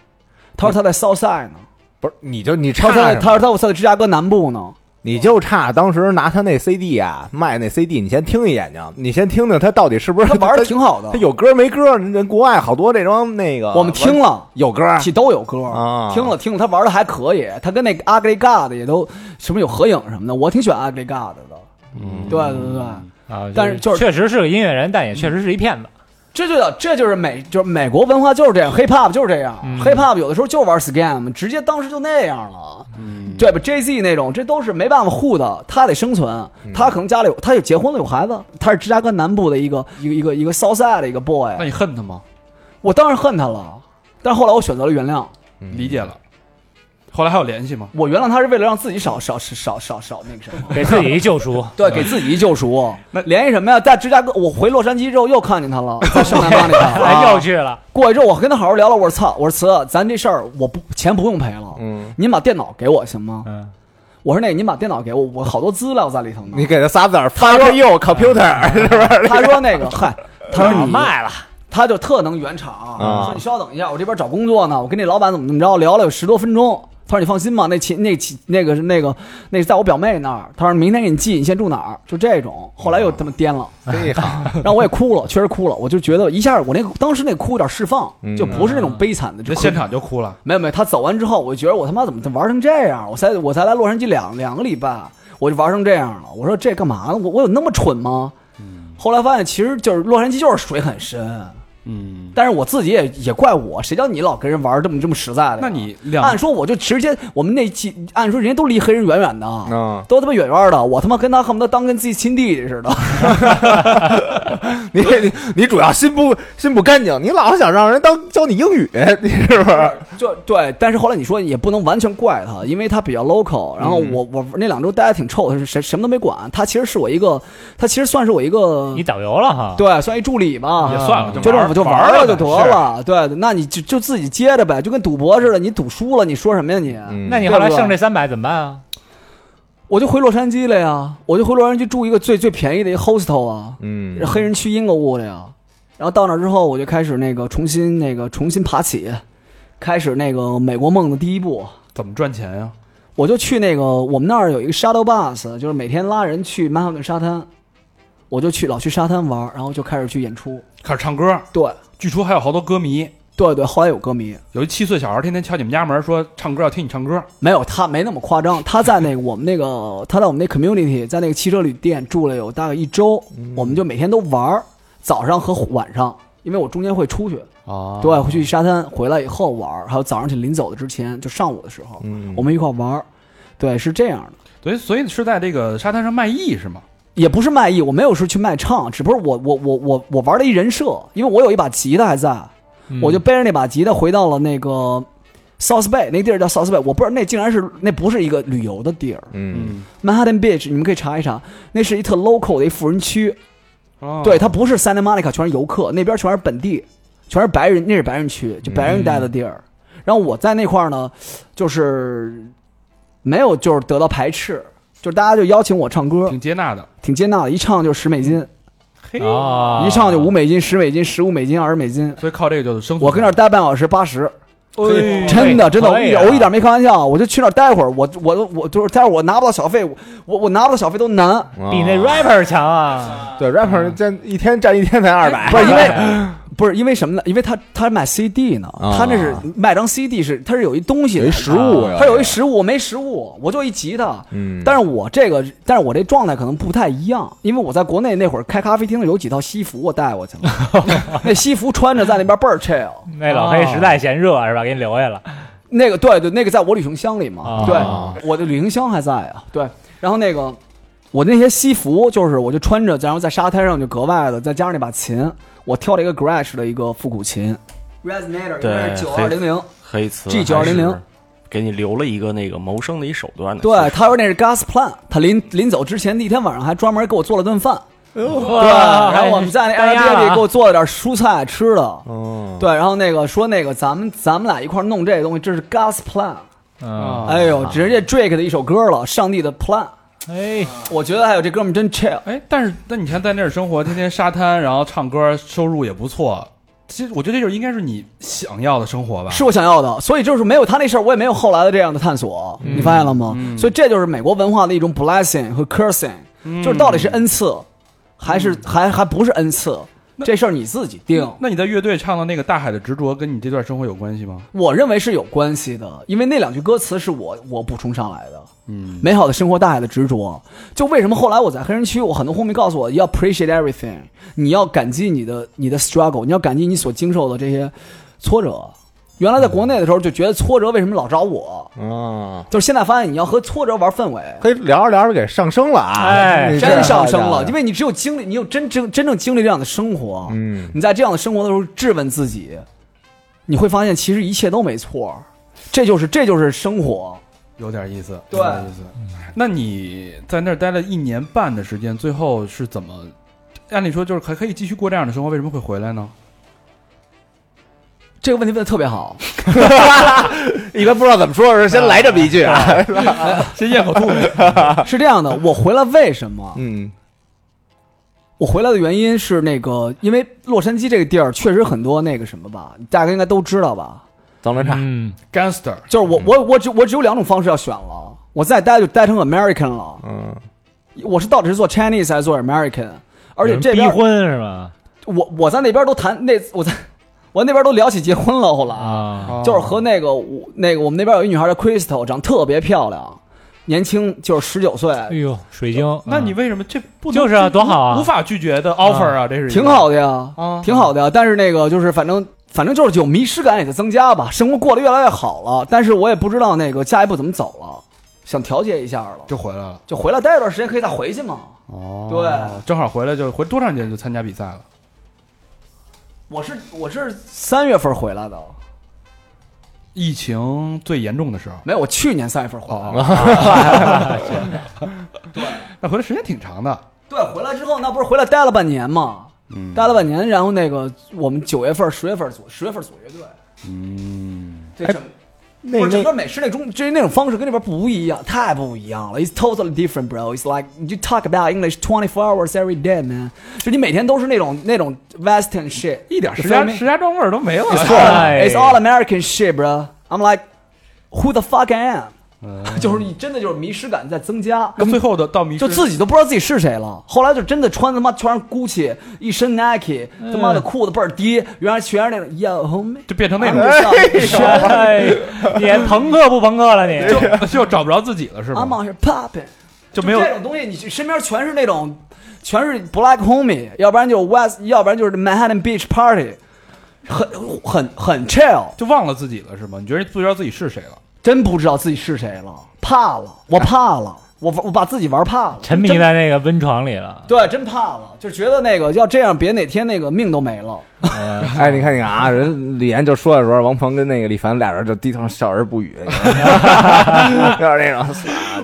Speaker 7: 他说他在 Southside 呢。
Speaker 3: 不是你就你
Speaker 7: 他
Speaker 3: 差
Speaker 7: 说
Speaker 3: 什
Speaker 7: 他在
Speaker 3: 么
Speaker 7: 他说他我在芝加哥南部呢，
Speaker 3: 你就差当时拿他那 CD 啊，卖那 CD，你先听一眼睛，你先听听他到底是不是
Speaker 7: 他玩的挺好的
Speaker 3: 他，有歌没歌？人国外好多这种那个，
Speaker 7: 我们听了。
Speaker 3: 有歌，
Speaker 7: 起都有歌
Speaker 3: 啊
Speaker 7: 听了听了，他玩的还可以，他跟那个 Ugly God 也都什么有合影什么的，我挺喜欢 Ugly God 的。嗯，对对对，
Speaker 4: 啊，
Speaker 7: 但是就是
Speaker 4: 确实是个音乐人，但也确实是一
Speaker 7: (laughs)
Speaker 4: 骗子。
Speaker 7: 这就叫这就是美就是美国文化就是这样，hip hop 就是这样、
Speaker 4: 嗯
Speaker 7: h i p hop 有的时候就玩 scam，直接当时就那样了，
Speaker 3: 嗯
Speaker 7: 对吧？Jay Z 那种，这都是没办法护的，他得生存，
Speaker 3: 嗯
Speaker 7: 他可能家里有他有结婚了有孩子，他是芝加哥南部的一个一个一个一个 Southside 的一个 boy，
Speaker 5: 那你恨他吗？
Speaker 7: 我当然恨他了，但是后来我选择了原谅。
Speaker 5: 理解了，后来还有联系吗？
Speaker 7: 我原谅他是为了让自己少少少少少少那个什么，
Speaker 4: 给自己一救
Speaker 7: (laughs)
Speaker 4: 赎。
Speaker 7: 对，给自己一救赎。
Speaker 5: 那
Speaker 7: 联系什么呀？在芝加哥，我回洛杉矶之后又看见他了，在圣南巴里
Speaker 4: 哎，又
Speaker 7: 啊。
Speaker 4: 去了，
Speaker 7: 过去之后，我跟他好好聊了。我说操，我说词，咱这事儿我不钱不用赔了，
Speaker 3: 嗯，
Speaker 7: 您把电脑给我行吗？
Speaker 4: 嗯，
Speaker 7: 我说那个您把电脑给我，我好多资料在里头呢。
Speaker 3: 你给他嗯仨字儿，发个右 computer 是不是？
Speaker 7: 他说
Speaker 5: (laughs)
Speaker 7: 那个嗨，他说你
Speaker 4: 卖了，
Speaker 7: 他就特能圆场，
Speaker 3: 啊
Speaker 7: 说你稍等一下，我这边找工作呢，我跟那老板怎么怎么着聊了有十多分钟。他说你放心吧，那亲那亲那个是那个那是在我表妹那儿。他说明天给你寄，你先住哪儿？就这种。后来又他妈颠了，
Speaker 3: 哦这
Speaker 7: (laughs)
Speaker 3: 好，
Speaker 7: 然后我也哭了，确实哭了。我就觉得一下我那个当时那哭有点释放，
Speaker 3: 嗯
Speaker 7: 就不是那种悲惨的。就
Speaker 5: 嗯那
Speaker 7: 哭
Speaker 5: 现场就哭了，
Speaker 7: 没有没有，他走完之后，我就觉得我他妈怎么玩成这样？我才我才来洛杉矶两两个礼拜，我就玩成这样了。我说这干嘛呢？我我有那么蠢吗？后来发现其实就是洛杉矶就是水很深，
Speaker 5: 嗯，
Speaker 7: 但是我自己也也怪我，谁叫你老跟人玩这么这么实在的呀？
Speaker 5: 那你两
Speaker 7: 按说我就直接我们那期按说人家都离黑人远远的，
Speaker 5: 啊
Speaker 3: 嗯，
Speaker 7: 都他妈远远的，我他妈跟他恨不得当跟自己亲弟弟似的。
Speaker 3: 你你你主要心不心不干净，你老想让人当教你英语，你是不是？
Speaker 7: 就对，但是后来你说也不能完全怪他，因为他比较 local。然后
Speaker 5: 嗯
Speaker 7: 我、我那两周待的挺臭的，是谁什么都没管。他其实是我一个，他其实算是我一个
Speaker 4: 你，导游了哈。
Speaker 7: 嗯对，算一助理吧，嗯
Speaker 5: 也算了，
Speaker 7: 就
Speaker 5: 玩
Speaker 7: 这
Speaker 5: 儿
Speaker 7: 么就
Speaker 5: 玩
Speaker 7: 玩
Speaker 5: 儿
Speaker 7: 了就得
Speaker 5: 是
Speaker 7: 了。对，那你就就自己接着呗，就跟赌博似的，你赌输了你说什么呀你？
Speaker 3: 嗯
Speaker 5: 嗯
Speaker 4: 那你后来剩这三百怎么办啊？
Speaker 7: 我就回洛杉矶了呀，我就回洛杉矶住一个最最便宜的一个 hostel 啊，
Speaker 3: 嗯
Speaker 7: 黑人区英国屋的呀。然后到那之后，我就开始那个重新那个重新爬起，开始那个美国梦的第一步。
Speaker 5: 怎么赚钱呀？
Speaker 7: 我就去那个我们那儿有一个 shadow bus，就是每天拉人去曼哈顿沙滩，我就去老去沙滩玩儿，然后就开始去演出。
Speaker 5: 开始唱歌，
Speaker 7: 对
Speaker 5: 据说还有好多歌迷，
Speaker 7: 对对，后来有歌迷，
Speaker 5: 有一七岁小孩天天敲你们家门说唱歌要听你唱歌，
Speaker 7: 没有他没那么夸张，他在那个我们那个 (laughs) 他在我们那 community，在那个汽车旅店住了有大概一周，我们就每天都玩儿，早上和晚上，因为我中间会出去，
Speaker 5: 啊
Speaker 7: 对，会去沙滩，回来以后玩儿，还有早上去临走的之前，就上午的时候，
Speaker 3: 嗯
Speaker 7: 我们一块儿玩儿，对，是这样的。
Speaker 5: 所以所以是在这个沙滩上卖艺是吗？
Speaker 7: 也不是卖艺，我没有是去卖唱，只不过我我我我我玩了一人设，因为我有一把吉他还在，我就背着那把吉他回到了那个 South Bay，那地儿叫 South Bay，我不知道那竟然是那不是一个旅游的地儿
Speaker 3: 嗯，
Speaker 7: ，Manhattan Beach，你们可以查一查，那是一特 local 的一富人区，
Speaker 5: 哦
Speaker 7: 对，它不是 Santa Monica 全是游客，那边全是本地，全是白人，那是白人区，就白人待的地儿。然后我在那块儿呢，就是没有就是得到排斥，就是大家就邀请我唱歌，
Speaker 5: 挺接纳的，
Speaker 7: 挺接纳的，一唱就十美金。
Speaker 5: 嘿，
Speaker 4: 啊，
Speaker 7: 一唱就五美金、十美金、十五美金、二十美金。
Speaker 5: 所以靠这个就是生存。
Speaker 7: 我跟那儿待半小时八十，
Speaker 5: 哎呦
Speaker 7: 真
Speaker 4: 可以
Speaker 7: 的真的，我
Speaker 4: 可以
Speaker 7: 一
Speaker 4: 啊
Speaker 7: 我一点没开玩笑，我就去那儿待会儿，我我我就是待会儿我拿不到小费，我我我拿不到小费都难，
Speaker 4: 比那 rapper 强啊！
Speaker 3: 对 rapper 占一天占一天才二百，
Speaker 7: 不是因为不是因为什么呢？因为他他卖 CD 呢，
Speaker 3: 啊
Speaker 7: 他那是卖张 CD 是他是有一东西的，啊
Speaker 3: 有一实物呀
Speaker 7: 他有一实物，我没实物，我就一吉他，
Speaker 3: 嗯
Speaker 7: 但是我这个，但是我这状态可能不太一样，因为我在国内那会儿开咖啡厅有几套西服我带过去
Speaker 4: (laughs)
Speaker 7: 了，那西服穿着在那边倍儿 chill。
Speaker 4: 那老
Speaker 7: 啊
Speaker 4: 黑实在嫌热是吧？给你留下了。
Speaker 7: 那个对对，那个在我旅行箱里嘛，
Speaker 4: 啊
Speaker 7: 对，我的旅行箱还在啊，对，然后那个我那些西服就是我就穿着，然后在沙滩上就格外的，再加上那把琴，我挑了一个 Gretsch 的一个复古琴，Resonator
Speaker 8: 对
Speaker 7: 九二零零，
Speaker 8: 黑瓷
Speaker 7: G
Speaker 8: 还是
Speaker 7: 9200
Speaker 8: 给你留了一个那个谋生的一手段呢。
Speaker 7: 对，他说那是 Gas Plan，他临临走之前那天晚上还专门给我做了顿饭，对，
Speaker 4: 哇
Speaker 7: 然后我们在那
Speaker 4: 单压了
Speaker 7: Airbnb
Speaker 4: 啊
Speaker 7: 给我做了点蔬菜吃的，
Speaker 3: 嗯，
Speaker 7: 对，然后那个说那个咱们咱们俩一块儿弄这个东西，这是 Gas Plan，
Speaker 4: 嗯，
Speaker 7: 哎呦，直接 Drake 的一首歌了，《上帝的 Plan》。
Speaker 4: 哎，
Speaker 7: 我觉得还有这哥们儿真 chill，
Speaker 5: 哎，但是那你看在那儿生活，天天沙滩，然后唱歌，收入也不错。其实我觉得这就是应该是你想要的生活吧。
Speaker 7: 是我想要的，所以就是没有他那事儿，我也没有后来的这样的探索，
Speaker 5: 嗯
Speaker 7: 你发现了吗？所以这就是美国文化的一种 blessing 和 cursing，、就是
Speaker 5: 嗯
Speaker 7: 到底是恩赐，还是、还还不是恩赐，这事儿你自己定。
Speaker 5: 那你在乐队唱的那个《大海的执着》，跟你这段生活有关系吗？
Speaker 7: 我认为是有关系的，因为那两句歌词是我我补充上来的。
Speaker 5: 嗯，
Speaker 7: 美好的生活，大海的执着，就为什么后来我在黑人区，我很多 homie 告诉我要 appreciate everything，你要感激你的你的 struggle，你要感激你所经受的这些挫折。原来在国内的时候就觉得挫折为什么老找我，
Speaker 3: 嗯，
Speaker 7: 就是现在发现你要和挫折玩氛围，
Speaker 3: 可以聊着聊着给上升了啊，
Speaker 4: 哎
Speaker 3: 这
Speaker 7: 真上升了，因
Speaker 3: 这
Speaker 7: 为你只有经历，你有真正真正经历这样的生活，
Speaker 3: 嗯
Speaker 7: 你在这样的生活的时候质问自己，你会发现其实一切都没错，这就是这就是生活。
Speaker 5: 有点意思，
Speaker 7: 对
Speaker 5: 有点意思。
Speaker 4: 嗯
Speaker 5: 那你在那儿待了一年半的时间，最后是怎么？按理说就是还可以继续过这样的生活，为什么会回来呢？
Speaker 7: 这个问题问的特别 (laughs) 好，
Speaker 6: 一般不知道怎么说的时候，先来这么一句啊。
Speaker 5: 先咽口吐。
Speaker 7: 是这样的，我回来为什么？
Speaker 3: 嗯，
Speaker 7: 我回来的原因是那个，因为洛杉矶这个地儿确实很多那个什么吧，大家应该都知道吧。
Speaker 6: 脏乱差，
Speaker 4: 嗯，
Speaker 5: Gangster，
Speaker 7: 就是我我我只我只有两种方式要选了，我再待就待成 American 了。
Speaker 3: 嗯，
Speaker 7: 我是到底是做 Chinese 还是做 American？而且这
Speaker 4: 逼
Speaker 7: 边
Speaker 4: 婚是吧？
Speaker 7: 我我在那边都谈那我在我那边都聊起结婚了，后来、
Speaker 4: 啊，
Speaker 5: 哦
Speaker 7: 就是和那个我那个我们那边有一女孩叫 Crystal，长得特别漂亮，年轻就是十九岁，
Speaker 4: 哎呦，水晶，
Speaker 5: 那
Speaker 4: 嗯 (laughs)
Speaker 5: 你为什么这不能
Speaker 4: 就是啊
Speaker 5: 这
Speaker 4: 多好啊
Speaker 5: 无法拒绝的 offer 啊，这是一个
Speaker 7: 挺好的呀，
Speaker 5: 啊，
Speaker 7: 挺好的呀。但是那个就是反正反正就是有迷失感也在增加吧，生活过得越来越好了，但是我也不知道那个下一步怎么走了，想调节一下了，
Speaker 5: 就回来了。
Speaker 7: 就回来待一段时间可以再回去嘛。
Speaker 5: 哦
Speaker 7: 对，
Speaker 5: 正好回来就回多长时间就参加比赛了？
Speaker 7: 我是我是三月份回来的，
Speaker 5: 疫情最严重的时候，
Speaker 7: 没有，我去年三月份回来的。
Speaker 5: 那回来时间挺长的。
Speaker 7: 对，回来之后那不是回来待了半年嘛，待了半年，然后那个我们九月份、十月份组，十月份组乐队，嗯，这整。
Speaker 3: 那
Speaker 7: 不是整
Speaker 3: 那
Speaker 7: 个美式那种，就是那种方式跟那边不一样，太不一样了。It's totally different, bro. It's like you talk about English twenty four hours every day, man. 就你每天都是那种那种 Western shit，
Speaker 5: 一点
Speaker 7: 就
Speaker 5: 石家
Speaker 7: feel me？
Speaker 5: 石家庄味儿都没了。
Speaker 7: It's all, it's all American shit, bro. I'm like, who the fuck I am？就是 (laughs) 你真的就是迷失感在增加，
Speaker 5: 那最后的到迷
Speaker 7: 就自己都不知道自己是谁了。后来就真的穿他妈全是 Gucci，一身 Nike，他妈的裤子倍儿低，原来全是那种 Yo homie，
Speaker 5: 嗯就变成那
Speaker 7: I'm
Speaker 5: 种，
Speaker 7: just out here-
Speaker 4: 哎，你朋克不朋克了你？
Speaker 5: 就 (laughs) 就找不着自己了，是
Speaker 7: I'm
Speaker 5: 吗？
Speaker 7: out here popping，
Speaker 5: 就没有
Speaker 7: 这种东西，你身边全是那种全是 Black homie，要不然就 West，要不然就是 Manhattan Beach Party，很很很 chill，
Speaker 5: 就忘了自己了，是吗？你觉得不知道自己是谁了？
Speaker 7: 真不知道自己是谁了，怕了，我怕了，我我把自己玩怕了，
Speaker 4: 沉迷
Speaker 7: 真
Speaker 4: 在那个温床里了。
Speaker 7: 对，真怕了，就觉得那个要这样，别哪天那个命都没了。
Speaker 3: 哎，你看你看啊，人李岩就说的时候，王鹏跟那个李凡俩人就低头笑而不语， (laughs) 就是那种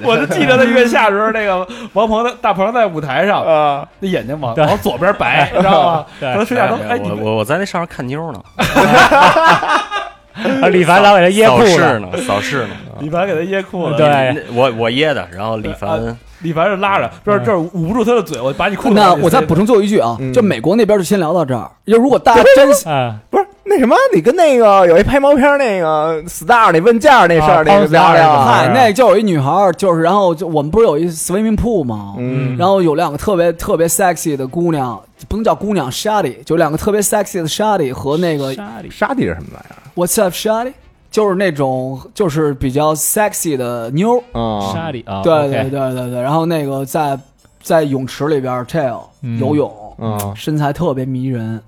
Speaker 5: 我就记得在月下时候，那个王鹏的大鹏在舞台上，那眼睛
Speaker 4: (laughs)
Speaker 5: 往
Speaker 4: 对哎
Speaker 5: 往左边白，你知道吗？
Speaker 4: (laughs) 对
Speaker 5: 可能水下都哎，你
Speaker 8: 我
Speaker 5: 们
Speaker 8: 我我在那上面看妞呢，
Speaker 4: 啊李凡老给他掖
Speaker 8: 扫
Speaker 4: 裤
Speaker 8: 视
Speaker 4: 子，
Speaker 8: 呢，扫视呢。
Speaker 5: 李凡给他掖裤子，
Speaker 4: 对，
Speaker 8: 那我我噎的，然后李
Speaker 5: 啊
Speaker 8: 凡
Speaker 5: 李凡是拉着，这这捂不住他的嘴，我把你裤子。
Speaker 7: 那我再补，充最后一句啊，
Speaker 5: 嗯
Speaker 7: 就美国那边就先聊到这儿。就如果大家真
Speaker 5: (laughs)
Speaker 4: 啊，
Speaker 3: 不是那什么，你跟那个有一拍毛片那个 star 那问价那事
Speaker 4: 啊
Speaker 3: 儿，那个
Speaker 4: 胖
Speaker 3: 聊聊
Speaker 4: Star 那个
Speaker 3: 啊。
Speaker 7: 嗨，那就有一女孩儿，就是然后就我们不是有一 swimming pool 吗？
Speaker 3: 嗯，
Speaker 7: 然后有两个特别特别 sexy 的姑娘，不能叫姑娘 shawty，就两个特别 sexy 的 shawty 和那个
Speaker 3: 沙地是什么玩意儿？
Speaker 7: what's up shawty，就是那种就是比较 sexy 的妞儿。
Speaker 3: 嗯，
Speaker 4: 沙里啊，
Speaker 7: 对
Speaker 4: OK
Speaker 7: 对对对对，然后那个在在泳池里边儿 chill
Speaker 4: 嗯
Speaker 7: 游泳， (laughs)
Speaker 3: 嗯
Speaker 7: 身材特别迷人。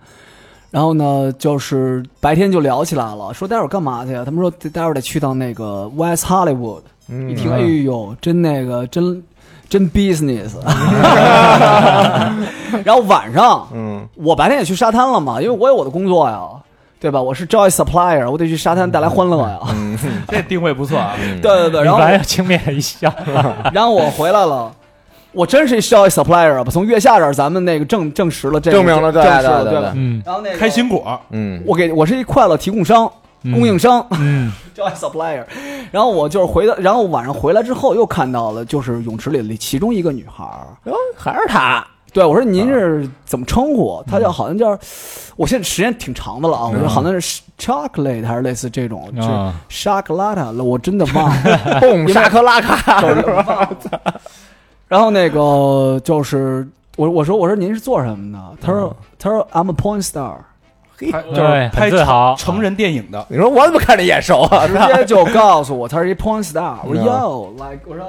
Speaker 7: 然后呢，就是白天就聊起来了，说待会儿干嘛去啊？他们说待会儿得去到那个 West Hollywood。一
Speaker 4: 嗯
Speaker 7: 听，哎呦，真那个，真
Speaker 4: (laughs)
Speaker 7: 真 business。然后晚上，
Speaker 3: 嗯，
Speaker 7: 我白天也去沙滩了嘛，因为我有我的工作呀，对吧？我是 joy supplier，我得去沙滩带来欢乐呀。
Speaker 4: 嗯
Speaker 7: (laughs)
Speaker 5: 这定位不错啊。
Speaker 7: 对对对，
Speaker 4: 李
Speaker 7: 然后
Speaker 4: 凡又轻蔑一
Speaker 5: (laughs)
Speaker 4: 笑，
Speaker 7: (laughs) 然后我回来了，我真是一 joy supplier 吧？从月下这儿咱们那个证证实了这个，
Speaker 3: 证明了对
Speaker 7: 证实
Speaker 3: 对
Speaker 7: 了
Speaker 3: 对
Speaker 7: 对
Speaker 3: 对
Speaker 7: 吧？
Speaker 4: 嗯
Speaker 7: 然后那个
Speaker 5: 开心果，
Speaker 3: 嗯，
Speaker 7: 我给我是一快乐提供商、供应商
Speaker 4: 嗯，
Speaker 7: (laughs) 叫 supplier，然后我就是回到，然后晚上回来之后又看到了，就是泳池里的其中一个女孩儿，
Speaker 3: 哟，还是啊嗯他，
Speaker 7: 对我说您是怎么称呼？她叫好像叫，我现在时间挺长的了啊，我
Speaker 3: 嗯
Speaker 7: 说好像是 chocolate 还是类似这种，就
Speaker 4: 啊
Speaker 7: 是 chocolate 了，我真的忘
Speaker 3: (laughs)
Speaker 7: 了，
Speaker 3: 蹦沙克拉卡， (laughs)
Speaker 7: 然后那个就是我我说我说您是做什么的？她
Speaker 8: 嗯
Speaker 7: 说她说 I'm a porn star，
Speaker 5: 拍就是
Speaker 4: 对
Speaker 5: 拍
Speaker 4: 很自豪
Speaker 5: 成人电影的，
Speaker 3: 你说我怎么看着眼熟啊？
Speaker 7: 直接就告诉我她是一 porn star，我说
Speaker 3: 嗯
Speaker 7: Yo like 我说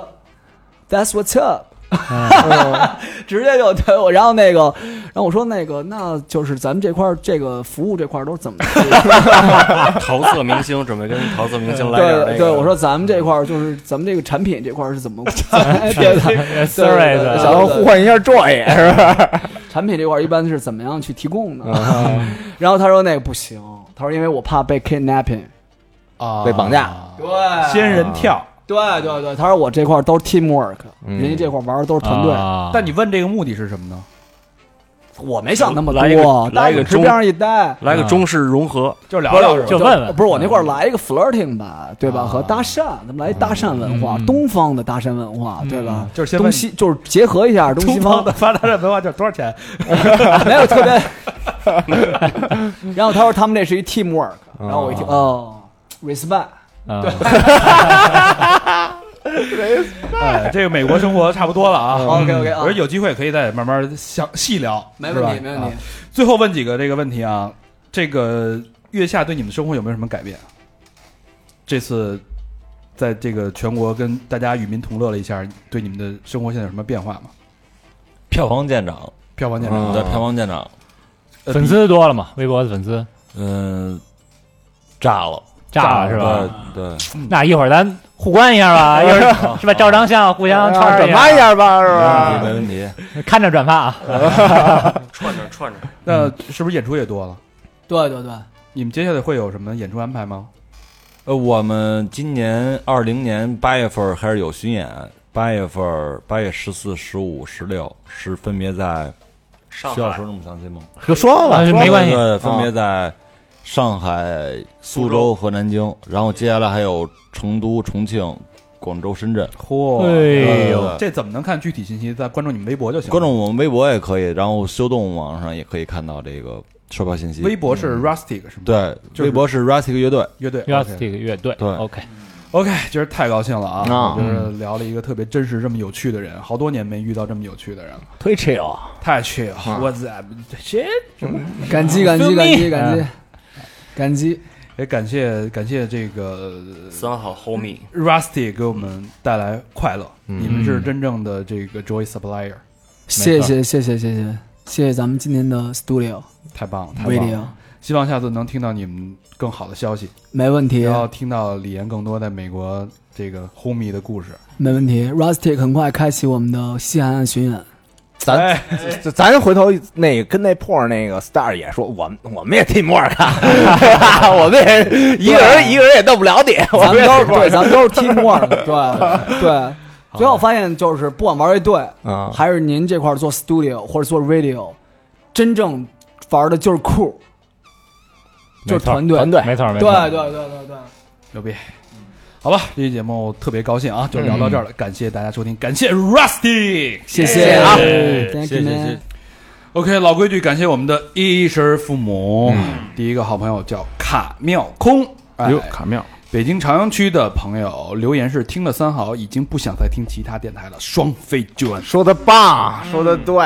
Speaker 7: That's what's up。直
Speaker 8: 哦
Speaker 7: 接就对我，然后那个，然后我说那个，那就是咱们这块儿这个服务这块儿都是怎么去？
Speaker 8: 桃色明星准备跟桃色明星 (laughs) 来点儿那
Speaker 7: 对
Speaker 8: 个。
Speaker 7: 对，我说咱们这块儿就是咱们这个产品这块儿是
Speaker 8: (laughs)
Speaker 7: 怎么？哎别别对
Speaker 4: Service
Speaker 7: 对
Speaker 3: 想
Speaker 7: 对
Speaker 3: 互换一下
Speaker 7: (laughs)
Speaker 3: joy 是吧？
Speaker 7: 产品这块儿一般是怎么样啊 (laughs) 去提供的？然后他说那个不行，他说因为我怕被 kidnapping，
Speaker 5: 啊，
Speaker 3: 被绑架，
Speaker 7: 对
Speaker 5: 仙人跳。
Speaker 7: 对对对，他说我这块儿都是 teamwork，、
Speaker 3: 嗯
Speaker 7: 人家这块儿玩的都是团队。
Speaker 4: 啊
Speaker 5: 但你问这个目的是什么呢？
Speaker 7: 我没想那么
Speaker 8: 来一
Speaker 7: 多
Speaker 8: 个，
Speaker 7: 大
Speaker 8: 来
Speaker 7: 家
Speaker 8: 一个
Speaker 7: 往这边儿一待，
Speaker 8: 来个中式融合，
Speaker 5: 就是聊
Speaker 7: 不
Speaker 5: 聊
Speaker 7: 是
Speaker 5: 是吧？
Speaker 4: 就问问
Speaker 7: 不是我那块儿来一个 flirting 吧，对吧？和搭讪，咱们来一搭讪文化，
Speaker 4: 嗯
Speaker 7: 东方的搭讪文化，对吧？
Speaker 5: 就是先问
Speaker 7: 东西就是结合一下嗯东西
Speaker 5: 东
Speaker 7: 方
Speaker 5: 方的 (laughs) 发达的文化叫多少钱？
Speaker 4: (laughs)
Speaker 7: (laughs) 没有特别。然后他说他们这是一 teamwork，然后我一听哦，respect，
Speaker 4: 嗯
Speaker 5: 哎，这个美国生活差不多了啊。
Speaker 7: 嗯 OK，OK，啊
Speaker 5: 我说有机会可以再慢慢详细聊，
Speaker 7: 没问
Speaker 5: 是
Speaker 7: 题，
Speaker 5: 吧
Speaker 7: 没问。
Speaker 5: 啊
Speaker 7: 题。
Speaker 5: 最后问几个这个问题啊，这个月下对你们生活有没有什么改变？这次在这个全国跟大家与民同乐了一下，对你们的生活现在有什么变化吗？
Speaker 9: 票房见长，
Speaker 5: 票房见长，
Speaker 3: 嗯
Speaker 9: 我们的票房见长，
Speaker 5: 呃
Speaker 4: 粉丝多了嘛？微博的粉丝
Speaker 9: 嗯，炸了，
Speaker 4: 炸了是吧？
Speaker 9: 对？对，
Speaker 4: 那一会儿咱互关一下
Speaker 5: (laughs)
Speaker 4: 吧，一会儿是吧？照张相，互
Speaker 5: 啊
Speaker 4: 相传
Speaker 3: 转发一下吧，是
Speaker 9: 没问题没
Speaker 3: 吧？
Speaker 9: 问题。
Speaker 4: 看着转发啊。
Speaker 8: 串着串着，
Speaker 5: 那是不是演出也多了？
Speaker 7: 对对对，
Speaker 5: 你们接下来会有什么演出安排吗？
Speaker 9: 呃，我们今年二零年八月份儿还是有巡演，八月份儿八月十四、十五、十六是分别在
Speaker 8: 上
Speaker 9: 需要
Speaker 8: 海
Speaker 9: 说那么详细吗？
Speaker 3: 就说
Speaker 4: 啊
Speaker 3: 了，
Speaker 4: 没关系
Speaker 9: 呃分别在上海、苏州和南京，然后接下来还有成都、重庆、广州、深圳。
Speaker 5: 嚯
Speaker 4: 哎呦
Speaker 5: 这怎么能看具体信息？在关注你们微博就行了。
Speaker 9: 关注我们微博也可以，然后修动网上也可以看到这个售票信息。
Speaker 5: 微博是 Rustic 是吗？，
Speaker 9: 对，
Speaker 5: 就是
Speaker 9: 微博是 Rustic 乐队，
Speaker 5: 乐队。
Speaker 4: 要
Speaker 5: OK
Speaker 4: 这个乐队，
Speaker 9: 对
Speaker 4: OK，
Speaker 5: OK，今儿太高兴了啊！
Speaker 3: 啊
Speaker 5: 我觉得聊了一个特别真实、这么有趣的人，好多年没遇到这么有趣的人了，
Speaker 3: 推 chill，啊
Speaker 5: 太趣了！我在这
Speaker 7: 感激感激感激感激感激，
Speaker 5: 也哎感谢感谢这个
Speaker 8: 三好 homie，
Speaker 5: Rusty 给我们带来快乐，你们是真正的这个 Joy Supplier，
Speaker 7: 谢谢谢谢谢谢谢谢咱们今天的 studio
Speaker 5: 太棒了，太棒
Speaker 7: radio，
Speaker 5: 了！希望下次能听到你们更好的消息，
Speaker 7: 没问题
Speaker 5: 也，要听到李岩更多在美国这个 homie 的故事。 (laughs)
Speaker 7: 没问题。Rustic 很快开启我们的西海岸巡演，
Speaker 3: 咱咱咱回头那个跟那破儿那个 star 也说，我们我们也 teamwork，啊 (laughs) 我们也一个人一个人也斗不了你， (laughs) 我
Speaker 7: 咱
Speaker 3: 们
Speaker 7: 们
Speaker 3: 也
Speaker 7: 都
Speaker 3: teamwork
Speaker 7: 是对，咱们都是 teamwork，对对。最后发现就是，不管玩乐队
Speaker 3: 啊
Speaker 7: 还是您这块儿做 studio 或者做 radio，真正玩的就是酷，就是团队。
Speaker 3: 团队
Speaker 4: 没错没
Speaker 7: 对
Speaker 4: 错，
Speaker 7: 对对对对，
Speaker 5: 牛逼！好吧，这期节目特别高兴啊，就聊到
Speaker 1: 嗯
Speaker 5: 这儿了，感谢大家收听，感谢 Rusty。
Speaker 7: 谢谢啊，Thank you
Speaker 9: 谢谢
Speaker 7: man
Speaker 9: 谢。谢。
Speaker 5: OK，老规矩，感谢我们的衣食父母。第一个好朋友叫卡妙空，哎
Speaker 1: 嗯哟，，卡妙，
Speaker 5: 北京朝阳区的朋友留言是听了三好，已经不想再听其他电台了，双飞娟。
Speaker 1: 嗯
Speaker 3: 说的棒，说的对，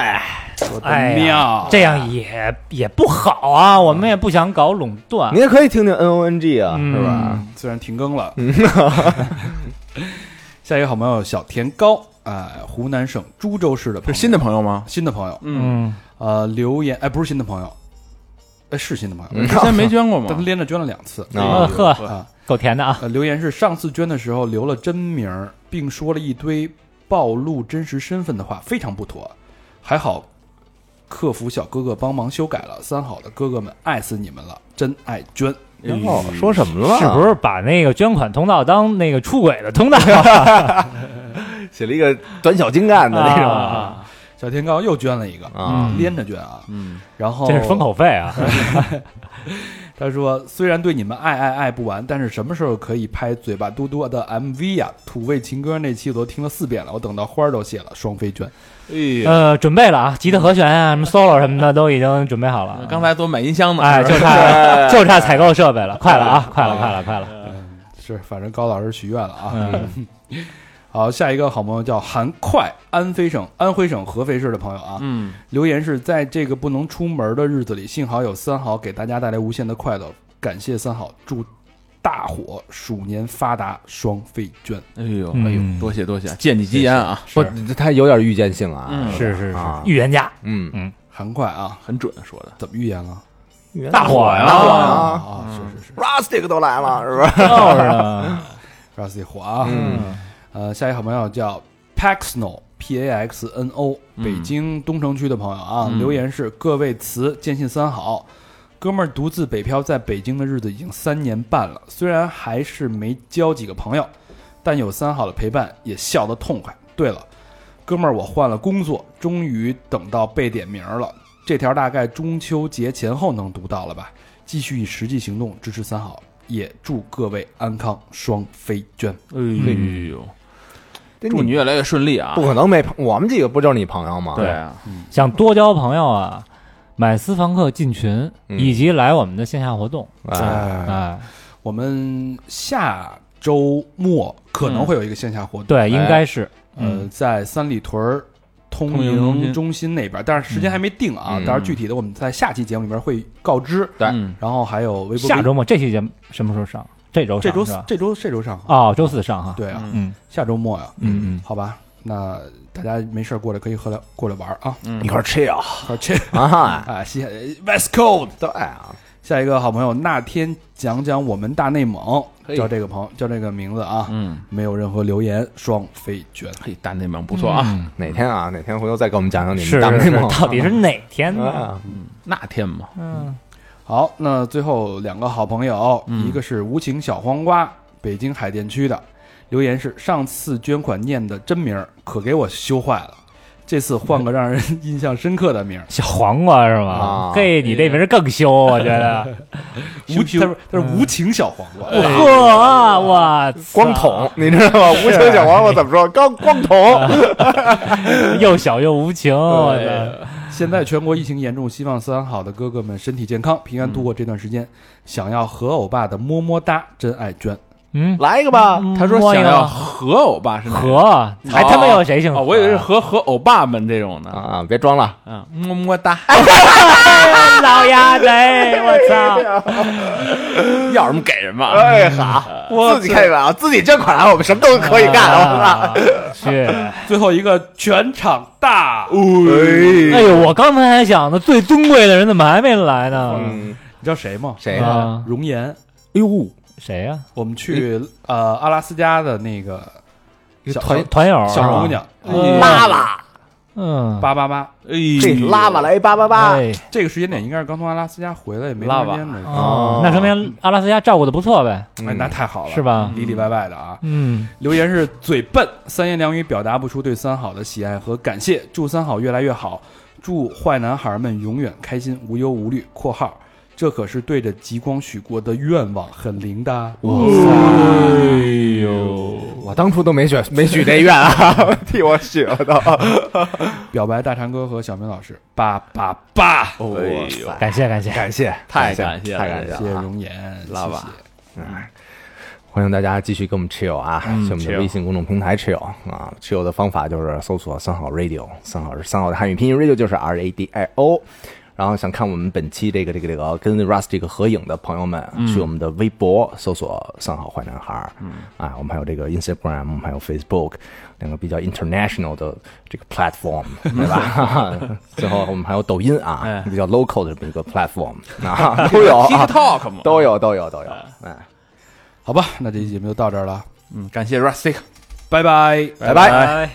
Speaker 4: 哎呀
Speaker 5: 妙
Speaker 4: 这样也也不好啊，我们也不想搞垄断
Speaker 3: 你。也可以听听 N O N G 啊，
Speaker 4: 嗯
Speaker 3: 是吧？
Speaker 5: 虽然停
Speaker 1: (laughs)
Speaker 5: 更了。 (laughs) 下一个好朋友小田高，哎，湖南省株洲市的朋
Speaker 1: 这
Speaker 5: 友
Speaker 1: 是新的朋友吗？
Speaker 5: 新的朋友，
Speaker 4: 嗯，
Speaker 5: 呃，留言哎不是新的朋友，哎是新的朋友，
Speaker 1: (laughs) 之前没捐过
Speaker 5: 但他
Speaker 1: 吗？
Speaker 5: 连着捐了两次。
Speaker 4: 呃
Speaker 3: 啊，
Speaker 4: 呵，
Speaker 5: 啊，
Speaker 4: 够甜的啊。
Speaker 5: 呃，留言是上次捐的时候留了真名儿，并说了一堆暴露真实身份的话，非常不妥。还好，客服小哥哥帮忙修改了。三好的哥哥们，爱死你们了，真爱捐。
Speaker 3: 然后说什么了？
Speaker 4: 是不是把那个捐款通道当那个出轨的通道？啊
Speaker 3: 写了一个短小精干的那种？
Speaker 4: 啊
Speaker 5: 小天高又捐了一个，
Speaker 3: 啊
Speaker 4: 嗯
Speaker 5: 连着捐啊。
Speaker 1: 嗯，
Speaker 5: 然后
Speaker 4: 真是封口费啊！
Speaker 5: 他说：“虽然对你们爱爱爱不完，但是什么时候可以拍嘴巴嘟嘟的 MV 呀、土味情歌那期我都听了四遍了，我等到花儿都谢了。双飞捐，
Speaker 4: 呃，准备了啊，吉他和弦啊，什么 solo 什么的都已经准备好了。
Speaker 1: (laughs) 刚才都买音箱呢，(laughs)
Speaker 4: 哎，
Speaker 1: 是
Speaker 4: 就差就差采购设备了，快了啊，快了，快了，快了！
Speaker 5: 是反正高老师许愿了啊。好，下一个好朋友叫韩快，安徽省安徽省合肥市的朋友啊，
Speaker 1: 嗯，
Speaker 5: 留言是在这个不能出门的日子里，幸好有三好给大家带来无限的快乐，感谢三好，祝大伙鼠年发达，双飞娟。
Speaker 1: 哎呦
Speaker 4: 嗯
Speaker 1: 哎呦，多谢多谢，借你吉言啊，
Speaker 3: 不，他有点预见性啊，
Speaker 1: 嗯，
Speaker 4: 是是是
Speaker 3: 啊，
Speaker 4: 预言家
Speaker 3: 嗯，
Speaker 5: 韩快啊，
Speaker 1: 很准说的，哎
Speaker 5: 怎么预言了？
Speaker 4: 大火呀
Speaker 3: 大火
Speaker 5: 啊
Speaker 3: 呀
Speaker 5: 啊，是是是
Speaker 3: ，Rustic 都来了，是不是？
Speaker 4: 就是啊
Speaker 5: r u s t y 火啊。
Speaker 3: 嗯，
Speaker 5: 呃，下一个好朋友叫 Paxno P A X N O，北京东城区的朋友啊，留言是各位词，坚信三好。哥们儿独自北漂，在北京的日子已经三年半了，虽然还是没交几个朋友，但有三好的陪伴，也笑得痛快。对了，哥们儿，我换了工作，终于等到被点名了。这条大概中秋节前后能读到了吧？继续以实际行动支持三好，也祝各位安康双飞娟。
Speaker 1: 哎呦，
Speaker 3: 这
Speaker 1: 祝你越来越顺利啊！
Speaker 3: 不可能没朋，我们几个不就是你朋友吗？
Speaker 1: 对啊，
Speaker 4: 想多交朋友啊，买私房课进群，
Speaker 3: 嗯
Speaker 4: 以及来我们的线下活动。
Speaker 3: 哎，
Speaker 4: 哎，
Speaker 5: 我们下周末可
Speaker 1: 嗯
Speaker 5: 能会有一个线下活动，哎
Speaker 4: 对，应该是
Speaker 3: 哎
Speaker 4: 嗯
Speaker 5: 呃，在三里屯儿通
Speaker 1: 通营中
Speaker 5: 营
Speaker 1: 心
Speaker 5: 中心那边，但是时间还没定啊，
Speaker 3: 嗯
Speaker 5: 当然具体的我们在下期节目里面会告知。
Speaker 1: 对
Speaker 5: 嗯然后还有微
Speaker 3: 呃
Speaker 5: 博，
Speaker 4: 下周末这期节目什么时候上？这周上
Speaker 5: 这周
Speaker 4: 是吧？
Speaker 5: 这周这周上啊，
Speaker 4: 哦，周四上哈。，
Speaker 5: 对啊，
Speaker 4: 嗯
Speaker 5: 下周末呀，
Speaker 4: 嗯嗯，
Speaker 5: 好吧，那大家没事儿过来可以喝来过来玩儿啊，
Speaker 1: 嗯
Speaker 6: 一块儿吃呀。
Speaker 5: 好去
Speaker 3: (laughs) 啊，
Speaker 5: 啊，西 West Coast。
Speaker 3: 对啊，
Speaker 5: 下一个好朋友，那天讲讲我们大内蒙，
Speaker 1: 嘿
Speaker 5: 叫这个朋友叫这个名字啊，
Speaker 1: 嗯，
Speaker 5: 没有任何留言，双飞卷。
Speaker 1: 嘿，大内蒙不错啊。
Speaker 3: 哪天啊，哪天回头再给我们讲讲你们
Speaker 4: 是
Speaker 3: 大
Speaker 4: 是
Speaker 3: 内
Speaker 4: 是
Speaker 3: 蒙
Speaker 4: 到底是哪天呢？
Speaker 3: 啊，
Speaker 1: 那天嘛，
Speaker 4: 嗯，
Speaker 5: 好，那最后两个好朋友，
Speaker 3: 嗯
Speaker 5: 一个是无情小黄瓜，北京海淀区的，留言是上次捐款念的真名儿，可给我羞坏了，这次换个让人 (laughs) 印象深刻的名儿。
Speaker 4: 小黄瓜是
Speaker 3: 啊
Speaker 4: 吧？嘿，你这名儿更羞，我
Speaker 3: (laughs)
Speaker 4: 觉得。
Speaker 5: 无情，他说他说
Speaker 3: 嗯
Speaker 5: 无情小黄瓜，
Speaker 4: 呵，啊我
Speaker 3: 光
Speaker 4: 操，
Speaker 3: 桶，你知道吗？无情小黄瓜怎么说？刚光桶，
Speaker 4: 又小又无情，我操！
Speaker 5: 现在全国疫情严重，希望三好的哥哥们身体健康，平安度过这段时间。想要和欧巴的么么哒，真爱娟。
Speaker 4: 嗯，
Speaker 3: 来一个吧。
Speaker 1: 他说
Speaker 4: 摸一
Speaker 1: 想
Speaker 4: 个
Speaker 1: 要和欧巴是哪个
Speaker 4: 和还他妈有谁姓啊
Speaker 1: 哦，
Speaker 4: 何？
Speaker 1: 我以为是和和欧巴们这种的。
Speaker 3: 啊，别装了，
Speaker 1: 嗯，么么哒。
Speaker 4: 老鸭贼，我操！
Speaker 1: 要什么给什么啊。
Speaker 3: 哎，好，自己开源啊，自己捐款啊，我们什么都 (laughs) 可以干啊。
Speaker 4: 啊！是，
Speaker 5: 最后一个全场大呜，
Speaker 4: 哎呦，我刚才还想呢，最尊贵的人怎么还没来呢？
Speaker 3: 嗯，
Speaker 5: 你知道谁吗？
Speaker 3: 谁呀？
Speaker 4: 啊，
Speaker 5: 容颜。
Speaker 3: 哎呦，
Speaker 4: 谁呀？
Speaker 5: 我们去呃阿拉斯加的那个
Speaker 3: 一个
Speaker 5: 小
Speaker 3: 团
Speaker 4: 团友，啊
Speaker 5: 小姑娘
Speaker 3: 拉拉，
Speaker 4: 嗯，
Speaker 5: 八八八，
Speaker 3: 这拉拉来八八八，
Speaker 4: 哎
Speaker 5: 这个时间点应该是刚从阿拉斯加回来，也没多长时间呢。
Speaker 4: 哦，那说明阿拉斯加照顾的不错呗，
Speaker 5: 哎，那太好了，
Speaker 4: 是？吧？
Speaker 5: 里里外外的啊，
Speaker 4: 嗯，
Speaker 5: 留言是嘴笨，三言两语表达不出对三好的喜爱和感谢。祝三好越来越好，祝坏男孩们永远开心无忧无虑。（括号）这可是对着极光许过的愿望，很灵的啊。
Speaker 3: 我当初都没许没许这愿啊， (laughs) 替我许了都。
Speaker 5: 表白大长哥和小明老师，八八八，
Speaker 1: 哎呦，
Speaker 4: 感谢感谢，
Speaker 3: 感谢，
Speaker 1: 太
Speaker 3: 感
Speaker 1: 感谢了
Speaker 3: 太感谢
Speaker 5: 谢谢
Speaker 3: 了啊！
Speaker 5: 容颜，
Speaker 1: 拉
Speaker 5: 谢
Speaker 1: 吧
Speaker 5: 谢。
Speaker 3: 欢迎大家继续跟我们持有啊，
Speaker 1: 嗯
Speaker 3: 去我们的微信公众平台持有啊。持有的方法就是搜索“三好 radio”，三好是三好的汉语拼音，radio 就是 R A D I O。然后想看我们本期这个这个这个跟 Rust 这个合影的朋友们，去我们的微博搜索“三好坏男孩儿”，啊，我们还有这个 Instagram，我们还有 Facebook，两个比较 international 的这个 platform，对吧？ (laughs) 最后我们还有抖音啊，比较 local 的这么一个 platform 啊，都有啊，
Speaker 1: TikTok 嘛，
Speaker 3: 都有都有都有，哎，
Speaker 5: 好吧，那这期节目就到这儿了，
Speaker 1: 嗯，感谢 Rustic。
Speaker 5: 拜拜。
Speaker 3: 拜拜。
Speaker 4: 拜。